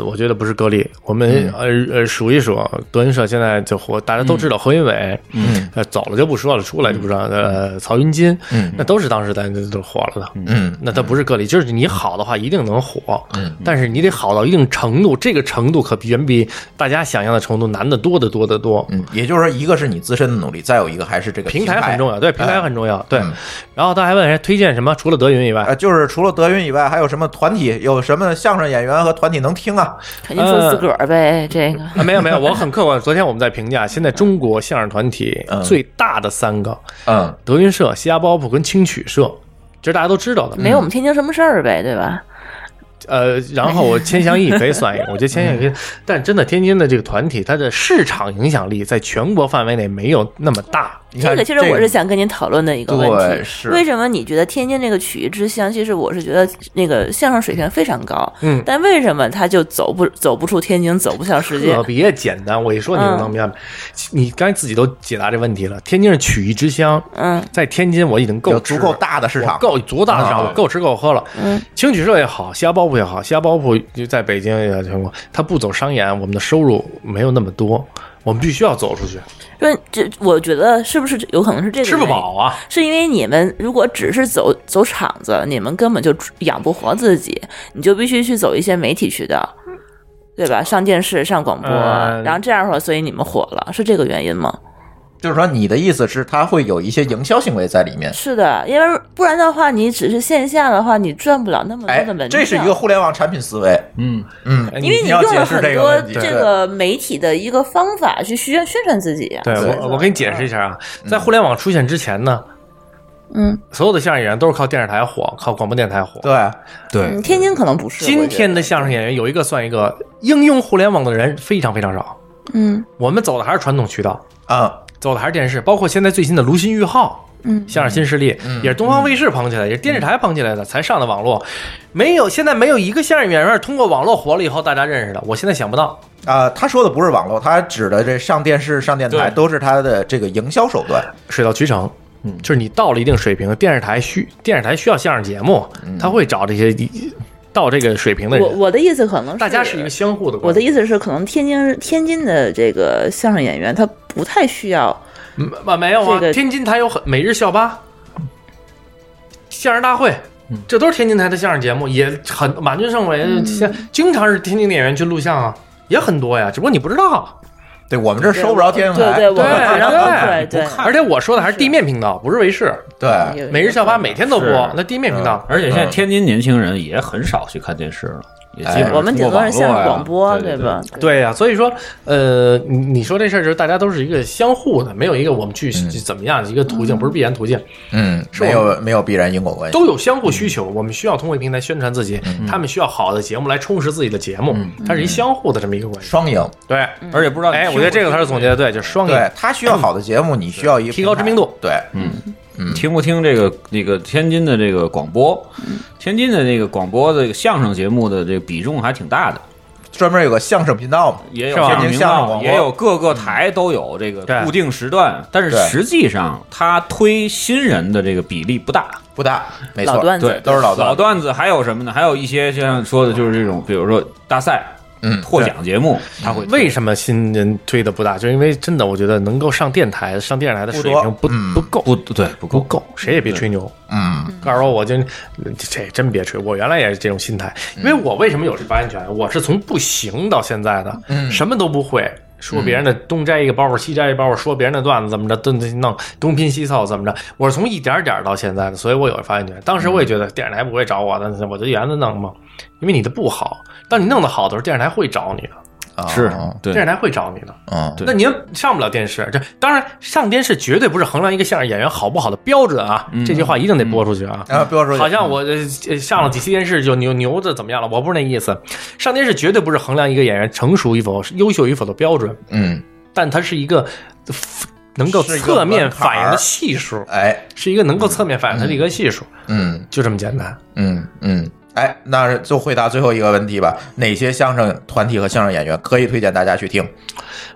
D: 我觉得不是个例，我们呃呃数一数，德云社现在就火，大家都知道何云伟，
C: 嗯，
D: 呃，走了就不说了，出来就不知道，呃，曹云金，
C: 嗯
D: 那都是当时咱都火了的，
C: 嗯
D: 那它不是个例，就是你好的话一定能火，
C: 嗯
D: 但是你得好到一定程度，这个程度可比远比大家想象的程度难得多得多得多。
C: 嗯，也就是说，一个是你自身的努力，再有一个还是这个
D: 平
C: 台
D: 台很重要，对，平台很重要，对
C: 嗯。
D: 然后他还问人推荐什么，除了德云以
C: 呃，
D: 外，
C: 就是除了德云以外，还有什么团体？有什么相声演员和团体能听啊？
F: 肯定说自个儿呗，这个
D: 啊，没有没有，我很客观。昨天我们在评价，现在中国相声团体
C: 嗯
D: 最大的三个，
C: 嗯
D: 德云社、西家包袱跟青曲社。这是大家都知道的，
F: 没有我们天津什么事儿呗，对吧？
D: 呃，然后我千祥义可以算一个，我觉得千祥义可
C: <laughs>
D: 以，但真的天津的这个团体，它的市场影响力在全国范围内没有那么大，
C: 你
F: 这
C: 看
F: 个其实我是想跟您讨论的一个问题，
C: 对是
F: 为什么你觉得天津这个曲艺之乡，其实我是觉得那个相声水平非常高，
D: 嗯
F: 但为什么他就走不走不出天津，走不向世界
D: 特？别简单，我一说你就能明白。你刚才自己都解答这问题了。天津是曲艺之乡，
F: 嗯，
D: 在天津我已经够
C: 有
D: 吃
C: 足够大的市
D: 我
C: 场，
D: 够足够大的市场，
C: 啊
D: 我够吃够喝了。嗯，青曲社也好，虾包铺也好，虾包铺就在北京也全国，它不走商演，我们的收入没有那么多，我们必须要走出去，
F: 说这，我觉得是不是有可能是这个
D: 吃不
F: 原因
D: 饱啊。
F: 是因为你们如果只是走走场子，你们根本就养不活自己，你就必须去走一些媒体渠道，对吧？上电视、上广播，
D: 嗯
F: 然后这样的话，所以你们火了，是这个原因吗？
C: 就是说你的意思是它会有一些营销行为在里面。
F: 是的，因为不然的话，你只是线下的话，你赚不了那么多
C: 哎
F: 的门，票。
C: 这是一个互联网产品思维。
E: 嗯，
C: 嗯，
D: 哎
F: 因为
C: 你
F: 你
C: 要
F: 用
C: 解
F: 了
C: 释
F: 很
C: 这个
F: 多
C: 问题
F: 这个媒体的一个方法去宣宣传自己呀、
D: 对
C: 对
D: 我，我给你解释一下啊，在互联网出现之前呢，
F: 嗯，
D: 所有的相声演员都是靠电视台火，靠广播电台火。
C: 对，
E: 对
F: 嗯，天津可能不是。
D: 今
F: 我觉得
D: 天的相声演员有一个算一个，应用互联网的人非常非常少。
F: 嗯
D: 我们走的还是传统渠道，
C: 嗯，
D: 走的还是电视，包括现在最新的《卢鑫玉号》。
F: 嗯
D: 相声新势力、也是东方卫视捧起来，也是电视台捧起来的，才上的网络。没有，现在没有一个相声演员是通过网络火了以后大家认识的。我现在想不到，
C: 啊，他说的不是网络，他指的这上电视、上电台
E: 对
C: 都是他的这个营销手段。
D: 水到渠成。嗯，就是你到了一定水平，电视台需电视台需要相声节目，他会找这些到这个水平的
F: 我
D: 人。
F: 我的意思可能
D: 大家是一个相互的
F: 我
D: 关
F: 的
D: 系。
F: 意思是，可能天津天津的这个相声演员他不太需要，
D: 嗯啊，没有啊，
F: 这个
D: 天津台有很每日校巴、相声大会，这都是天津台的相声节目，也很满军盛伟，
F: 嗯
D: 像、经常是天津的演员去录像啊，也很多呀，只不过你不知道。
C: 对我们这收不着天津
F: 对
C: 台，
F: 对，我
D: 对
F: 反正对
D: 对
F: 对，
D: 而且我说的还是地面频道，不是卫视。
C: 对
F: 有
D: 每日校巴每天都播
E: 是，
D: 那地面频道
E: 而且现
C: 嗯
E: 在天津年轻人也很少去看电视了，也
C: 哎
E: 基本上
F: 我们顶多是
E: 通过
F: 相
E: 网络
F: 声
E: 呀
F: 广播，
E: 对
F: 吧？？
D: 对呀、所以说，呃，你你说这事儿就是大家都是一个相互的，没有一个我们去怎么样的一个途径，不是必然途径，
C: 嗯，没有没有必然因果关系。
D: 都有相互需
C: 嗯
D: 求。我们需要通过平台宣传自己，他们需要好的节目来充实自己的节目，
C: 嗯
D: 它是一相互的这么一个关系。
C: 双赢，
D: 对，
E: 而且不知道你
D: 哎，
E: 听
D: 我觉得这个才是总结的对，就是双赢。
C: 嗯对他需要好的节目，你需要一个
D: 提高知名度
C: 平台对，
E: 听不听这个那个天津的这个广播，天津的那个广播的相声节目的这个比重还挺大的，
C: 专门有个相声频道嘛，
E: 也有
D: 是吧
E: 天津
C: 相声
E: 相
C: 广
E: 声，
C: 播嗯
E: 也有各个台都有这个
D: 对
E: 固定时段，但是
C: 对
E: 实际上它推新人的这个比例不大。
C: 不大，没错，
F: 老段
E: 对
F: 子，
C: 都是老段子
E: 老段子，还有什么呢？还有一些像说的就是这种，比如说大赛、
C: 嗯，
E: 获奖节目，它会
D: 嗯为什么新人推的不大？就是因为真的，我觉得能够上电台、上电视台的水平
C: 不
D: 不
C: 多嗯
D: 不够，
E: 不对不
D: 不
E: 够
D: 够，谁也别吹牛。
C: 嗯
D: 告诉我，我就这真别吹。我原来也是这种心态，因为我为什么有这发言权？我是从不行到现在的，什么都不会，说别人的东摘一个包袱，西摘一个包袱，说别人的段子怎么着，东弄东拼西凑怎么着，我是从一点点到现在的，所以我有发言权。当时我也觉得电视台不会找我的，那我就原着弄嘛，因为你的不好。当你弄得好的时候，电视台会找你的，
C: 啊
E: 是
C: 嗯
E: 对
D: 电视台会找你的。
C: 嗯
E: 对
D: 那您上不了电视，这当然上电视绝对不是衡量一个相声演员好不好的标准啊！
C: 嗯
D: 这句话一定得播出去啊！
C: 然后标准
D: 好像我呃上了几期电视就牛牛的怎么样了？我不是那意思，上电视绝对不是衡量一个演员成熟与否、优秀与否的标准，
C: 嗯，
D: 但它是一个呃能够
C: 是一个
D: 侧面
C: 门槛儿
D: 反映的系数，
C: 哎，
D: 是一个能够侧面反映它的一个系数，
C: 嗯
D: 就这么简单。
C: 嗯嗯，哎，那就回答最后一个问题吧，哪些相声团体和相声演员可以推荐大家去听？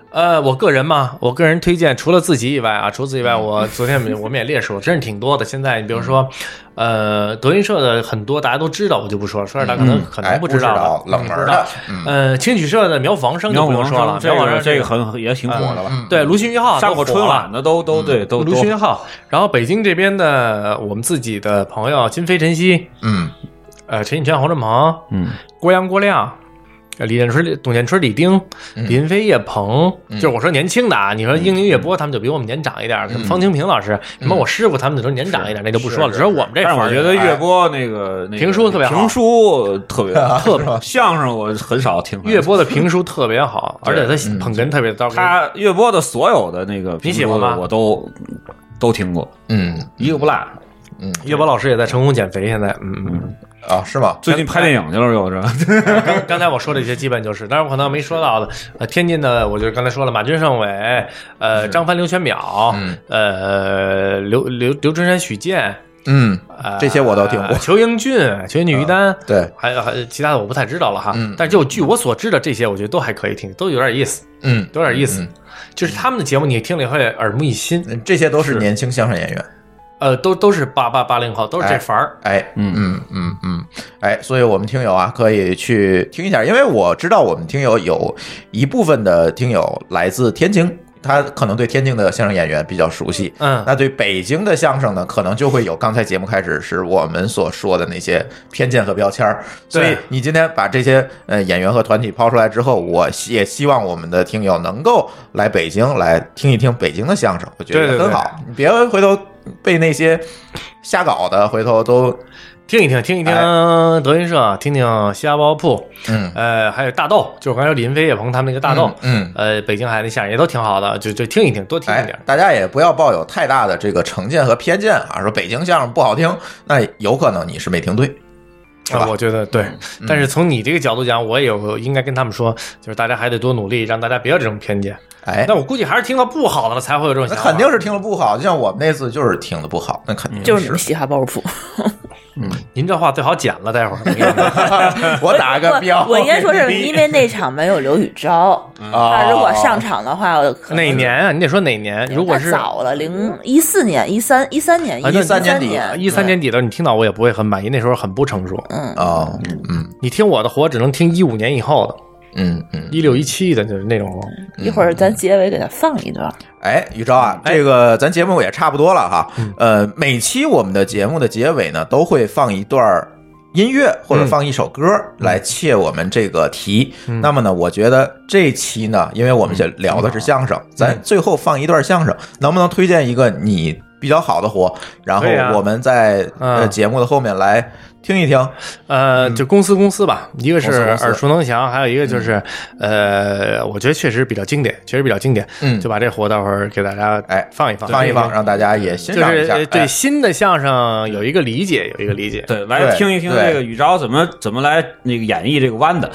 D: 呃，我个人嘛，我个人推荐，除了自己以外啊，除了自己以外，我昨天 <laughs> 我们也列出，真是挺多的。现在你比如说，呃，德云社的很多大家都知道，我就不说了，说点大家可能可能
C: 哎，
D: 不
C: 不
D: 知道了。嗯
C: 冷门
D: 不知
C: 的
D: 道，呃，青曲社的苗房生就
E: 苗
D: 不用
E: 广
D: 说了，
E: 这
D: 苗广
E: 个
D: 生
E: 这个很也挺火
D: 嗯
E: 的吧？
D: 对卢鑫一号
E: 上过春晚
D: 晚，
E: 的都都对都
D: 卢
E: 都
D: 鑫一号。然后北京这边的我们自己的朋友金飞、晨曦，
C: 嗯
D: 呃，陈锦泉、黄振鹏，
E: 嗯，
D: 郭阳、郭亮。呃李建春、董建春、李丁、
C: 嗯
D: 林飞、叶鹏，就是我说年轻的啊，你说英宁、
C: 嗯
D: 岳波他们就比我们年长一点儿，什么方清平老师，什么我师傅他们就都年长一点儿，那就不说了。只是我们这，哎
E: 但是我觉得岳波那个那个
D: 评书特别好
E: 评书特别特别相声我很少听
D: 岳波的评书特别好，
C: 嗯
D: 而且他捧哏特别高。
E: 他岳波的所有的那个评
D: 你喜
E: 书
D: 欢吗
E: 我都都听过，
C: 嗯
E: 一个不落。
D: 岳波老师也在成功减肥，现在嗯嗯，
C: 啊，是吗？
E: 最近拍电影去了，有着。
D: 哎刚刚才我说的一些基本就是，但是我可能没说到的，呃，天津的我就是刚才说了，马军、盛伟，呃，张帆、刘全淼，
C: 嗯
D: 呃，刘刘刘春山、许健，
C: 嗯，
D: 呃，
C: 这些我都听过
D: 呃裘英俊、裘英俊、于丹，
C: 对，
D: 还有还有其他的我不太知道了哈。
C: 嗯
D: 但就据我所知的这些，我觉得都还可以听，都有点意思，
C: 嗯，
D: 都有点意思。
C: 嗯
D: 就是他们的节目，你听了也会耳目一新，
C: 嗯这些都是年轻相声演员。
D: 呃，都都是八八八零后，都是这
C: 哎
D: 范儿。
C: 哎，
E: 嗯
C: 嗯嗯嗯，哎，所以我们听友啊，可以去听一下，因为我知道我们听友有一部分的听友来自天津，他可能对天津的相声演员比较熟悉。
D: 嗯，
C: 那对北京的相声呢，可能就会有刚才节目开始时我们所说的那些偏见和标签儿。所以
D: 对
C: 你今天把这些呃演员和团体抛出来之后，我希也希望我们的听友能够来北京来听一听北京的相声，我觉
D: 对
C: 得
D: 对对
C: 很好。你别回头被那些瞎搞的，回头都
D: 听一听，听一听
C: 哎
D: 德云社，听听西瓜包铺，
C: 嗯
D: 呃，还有大豆，就是刚才林飞、叶鹏他们那个大豆，
C: 嗯。嗯
D: 呃，北京海那相声也都挺好的，就就听一听，多听一
C: 哎
D: 点。，
C: 大家也不要抱有太大的这个成见和偏见啊，说北京相声不好听，那有可能你是没听对。
D: 啊
C: 吧嗯
D: 我觉得对，但是从你这个角度讲，我也有应该跟他们说，就是大家还得多努力，让大家别有这种偏见。
C: 哎，
D: 那我估计还是听到不好的了才会有这种
C: 那
D: 想法。
C: 肯定是听的不好，就像我们那次就是听的不好，那肯定
F: 就是你们嘻哈包袱。
D: 您这话最好剪了，待会 <laughs> 儿。
F: <laughs>
C: 我打个标，
F: 我我应该说是因为那场没有刘宇钊，他如果上场的话，我可能
D: 哪年啊？你得说哪年？如果是嗯
F: 那早了，零一四年、一三一三年、
D: 啊那
F: 一
C: 13年
F: 年
C: 底
D: 一三年底的，你听到我也不会很满意，那时候很不成熟。
C: 哦，嗯
D: 你听我的活，只能听一五年以后的，
C: 嗯嗯，
D: 一六一七的，就是那种活。
F: 一会儿咱结尾给他放一段。
C: 哎，宇钊啊，这个咱节目也差不多了哈，
F: 嗯
C: 呃，每期我们的节目的结尾呢，都会放一段儿音乐或
F: 嗯
C: 者放一首歌来切我们这个题。那么呢，我觉得这期呢，因为我们
F: 嗯
C: 这聊的是相声，咱最后放一段相声，能不能推荐一个你比较好的活，然后
D: 对
F: 啊
D: 呀
C: 我们在呃
D: 嗯
C: 节目的后面来听一听？
D: 呃，就公司公司吧，一个是
C: 嗯公司公司
D: 耳熟能详，还有一个就是，呃，我觉得确实比较经典，确实比较经典，
C: 嗯
D: 就把这活待会儿给大家
C: 哎
D: 放一放，
C: 放一放，
D: 对
C: 让大家也欣
D: 就
C: 赏
D: 是
C: 一下。
D: 呃
C: <laughs>
D: 对
C: 哎嗯
D: 新的相声有一个理解，有一个理解，
E: <laughs> 对，来
C: 对
E: 听一听
C: 对
E: 这个宇钊怎么怎么来那个演绎这个弯的。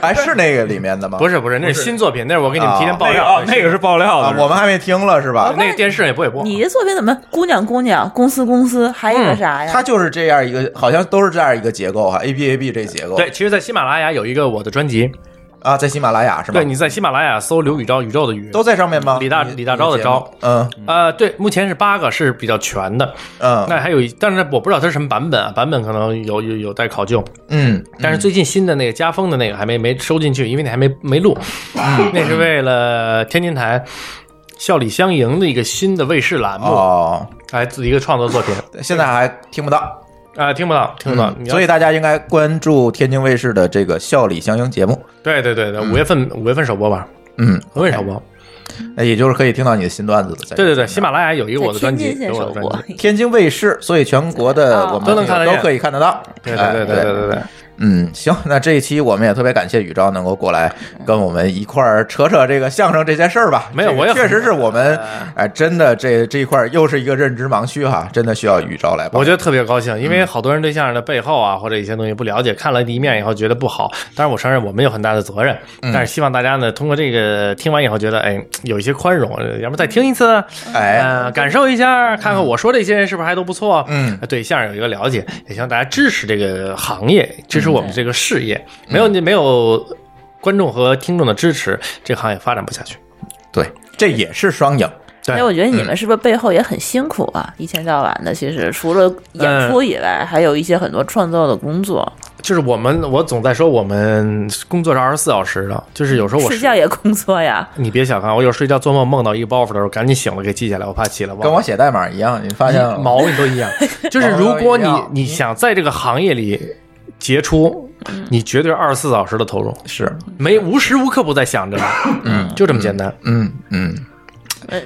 C: 哎，是那个里面的吗？
D: 不是不是，那是新作品，那是我给你们提前爆
E: 那个
D: 料
E: 哦， <laughs> 那个是爆料的
C: 啊，
E: 是吧，
C: 我们还没听了是吧？
D: 哎那个电视啊也不会播，
F: 你这作品怎么姑娘姑娘公司公司还有
D: 嗯
F: 一个啥呀？
C: 它就是这样一个，好像都是这样一个结构哈，A B A B 这结构。
D: 对，其实，在喜马拉雅有一个我的专辑，
C: 啊，在喜马拉雅是吧？
D: 对，你在喜马拉雅搜刘宇钊，宇宙的宇，
C: 都在上面吗？
D: 李大
C: 你
D: 李大钊的钊，
C: 你节目
D: 呃，对，目前是八个是比较全的，
C: 嗯
D: 那还有一，但是我不知道它是什么版本啊，版本可能有有有待考究。
C: 嗯
D: 但是最近新的那个家风的那个还没没收进去，因为那还没没录，
C: 嗯
D: 那是为了天津台笑里相迎的一个新的卫视栏
C: 嗯，
D: 目，
C: 哦，
D: 哎，自己一个创作作品
C: 现在还听不到，
D: 啊，听不到，听不到，
C: 嗯
D: 你要
C: 所以大家应该关注天津卫视的这个《笑里相迎》节目，
D: 对对对对，五月份五月份首播吧，
C: 嗯，
D: 五月份首播，
C: 那也就是可以听到你的新段子了。在
D: 对对对，喜马拉雅有一个
F: 在
D: 我的专
F: 天
D: 辑，
F: 津县
D: 有我
F: 首
D: 的专
F: 播
D: 辑，，哎
C: 天津卫视，所以全国的
F: 哦
C: 我们
D: 都能看得见
C: 都可以看得到。
D: 对
C: 哎
D: 对对对对对，
C: 嗯，行，那这一期我们也特别感谢宇钊能够过来跟我们一块儿扯扯这个相声这件事儿吧。
D: 没有
C: 这个
D: 我也很呃
C: 确实是我们哎，真的这这一块儿又是一个认知盲区哈，真的需要宇钊来帮。
D: 我觉得特别高兴，因为好多人对相声的背后啊，或者一些东西不了解，看了一面以后觉得不好。当然，我承认我们有很大的责任，
C: 嗯
D: 但是希望大家呢，通过这个听完以后觉得，哎，有一些宽容，呃要不再听一次，
C: 哎
D: 呃感受一下，看看我说这些人是不是还都不错，
C: 嗯
D: 呃，对相声有一个了解，也希望大家支持这个行业，支持我们这个事业。
C: 嗯
D: 没有你没有观众和听众的支持，这个行业发展不下去。
C: 对，这也是双赢。
D: 对
F: 哎，我觉得你们是不是背后也很辛苦啊？一天到晚的，其实除了演
D: 嗯
F: 出以外，还有一些很多创作的工作，
D: 就是我们，我总在说我们工作是二十四小时的，就是有时候我
F: 睡觉也工作呀。
D: <laughs> 你别想看，我有时候睡觉做梦梦到一个包袱的时候，赶紧醒了给记下来，我怕起来忘了。
C: 跟我写代码一样，你发现了吗？
D: 毛病都一样，就是如果你
C: 毛病都一样
D: 你想在这个行业里杰出，你绝对二十四小时的投入，
C: <laughs> 是，
D: 没无时无刻不在想着你，嗯，就这么简单。
C: 嗯嗯。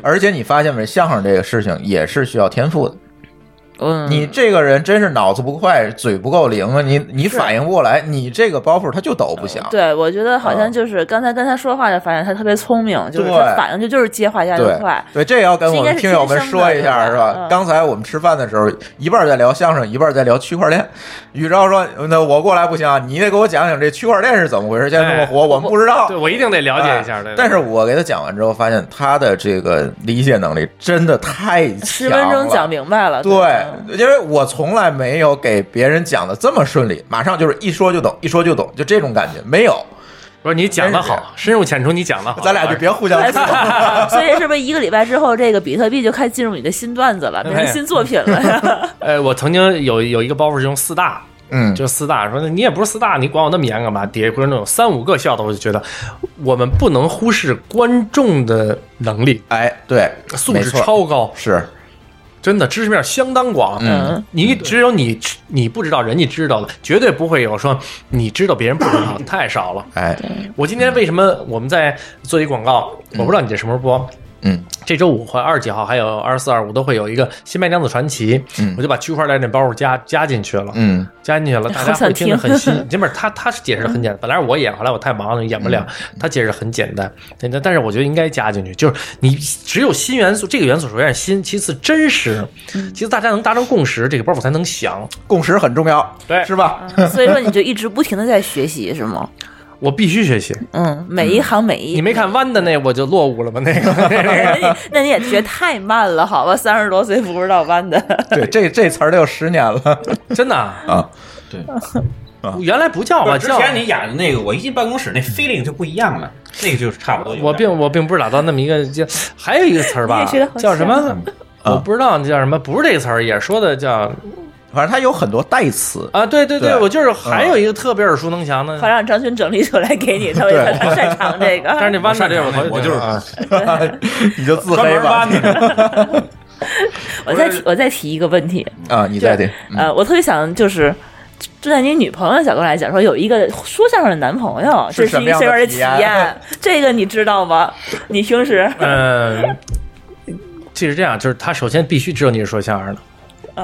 C: 而且你发现没，相声这个事情也是需要天赋的。
F: 嗯，
C: 你这个人真是脑子不快，嘴不够灵啊！你你反应不过来，你这个包袱他就抖不响。
F: 对，我觉得好
C: 嗯
F: 像就是刚才跟他说话就发现他特别聪明，就是他
C: 对
F: 反应就就是接话接
C: 对
F: 的快，
C: 对，这也要跟我们听友们说一
F: 这
C: 下，
F: 应该是天生的
C: 是
F: 对
C: 吧
F: 吧？嗯
C: 刚才我们吃饭的时候，一半在聊相声，一半在聊区块链。宇钊说：“那我过来不行啊，你得给我讲讲这区块链是怎么回事，现嗯在这么火，我们不知道。
D: 哎对我一定得了解一下
C: 哎
D: 这个。
C: 但是我给他讲完之后，发现他的这个理解能力真的太强了。
F: 十分钟讲明白了。
C: 对
F: 嗯，
C: 因为我从来没有给别人讲的这么顺利，马上就是一说就懂，一说就懂，就这种感觉没有。
D: 不是你讲的好，深入浅出，你讲的好，啊
C: 咱俩就别互相
F: 哎
C: 刺激
F: 所以是不是一个礼拜之后，这个比特币就开始进入你的新段子了，变
D: 哎
F: 成新作品了？ <laughs>
D: 呃，我曾经有有一个包袱是用四大，
C: 嗯，
D: 就四大说你也不是四大，你管我那么严干嘛？底下观众有三五个笑的，我就觉得我们不能忽视观众的能力，
C: 哎，对，
D: 素
C: 没
D: 质
C: 错
D: 超高，
C: 是，
D: 真的知识面相当广。
C: 嗯，
D: 你只有你知你不知道，人家知道了，绝对不会有说你知道别人不知道，太少了。
C: 哎，
D: 我今天为什么我们在做一广告？我不知道你这什么时候播。
C: 嗯，
D: 这周五和二十几号还有二十四、二五都会有一个《新白娘子传奇》，
C: 嗯
D: 我就把区块链那包袱加加进去了，
C: 嗯
D: 加进去了，大
F: 好
D: 家
F: 想
D: 会听
F: 听
D: 得
F: 嗯
D: 很
F: <laughs>
D: 新。这边他他是解释得很简单，本来我演，后来我太忙了演不了，他解释得很简单，简单。但是我觉得应该加进去，就是你只有新元素，这个元素首先是新，其次真实，
F: 嗯
D: 其次大家能达成共识，这个包袱才能响。
C: 共识很重要，
D: 对
C: 是吧？
F: 所以说你就一直不停的在学习是吗？
D: 我必须学习，
F: 嗯，每一行每一
D: 你没看弯的那我就落伍了吗？那个
F: <laughs> 那你那你也学太慢了，好吧？三十多岁不知道弯的，
C: 对，这这词儿得有十年了
D: 真的
E: 嗯
D: 啊
C: 啊。
D: 原来不叫吧，
E: 之
D: 哦叫
E: 前你演的那个，我一进办公室那 feeling 就不一样了，那个就是差不多有点。
D: 我并我并不是打造那么一个叫，还有一个词儿
F: 你
D: 吧
F: 也学得好，
D: 叫什么
F: 像？啊
D: 我不知道那叫什么，不是这个词儿，也说的叫
C: 反正它有很多代词，
D: 啊，对对对，
C: 对
D: 我就是还有一个特别耳熟能详的
F: 快，让张军整理出来给你，他他他擅长这个。
D: <laughs> 但是那弯的这个
E: 我就是
D: 啊
C: <laughs> 你就自
E: 专
C: 黑
E: 门
C: 吧
E: 挖你的。
F: 我再提我再提一个问题，
C: 啊！你
F: 就
C: 再
F: 是
C: 听，
D: 嗯
F: 呃，我特别想就是。就在你女朋友小哥来讲说，有一个说相声的男朋友，这
C: 是
F: 是一个
C: 什
F: 什
C: 么
F: 么样
C: 样的
F: 的
C: 体
F: 体
C: 验
F: 验？这个你知道吗？你平时
D: 嗯，其实这样，就是他首先必须知道你是说相声的，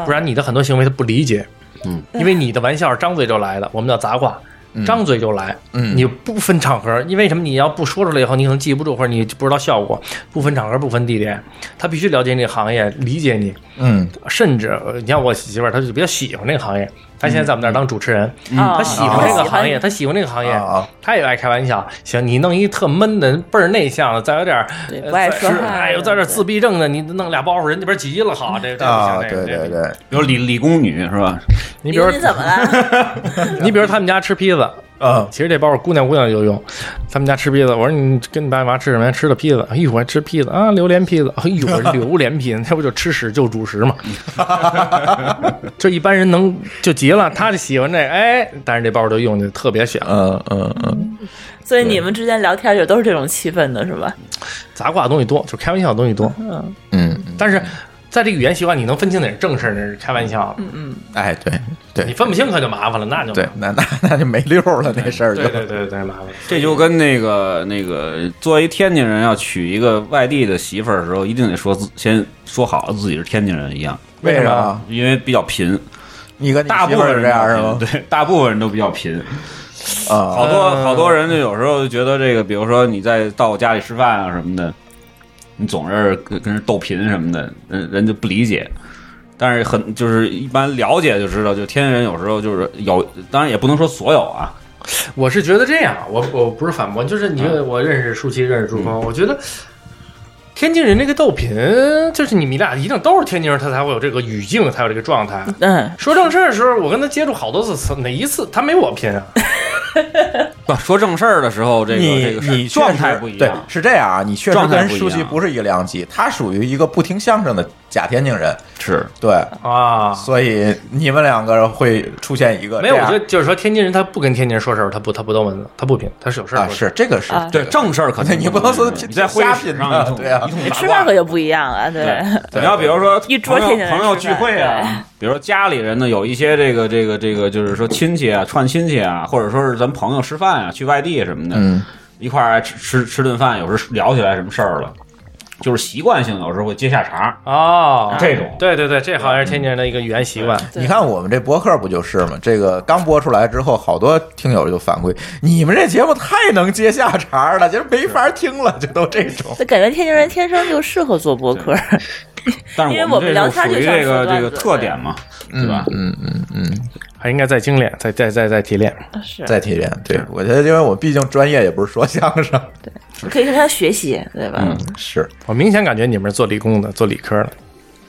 D: 不然你的很多行为他不理解。嗯，因为你的玩笑是张嘴就来的，我们叫杂话，张嘴就来。
C: 嗯
D: 你不分场合，因为什么？你要不说出来以后，你可能记不住，或者你不知道效果。不分场合，不分地点，他必须了解你这个行业，理解你。
C: 嗯
D: 甚至呃你像我媳妇儿，她就比较喜欢这个行业，她现在在我们那儿当主持人，
F: 啊
D: 嗯哦她喜欢这个行业，
F: 啊
D: 她喜欢这个行业
C: 啊，
D: 她也爱开玩笑。行，你弄一特闷的，倍儿内向的，再有点儿
F: 对
D: 呃
F: 不爱
D: 再
F: 说
D: 是
F: 话
D: 哎呦，
F: 的
D: 再有点自闭症的，你弄俩包袱，人那边急了，好，这这不
C: 啊，
D: 行，
C: 对
D: 这个这
C: 对
D: 个。
C: 对，
E: 有理理工女是吧？
D: 你比如
F: 你怎么
D: <laughs>
F: 了？ <laughs>
D: 你比如他们家吃披萨。
C: 嗯
D: 其实这包袱姑娘姑娘就用，他们家吃披萨，我说你跟你爸妈吃什么呀？吃的披萨，哎呦，我还吃披萨啊，榴莲披萨， <laughs> 哎呦，
C: <laughs>
D: 榴莲披萨，那不就吃屎就主食 <laughs> 嘛？这一般人能就急了，他就喜欢这，哎，但是这包袱就用的特别响，
C: 嗯嗯嗯，
F: 所以你们之间聊天就都是这种气氛的，是吧？
D: 杂挂的东西多，就开玩笑的东西多，
C: 嗯，嗯
D: 但是在这个语言习惯，你能分清哪是正事儿，哪是开玩笑，
C: 哎，对
D: 你
C: 对
D: 分不清可就麻烦了，那就
C: 对，那那那就没溜儿了，那事儿就
D: 对对对对，麻烦了。
E: 这就跟那个那个，作为天津人要娶一个外地的媳妇儿的时候，一定得说自先说好自己是天津人一样，
C: 为
D: 为什
C: 啥
D: 么？
E: 因为比较贫，
C: 你跟你
E: 大
C: 啊媳
E: 部
C: 妇
E: 分
C: 儿
E: 人
C: 这样是
E: 都
C: 吗？
E: 比较贫对，大部分人都比较贫。
C: 啊
E: 好多好多人就有时候觉得这个，比如说你在到我家里吃饭啊什么的，你总是跟跟人斗贫什么的，人人就不理解。但是很就是一般了解就知道，就天津人有时候就是有，当然也不能说所有啊，
D: 我是觉得这样，我我不是反驳，就是你问我认识舒淇，认识朱峰，我觉得天津人这个逗贫，就是你们俩一定都是天津人，他才会有这个语境，才有这个状态。
F: 嗯，
D: 说正事儿的时候，我跟他接触好多次，哪一次他没我贫啊？
E: 不说正事儿的时候，这个
C: 你
E: 这个事儿
C: 你确实
E: 状态不一样
C: 对，。是这样啊，你确实
E: 状态
C: 跟
E: 不一
C: 舒淇
E: 样
C: 不是一个量级，他属于一个不听相声的假天津人，
E: 是
C: 对，
D: 啊，
C: 所以你们两个会出现一个
D: 没有，
C: 这
D: 我
C: 样
D: 觉得就是说天津人他不跟天津人说事儿，他不他不逗闷子，他不贫，他是有事儿
C: 啊，
D: 说事儿。
C: 是这个是
F: 啊
C: 这
E: 对
C: 个
E: 正事儿可
C: 你不能说
E: <laughs> 你在会议室上一通
C: 对啊
E: 一通
F: 吃饭
E: 八卦
F: 可就不一样啊，对。 <laughs>
E: 你要比如说
F: 一桌
E: 朋友
F: 天津人
E: 朋友
F: 吃
E: 聚
F: 饭
E: 会啊，比如说家里人呢有一些这个这个这个，就是说亲戚啊串亲戚啊，或者说是咱朋友吃饭啊，去外地什么的，
C: 嗯
E: 一块儿吃吃吃顿饭，有时候聊起来什么事儿了。就是习惯性有时候会接下茬，
D: 哦，
E: 这种
D: 对对对，这好像是天津人的一个语言习惯。
C: 你看我们这博客不就是吗？这个刚播出来之后，好多听友就反馈，你们这节目太能接下茬了，就是没法听了，就都这种。
F: 就感觉天津人天生就适合做播客，
E: 但是
F: 因为
E: 我
F: 我们
E: 们
F: 聊
E: 这
F: 天
E: 是属于
F: 就像说
E: 这个
F: 段
E: 这个
F: 子
E: 特点嘛，对吧？
C: 嗯嗯嗯，
D: 还应该再精炼，再再再再提炼。
F: <laughs> 是
C: 再提炼，对我觉得，因为我毕竟专业也不是说相声，
F: 可以向他学习，对
D: 嗯
F: 吧？
C: 是
D: 我明显感觉你们是做理工的，做理科的。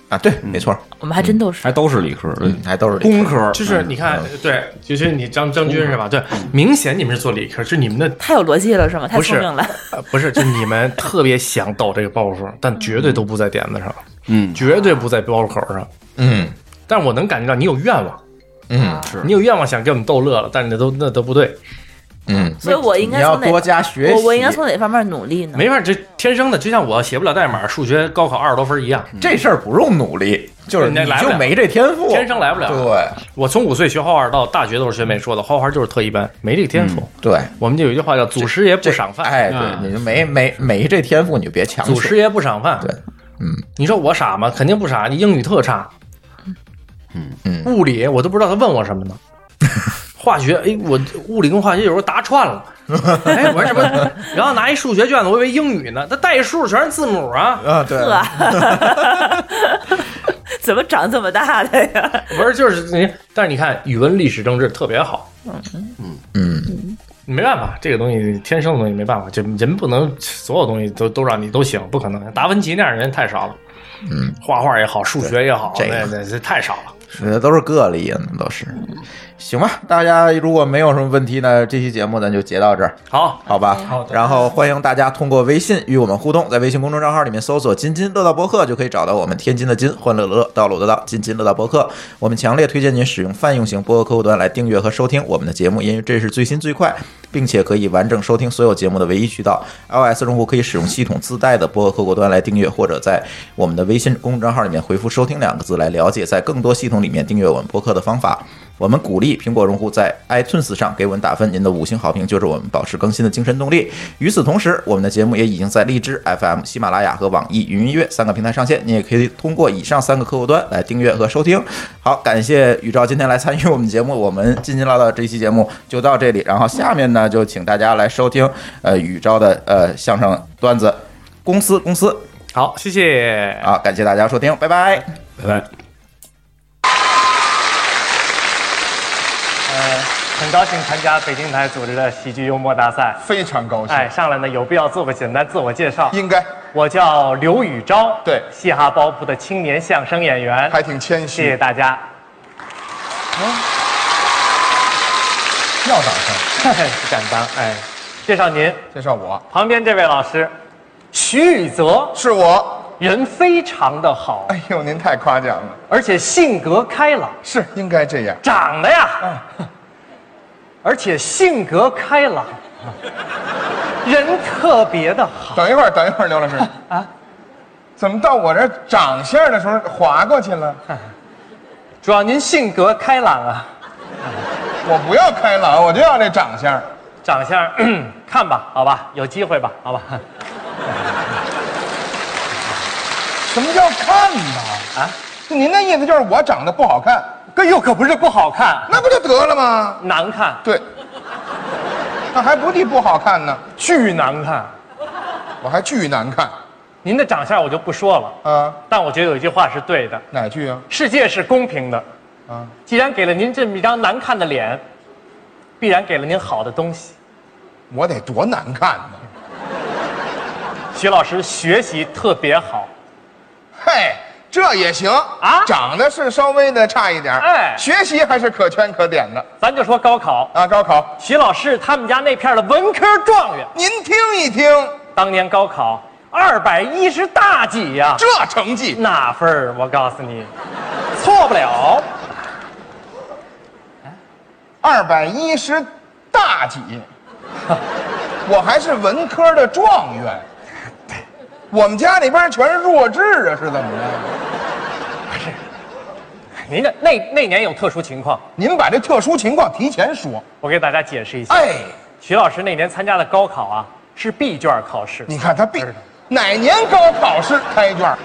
C: 啊，对，没错，
F: 我们还
D: 嗯
F: 真都是
E: 还都是理科，
C: 嗯，还都是理
E: 工科，
C: 嗯
D: 就是你看，对，就是你张张军是吧？对，明显你们是做理科，就是你们的
F: 太有逻辑了，是吗？太
D: 不是
F: 聪明了，
D: 呃不是，就你们特别想抖这个包袱，但绝对都不在点子上，
E: 嗯，
D: 绝对不在包口上。
C: 嗯
D: 但是我能感觉到你有愿望，
C: 嗯
D: 你有愿望想给我们逗乐了，但是那都那都不对，
C: 嗯，
F: 所以我应
C: 你
F: 该
C: 要
F: 从哪？
C: 多加学习。
F: 我我应该从哪方面努力呢？
D: 没法，这天生的，就像我写不了代码，数学高考二十多分一样，
E: 嗯
C: 这事儿不用努力，就是
D: 你
C: 你
D: 来不了
C: 就没这天赋，
D: 天生来不了。
C: 对
D: 我从五岁学画画到大学都是学美术的，画画就是特一般，没这个天赋。
C: 对，
D: 我们就有一句话叫“祖师爷不
C: 这
D: 赏饭
C: 哎，
E: 嗯
C: 对，你就没没没这天赋，你就别”，强
D: 祖
C: 求。
D: 师爷不赏饭。
C: 对，嗯，
D: 你说我傻吗？肯定不傻，你英语特差，
C: 嗯
D: 物理我都不知道他问我什么
C: <laughs>
D: 呢。化学，哎，我物理跟化学有时候答串了，哎，我说
C: <laughs>
D: 什么？然后拿一数学卷子，我以为英语呢，它代数全是字母啊，
C: 啊，对，
F: 呵，怎么长这么大的呀？
D: 不是就是你，但是你看语文、历史、政治特别好，
C: 嗯，
D: 没办法，这个东西天生的东西没办法，就人不能所有东西都都让你都行，不可能。达芬奇那样的人太少了，
C: 嗯，
D: 画画也好，数学也好，
C: 对这个
D: 那那这太少了。
C: 这都是个例，那都是。行吧，大家如果没有什么问题呢，这期节目咱就截到这儿。
D: 好，
C: 好吧，
D: 好的
C: 然后欢迎大家通过微信与我们互动，在微信公众账号里面搜索“津津乐道播客”就可以找到我们天津的津，欢乐的乐，道路的道，津津乐道播客。我们强烈推荐您使用泛用型播客客户端来订阅和收听我们的节目，因为这是最新最快，并且可以完整收听所有节目的唯一渠道。iOS 用户可以使用系统自带的播客客户端来订阅，或者在我们的微信公众账号里面回复“收听”两个字来了解在更多系统里面订阅我们播客的方法。我们鼓励苹果用户在 iTunes 上给我们打分，您的五星好评就是我们保持更新的精神动力。与此同时，我们的节目也已经在荔枝 FM、喜马拉雅和网易云音乐三个平台上线，你也可以通过以上三个客户端来订阅和收听。好，感谢宇照今天来参与我们节目，我们津津乐道这一期节目就到这里，然后下面呢就请大家来收听呃宇照的呃相声段子公司公司
D: 好，谢谢。
C: 啊，感谢大家收听，拜拜。
E: 拜拜。
I: 呃，很高兴参加北京台组织的喜剧幽默大赛。
G: 非常高兴，
I: 哎，上来呢有必要做个简单自我介绍。
G: 应该
I: 我叫刘宇昭，
G: 对
I: 嘻哈包袱的青年相声演员。
G: 哎还挺谦
I: 谢
C: <laughs>
I: 谢
G: 虚。
I: 大
D: <laughs>
I: 家。
G: 要 <laughs> 掌声，
I: 嘿嘿不敢当，哎，介绍您，
G: 介绍我，
I: 旁边这位老师，徐宇泽，
G: 是我。
I: 人非常的好，
G: <laughs> 哎呦，您太夸奖了，
I: 而且性格开朗，
G: 是应该这样。
I: 长得呀，嗯而且性格开 <laughs> 朗，人特别的好。
G: 等一会儿，等一会儿，刘老师啊，怎么到我这儿长相的时候划过去了？
I: 主要您性格开朗啊，
G: 我不要开朗，我就要这长相。
I: 长相 <coughs> 咳看吧，好吧，有机会吧，好吧。
G: 什么叫看呢？
I: 啊
G: 啊，您那意思就是我长得不好看，
I: 哥又可不 <laughs> 是不好看，
G: 那不就得了吗？
I: 难看，
G: 对，那还不地不好看呢，
I: 巨难看。
G: 我还巨难看
I: 您的长相我就不说了，
G: 啊！
I: 但我觉得有一句话是对的：
G: 哪句啊？
I: 世界是公平的，
G: 啊，
I: 既然给了您这么一张难看的脸，必然给了您好的东西。
G: 我得多难看呢？
I: 徐老师学习特别好，
G: 嘿，这也行
I: 啊
G: 啊，长得是稍微的差一点儿，
I: 哎
G: 学习还是可圈可点的
I: 咱就说高考，
G: 啊。高考，
I: 徐老师他们家那片儿的文科状元，
G: 您听一听
I: 当年高考二百一十大几哎呀、
G: 这成绩，
I: 那分儿我告诉你，错不了。
G: 二百一十大
I: <laughs>
G: 几，我还是文科的状
I: <laughs>
G: 元。我们家那边全是弱智啊，是怎么着？
I: <laughs> 您这那那年有特殊情况，
G: 您把这特殊情况提前说。
I: 我给大家解释一下。
G: 哎，
I: 徐老师那年参加的高考啊，是啊 B 卷考试。
G: 你看他必，哪年高考试开卷？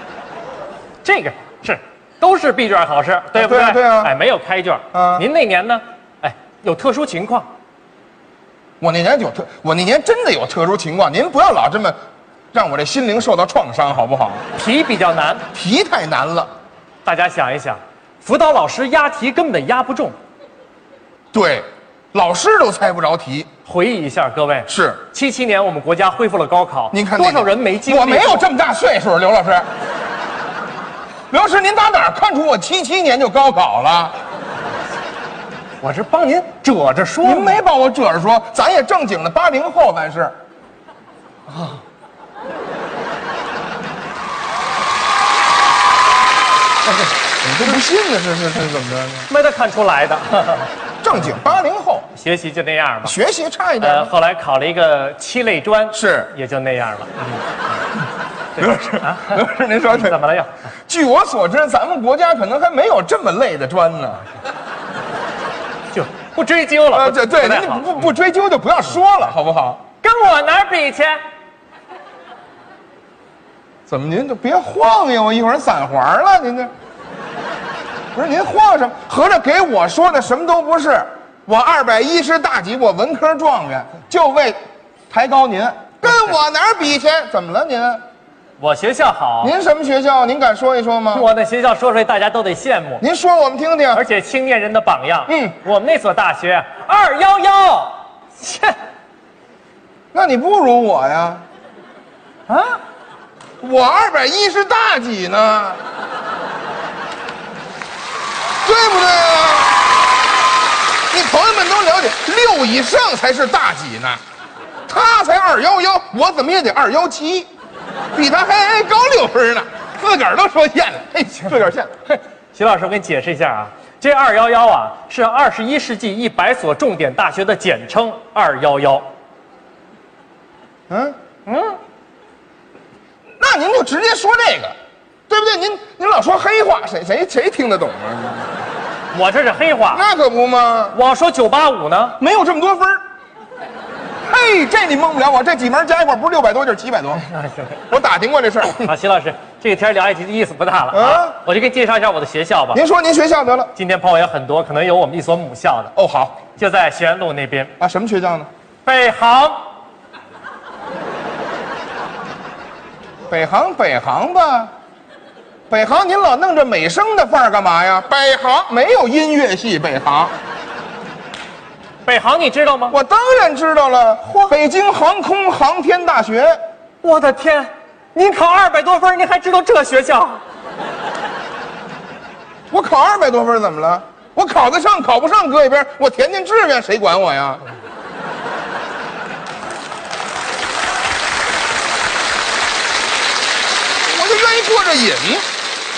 D: 这个是都是闭卷考试，对不对？
G: 对啊对啊
D: 哎，没有开卷。
G: 啊
D: 您那年呢？哎，有特殊情况。
G: 我那年有特，我那年真的有特殊情况。您不要老这么，让我这心灵受到创伤，好不好？
D: 题比较难，
G: 题太难了。
D: 大家想一想，辅导老师押题根本押不中。
G: 对，老师都猜不着题。
D: 回忆一下，各位，
G: 是，
D: 七七年我们国家恢复了高考，
G: 您看那
D: 多
G: 个
D: 少人没经历？
G: 我没有。这么大岁数，刘老师。刘老师，您打哪儿看出我七七年就高考了？
D: 我是帮您褶着说。
G: 您没帮我褶着说，咱也正经的八零后完事。啊，你都不信呢？这是这是怎么着呢？
D: 没得看出来的，
G: 正经八零后，
D: 学习就那样吧。
G: 学习差一点
D: 呃，
G: 吗。
D: 后来考了一个七类专，
G: 是
D: 也就那样了。
G: 刘老师，刘老师，您说对
D: 怎么了又？
G: 据我所知，咱们国家可能还没有这么累的砖呢。
D: 就不追究了。
G: 啊，
D: 不
G: 对对，
D: 不太
G: 您
D: 好
G: 不不不追究就不要说了，好不好？
D: 跟我哪儿比去？
G: 怎么您就别晃悠，我一会儿散环了，您这不是您晃什么？合着给我说的什么都不是。我二百一十大几，我文科状元，就为抬高您，跟我哪儿比去？怎么了您？
D: 我学校好，
G: 您什么学校？您敢说一说吗？
D: 我那学校说出来大家都得羡慕，
G: 您说我们听听。
D: 而且青年人的榜样。
G: 嗯
D: 我们那所大学二幺幺，切
G: 那你不如我呀？
D: 啊，
G: 我二百一十大几呢？对不对啊？你朋友们都了解，六以上才是大几呢，他才二幺幺，我怎么也得二幺七，比他还高六分呢。自个儿都说贱了，嘿，自个儿贱了，嘿，
D: 徐老师，我给你解释一下啊，这二幺幺啊是二十一世纪一百所重点大学的简称，二幺幺。
G: 嗯嗯，那您就直接说这个，对不对？您您老说黑话，谁谁谁听得懂啊？
D: 我这是黑话，
G: 那可不吗？
D: 我要说九八五呢，
G: 没有这么多分儿。嘿，这你蒙不了我，这几门加一块儿不是六百多就是七百多。
D: 哎
G: 我打听过这事儿。
D: 啊，徐老师，这天聊下去意思不大了
G: 啊
D: 啊，我就给你介绍一下我的学校吧。
G: 您说您学校得了？
D: 今天朋友也很多，可能有我们一所母校的，
G: 哦，好
D: 就在学院路那边，
G: 啊，什么学校呢？
D: 北航。
G: 北航，北航吧。北航，您老弄这美声的范儿干嘛呀？北航没有音乐系，北航
D: 北航你知道吗？
G: 我当然知道了，北京航空航天大学。
D: 我的天，您考二百多分，您还知道这学校？
G: 我考二百多分怎么了？我考得上，考不上搁一边儿，我填填志愿谁管我呀？我就愿意过这瘾。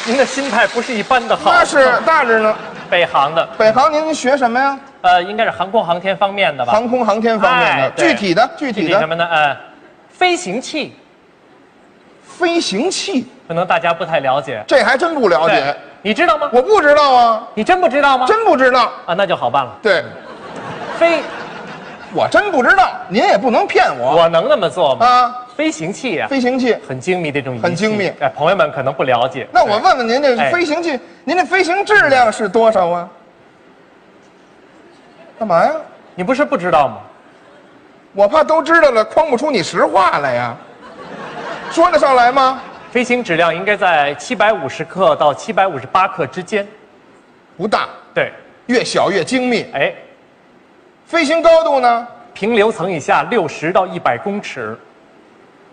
D: 您的心态不是一般的好。嗯
G: 那是大致呢。
D: 北航的，
G: 北航，您学什么呀？
D: 呃，应该是航空航天方面的吧？
G: 航空航天方面的，
D: 哎对
G: 具体的具体
D: 什
G: 的
D: 么呢？呃，飞行器，
G: 飞行器，
D: 可能大家不太了解。
G: 这还真不了
D: 对
G: 解，，
D: 你知道吗？
G: 我不知道啊，
D: 你真不知道吗？
G: 真不知道。
D: 啊，那就好办了。
G: 对，
D: 飞，
G: 我真不知道，您也不能骗我
D: 我能那么做吗？
G: 啊。
D: 飞行器呀、
G: 飞行器，
D: 很精密的一种仪器，
G: 很精密
D: 哎，朋友们可能不了解。
G: 那我问问您，这
D: 哎
G: 飞行器，您这飞行质量是多少啊？干嘛呀？
D: 你不是不知道吗？
G: 我怕都知道了，诓不出你实话来呀。说得上来吗？
D: 飞行质量应该在七百五十克到七百五十八克之间。
G: 不大，
D: 对，
G: 越小越精密。
D: 哎，
G: 飞行高度呢？
D: 平流层以下六十到一百公尺。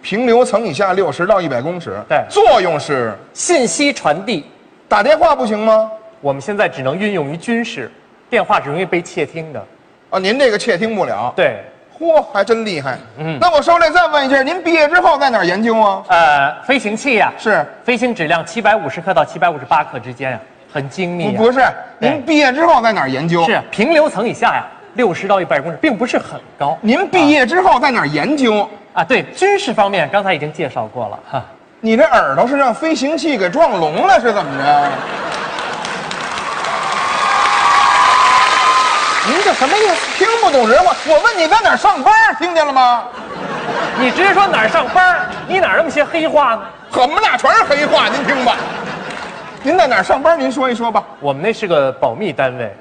G: 平流层以下六十到一百公尺。
D: 对
G: 作用是
D: 信息传递，
G: 打电话不行吗？
D: 我们现在只能运用于军事，电话是容易被窃听的。
G: 啊，您这个窃听不了。
D: 对，
G: 嚯，还真厉害。
D: 嗯
G: 那我受累再问一下，您毕业之后在哪儿研究啊？
D: 呃，飞行器呀、
G: 是，
D: 飞行质量七百五十克到七百五十八克之间呀、啊很精
G: 不
D: 密、呀。
G: 不是，
D: 对
G: 您毕业之后在哪儿研究？
D: 是平流层以下呀、6六十到一百公尺，并不是很高。
G: 您毕业之后在哪儿研究？
D: 啊，对，军事方面刚才已经介绍过了哈。
G: 你这耳朵是让飞行器给撞聋了是怎么着？您这什么意思？听不懂人话。我问你在哪儿上班，听见了吗？
D: 你直接说哪儿上班儿？你哪那么些黑话呢？
G: 我们俩全是黑话，您听吧。您在哪儿上班？您说一说吧。
D: 我们那是个保密单位，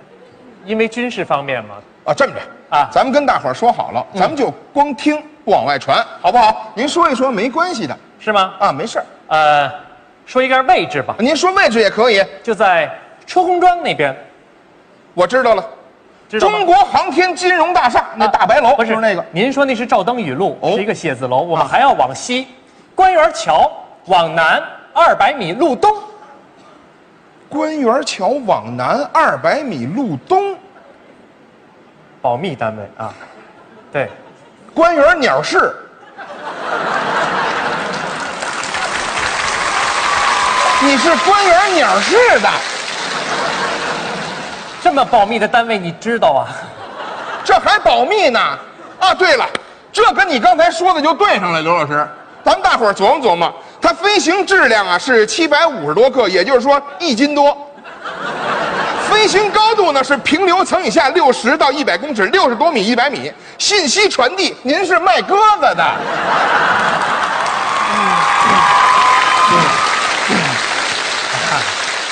D: 因为军事方面嘛。
G: 啊，这么着
D: 啊嗯
G: 咱们跟大伙儿说好了，咱们就光听不往外传，好不好？您说一说没关系的
D: 是吗？
G: 啊，没事儿。
D: 呃，说一个位置吧，
G: 您说位置也可以，
D: 就在车公庄那边，
G: 我知道了。
D: 知道吗
G: 中国航天金融大厦那大白楼、
D: 啊不是
G: 就那个，
D: 您说那是赵登禹路，
G: 哦
D: 是一个写字楼。我们还要往西，官园桥往南二百米路东，
G: 官园桥往南二百米路东，
D: 保密单位啊。对，
G: 官园鸟市。你是官园鸟市的，
D: 这么保密的单位你知道啊？
G: 这还保密呢？啊，对了，这跟你刚才说的就对上了，刘老师。咱们大伙儿琢磨琢磨，它飞行质量啊是七百五十多克，也就是说一斤多。飞行高度呢是平流层以下六十到一百公尺，六十多米一百米。信息传递，您是卖鸽子的。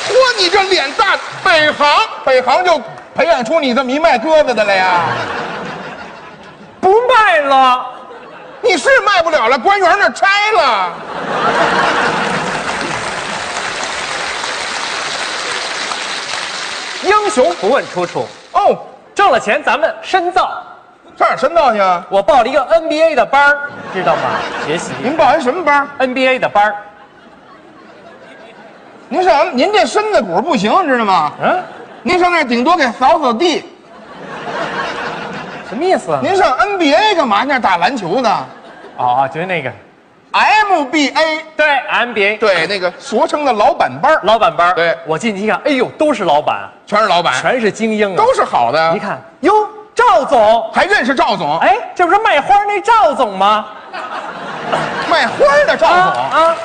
G: 嚯，你这脸大，北航北航就培养出你这么一卖鸽子的来呀？
D: 不卖了，
G: 你是卖不了了，官员那儿拆了。
D: <laughs> 英雄不问出处，
G: 哦，
D: 挣了钱咱们深造。
G: 上哪儿深造去啊？
D: 我报了一个 NBA 的班儿，知道吗？学习
G: 您报一什么班？
D: NBA 的班儿。
G: 您上您这身子骨不行，知道吗？
D: 嗯，
G: 您上那儿顶多给扫扫地。
D: 什么意思啊？
G: 您上 NBA 干嘛去？那儿打篮球呢
D: 哦，就是那个，
G: ？MBA，
D: 对 NBA，
G: 对，那个俗称的老板班儿，
D: 老板班儿。
G: 对
D: 我进去一看，哎呦，都是老板，
G: 全是老板，
D: 全是精英啊，
G: 都是好的。
D: 一看，哟，赵总，
G: 还认识赵总，
D: 哎，这不是卖花那赵总吗？
G: 卖花儿的赵总，
D: 啊！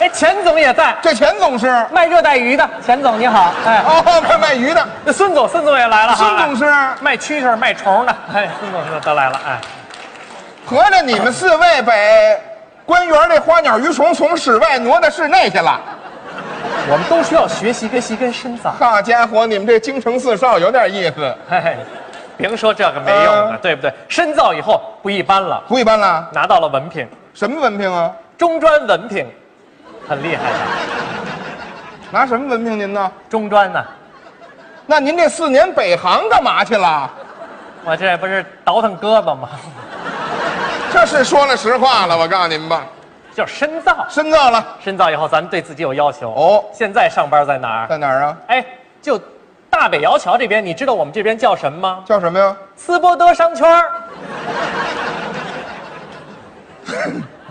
D: 哎，钱总也在，
G: 这钱总是
D: 卖热带鱼的钱总你好，哎，
G: 哦，卖卖鱼的，
D: 那孙总，孙总也来了哈，
G: 孙总是。
D: 哎卖蛐蛐、卖虫的，哎，孙总是都来了，哎，
G: 合着你们四位把官员这花鸟鱼虫从室外挪到室内去了。
D: 我们都需要学习跟习跟深造。
G: 好家伙，你们这京城四少有点意
D: <laughs>
G: 思，
D: 哎，甭说这个没用的，
G: 呃
D: 对不对？深造以后不一般了，
G: 不一般了。
D: 拿到了文凭，
G: 什么文凭啊？
D: 中专文凭，很厉害的。
G: 拿什么文凭您呢？
D: 中专呢、
G: 那您这四年北航干嘛去了？
D: 我这不是倒腾鸽子吗？
G: 这是说了实话了，我告诉您吧，
D: 就是深造，
G: 深造了，
D: 深造以后咱们对自己有要求。
G: 哦
D: 现在上班在哪儿？
G: 在哪儿啊？
D: 哎，就大北窑桥这边，你知道我们这边叫什么吗？
G: 叫什么呀？
D: 斯波德商圈
G: <laughs>
D: 儿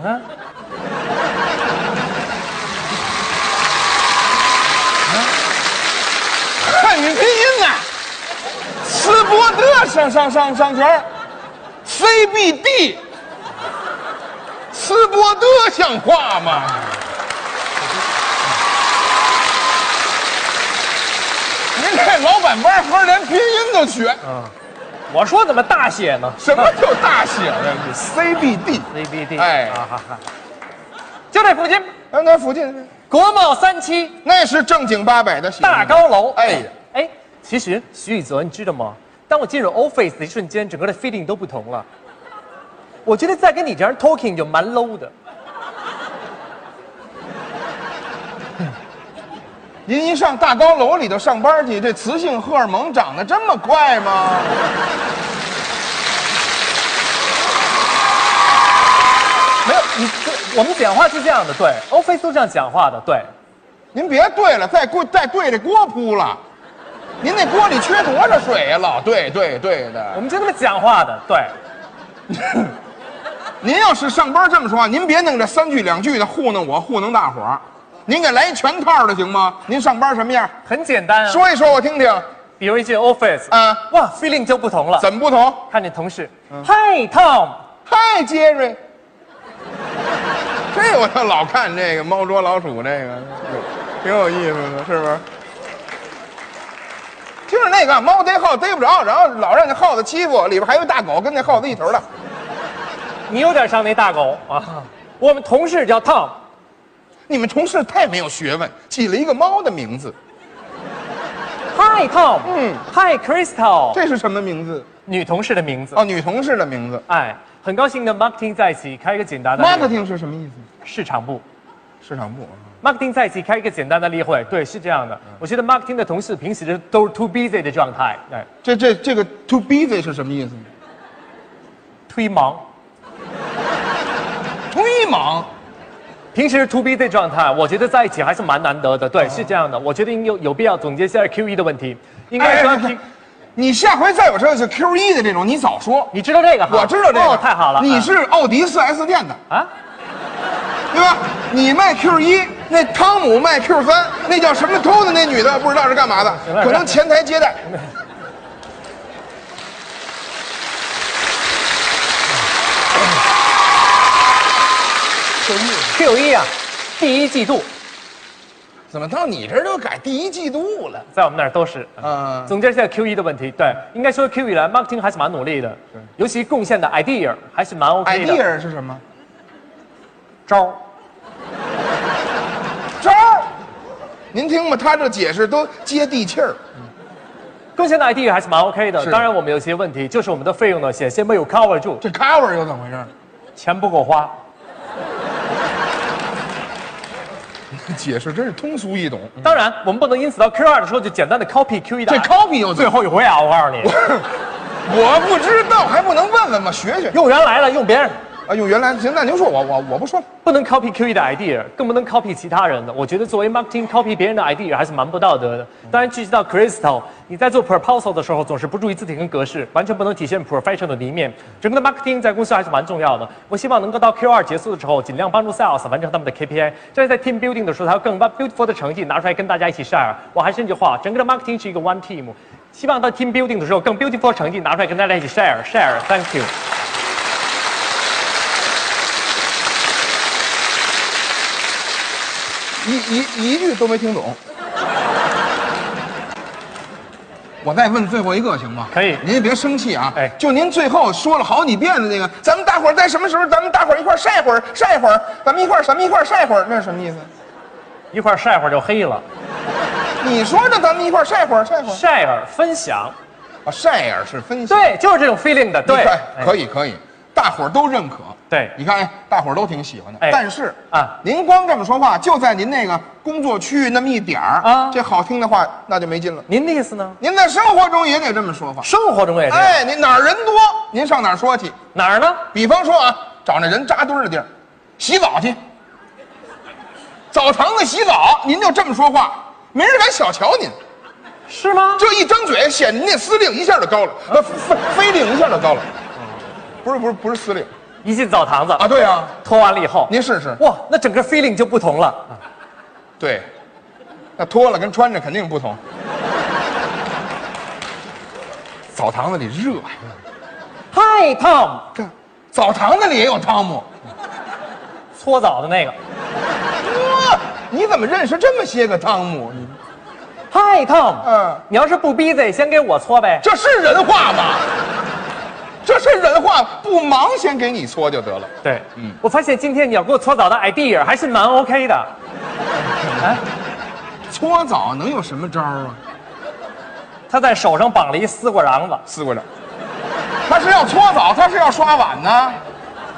D: 啊啊
G: 汉语拼音呢？斯伯德上上上上圈，CBD，斯伯德像话吗？您这老板班合着连拼音都学，
D: 嗯我说怎么大写呢
G: 什么叫大写的 CBD？
D: ？CBD，
G: 哎
D: 啊哈哈，就这附近，
G: 那那附近
D: 国贸三期
G: 那是正经八百的写
D: 大高楼。
G: 哎呀，
D: 哎，其实徐宇泽，你知道吗？当我进入 Office 的一瞬间，整个的 feeling 都不同了。我觉得再跟你这样 talking 就蛮 low 的。
G: 您一上大高楼里头上班去，这雌性荷尔蒙长得这么快吗？
D: 没有，你这我们讲话是这样的，对，Office 都这样讲话的，对。
G: 您别对了，再锅再对着锅扑了。您那锅里缺多少水呀、老对对对
D: 我
G: 的，
D: 们就这么讲话的，对。
G: <laughs> 您要是上班这么说话，您别弄这三句两句的糊弄我，糊弄大伙儿。您给来一全套的行吗？您上班什么样？
D: 很简单啊。，
G: 说一说我听听。
D: 比如一进 office，
G: 啊
D: 哇，feeling 就不同了。
G: 怎么不同？嗯
D: 看见同事，嗨，Tom，
G: 嗨，杰瑞。这我倒老看这个猫捉老鼠，这个挺有意思的，是不是？就是那个猫逮耗子逮不着，然后老让那耗子欺负，里边还有一大狗跟那耗子一头的。
D: 你有点像那大狗啊，我们同事叫 Tom，
G: 你们同事太没有学问，起了一个猫的名字，
D: Hi Tom，嗯，Hi Crystal，
G: 这是什么名字？
D: 女同事的名字。
G: 哦，女同事的名字。
D: 哎，很高兴跟 marketing 在一起开一个简单的
G: marketing 是什么意思？
D: 市场部
G: 市场部。啊
D: marketing 在一起开一个简单的例会。对，是这样的。我觉得 marketing 的同事平时都是 too busy 的状态，哎，
G: 这这这个 too busy 是什么意思？
D: 忒忙，
G: 忒忙。
D: 平时 too busy 状态，我觉得在一起还是蛮难得的。
G: 哦
D: 对，是这样的。我觉得应有有必要总结一下 Q 一的问题，应该说
G: 哎哎哎哎你下回再有这个 Q 一的这种，你早说。
D: 你知道这个哈？
G: 我知道这个。
D: 哦，太好了。
G: 你是奥迪 4S 店的，
D: 啊？
G: 对吧？你卖 Q 一，那汤姆卖 Q 三，那叫什么偷的那女的不知道是干嘛的，
D: 了
G: 可能前台接待。
D: Q 一啊，第一季度
G: 怎么到你这儿就改第一季度了？
D: 在我们那儿都是。
G: 嗯，
D: 总结一下 Q 一的问题，对，应该说 Q 以来 marketing 还是蛮努力的，尤其贡献的 idea 还是蛮 OK 的。
G: idea 是什么？
D: 招儿
G: 招儿，您听吧，他这解释都接地气儿。
D: 贡献的 idea 还是蛮 OK 的。
G: 是
D: 当然我们有些问题，就是我们的费用呢险些没有 cover 住，
G: 这 cover 又怎么回事？
D: 钱不够花。
G: 解释真是通俗易懂。
D: 当然我们不能因此到 Q 二的时候就简单的 copy Q 一的
G: 这
D: idea。
G: copy 又怎
D: 最
G: 么？
D: 后一回啊，我告诉
G: <laughs>
D: 你，
G: 我不知道，还不能问问吗？学学。
D: 用原来的用别人的，
G: 哎呦，原来行，那您说我我我不说了。
D: 不能 copy Q 一的 idea，更不能 copy 其他人的。我觉得作为 marketing copy 别人的 idea 还是蛮不道德的。当然，聚集到 Crystal，你在做 proposal 的时候总是不注意字体跟格式，完全不能体现 professional 的一面。整个的 marketing 在公司还是蛮重要的。我希望能够到 Q 二结束的时候，尽量帮助 sales 完成他们的 KPI，这样在 team building 的时候，才有更 beautiful 的成绩拿出来跟大家一起 share。我还是那句话，整个的 marketing 是一个 one team，希望到 team building 的时候，更 beautiful 的成绩拿出来跟大家一起 share share。Thank you。啊
G: 一一一句都没听懂。我再问最后一个行吗？
D: 可以
G: 您也别生气啊。
D: 哎
G: 就您最后说了好几遍的那个，咱们大伙儿在什么时候？咱们大伙儿一块儿晒会儿，晒会儿，咱们一块儿，咱们一块儿晒会儿，那是什么意思？
D: 一块儿晒会儿就黑了
G: 你说的，咱们一块儿晒会儿，晒会儿。
D: ，share 分享。
G: 啊，晒呀是分析。
D: 对，就是这种 feeling 的，
G: 你
D: 对
G: 看，可
D: 以，
G: 以可以，大伙儿都认可。
D: 对
G: 你看，哎大伙儿都挺喜欢的。
D: 哎
G: 但是
D: 啊
G: 啊，您光这么说话，就在您那个工作区域那么一点儿
D: 啊
G: 啊，这好听的话那就没劲了。
D: 您的意思呢？
G: 您在生活中也得这么说话。
D: 生活中也是、
G: 哎，您哪儿人多，您上哪儿说去？
D: 哪儿呢？
G: 比方说啊，找那人扎堆儿的地儿，洗澡去。澡堂子洗澡，您就这么说话，没人敢小瞧您。
D: 是吗？
G: 这一张嘴，显您那司令一下就高了，呃，飞飞领一下就高了。不是不是不是司令
D: 一进澡堂子
G: 啊，对啊，
D: 脱完了以后，
G: 您试试。
D: 哇，那整个 feeling 就不同了。
G: 对，那脱了跟穿着肯定不同。澡堂子里热呀、
D: Hi Tom，
G: 干澡堂子里也有汤姆。
D: 搓澡的那个。
G: 哇，你怎么认识这么些个汤姆？你
D: Hi Tom，
G: 嗯
D: 你要是不 busy，先给我搓呗。
G: 这是人话吗？这是人话，不忙先给你搓就得了。
D: 对，嗯，我发现今天你要给我搓澡的 idea 还是蛮 OK 的。
G: 哎搓澡能有什么招啊？
D: 他在手上绑了一丝瓜瓤子，
G: 撕过来，他是要搓澡，他是要刷碗呢？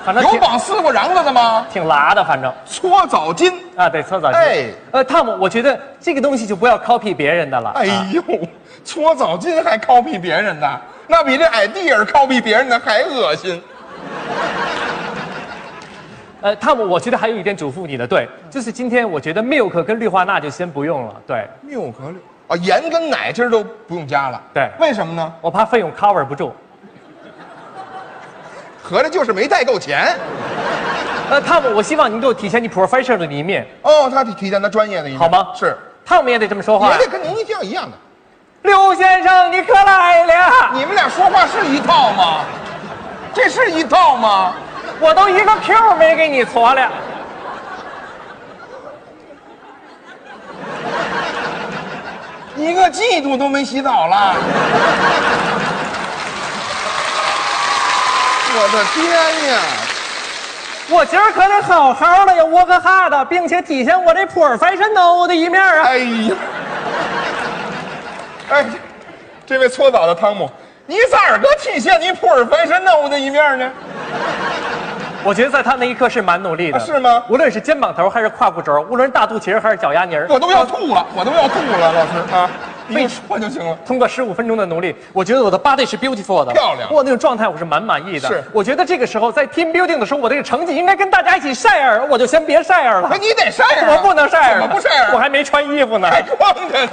D: 反正
G: 有
D: 挺
G: 绑丝瓜瓤子的吗？
D: 挺拉的，反正。
G: 搓澡巾。
D: 啊，得搓澡巾。
G: 哎
D: 呃，Tom，我觉得这个东西就不要 copy 别人的了。
G: 哎呦，搓澡巾还 copy 别人的，那比这 idea copy 别人的还恶心。
D: 呃，汤姆，我觉得还有一点嘱咐你的，对，就是今天我觉得 milk 跟氯化钠就先不用了，对
G: 谬和绿啊，盐跟奶今儿都不用加了。
D: 对
G: 为什么呢？
D: 我怕费用 cover 不住。
G: 合着就是没带够钱。
D: 呃，汤姆，我希望你给我体现你 professional 的一面，
G: 哦，他体体现他专业的一面，
D: 好吗
G: 是，
D: 汤姆也得这么说话
G: 也。得跟您一定一样的。
D: 刘先生，你可来了，
G: 你们俩说话是一套吗？这是一套吗？
D: 我都一个 Q 没给你搓了。
G: 一个季度都没洗澡了。我的天呀！
D: 我今儿可得好好的要 work hard，并且体现我这 professional 的一面啊！
G: 哎呀，哎，这位搓澡的汤姆，你咋个体现你普尔翻身动物的一面呢？
D: 我觉得在他那一刻是蛮努力的，
G: 啊是吗
D: 无论是肩膀头还是胯骨轴，无论是大肚脐儿还是脚丫泥儿，
G: 我都要吐了，我都要吐了，老师啊，你说就行了。
D: 通过十五分钟的努力，我觉得我的 body 是 beautiful 的，
G: 漂亮
D: 我那种状态我是蛮满意的。
G: 是
D: 我觉得这个时候在 team building 的时候，我这个成绩应该跟大家一起 share，我就先别 share 了
G: 哎，。你得晒啊！
D: 我不能 share，
G: 怎么不晒啊？
D: 我还没穿衣服呢。
G: 还光着呢。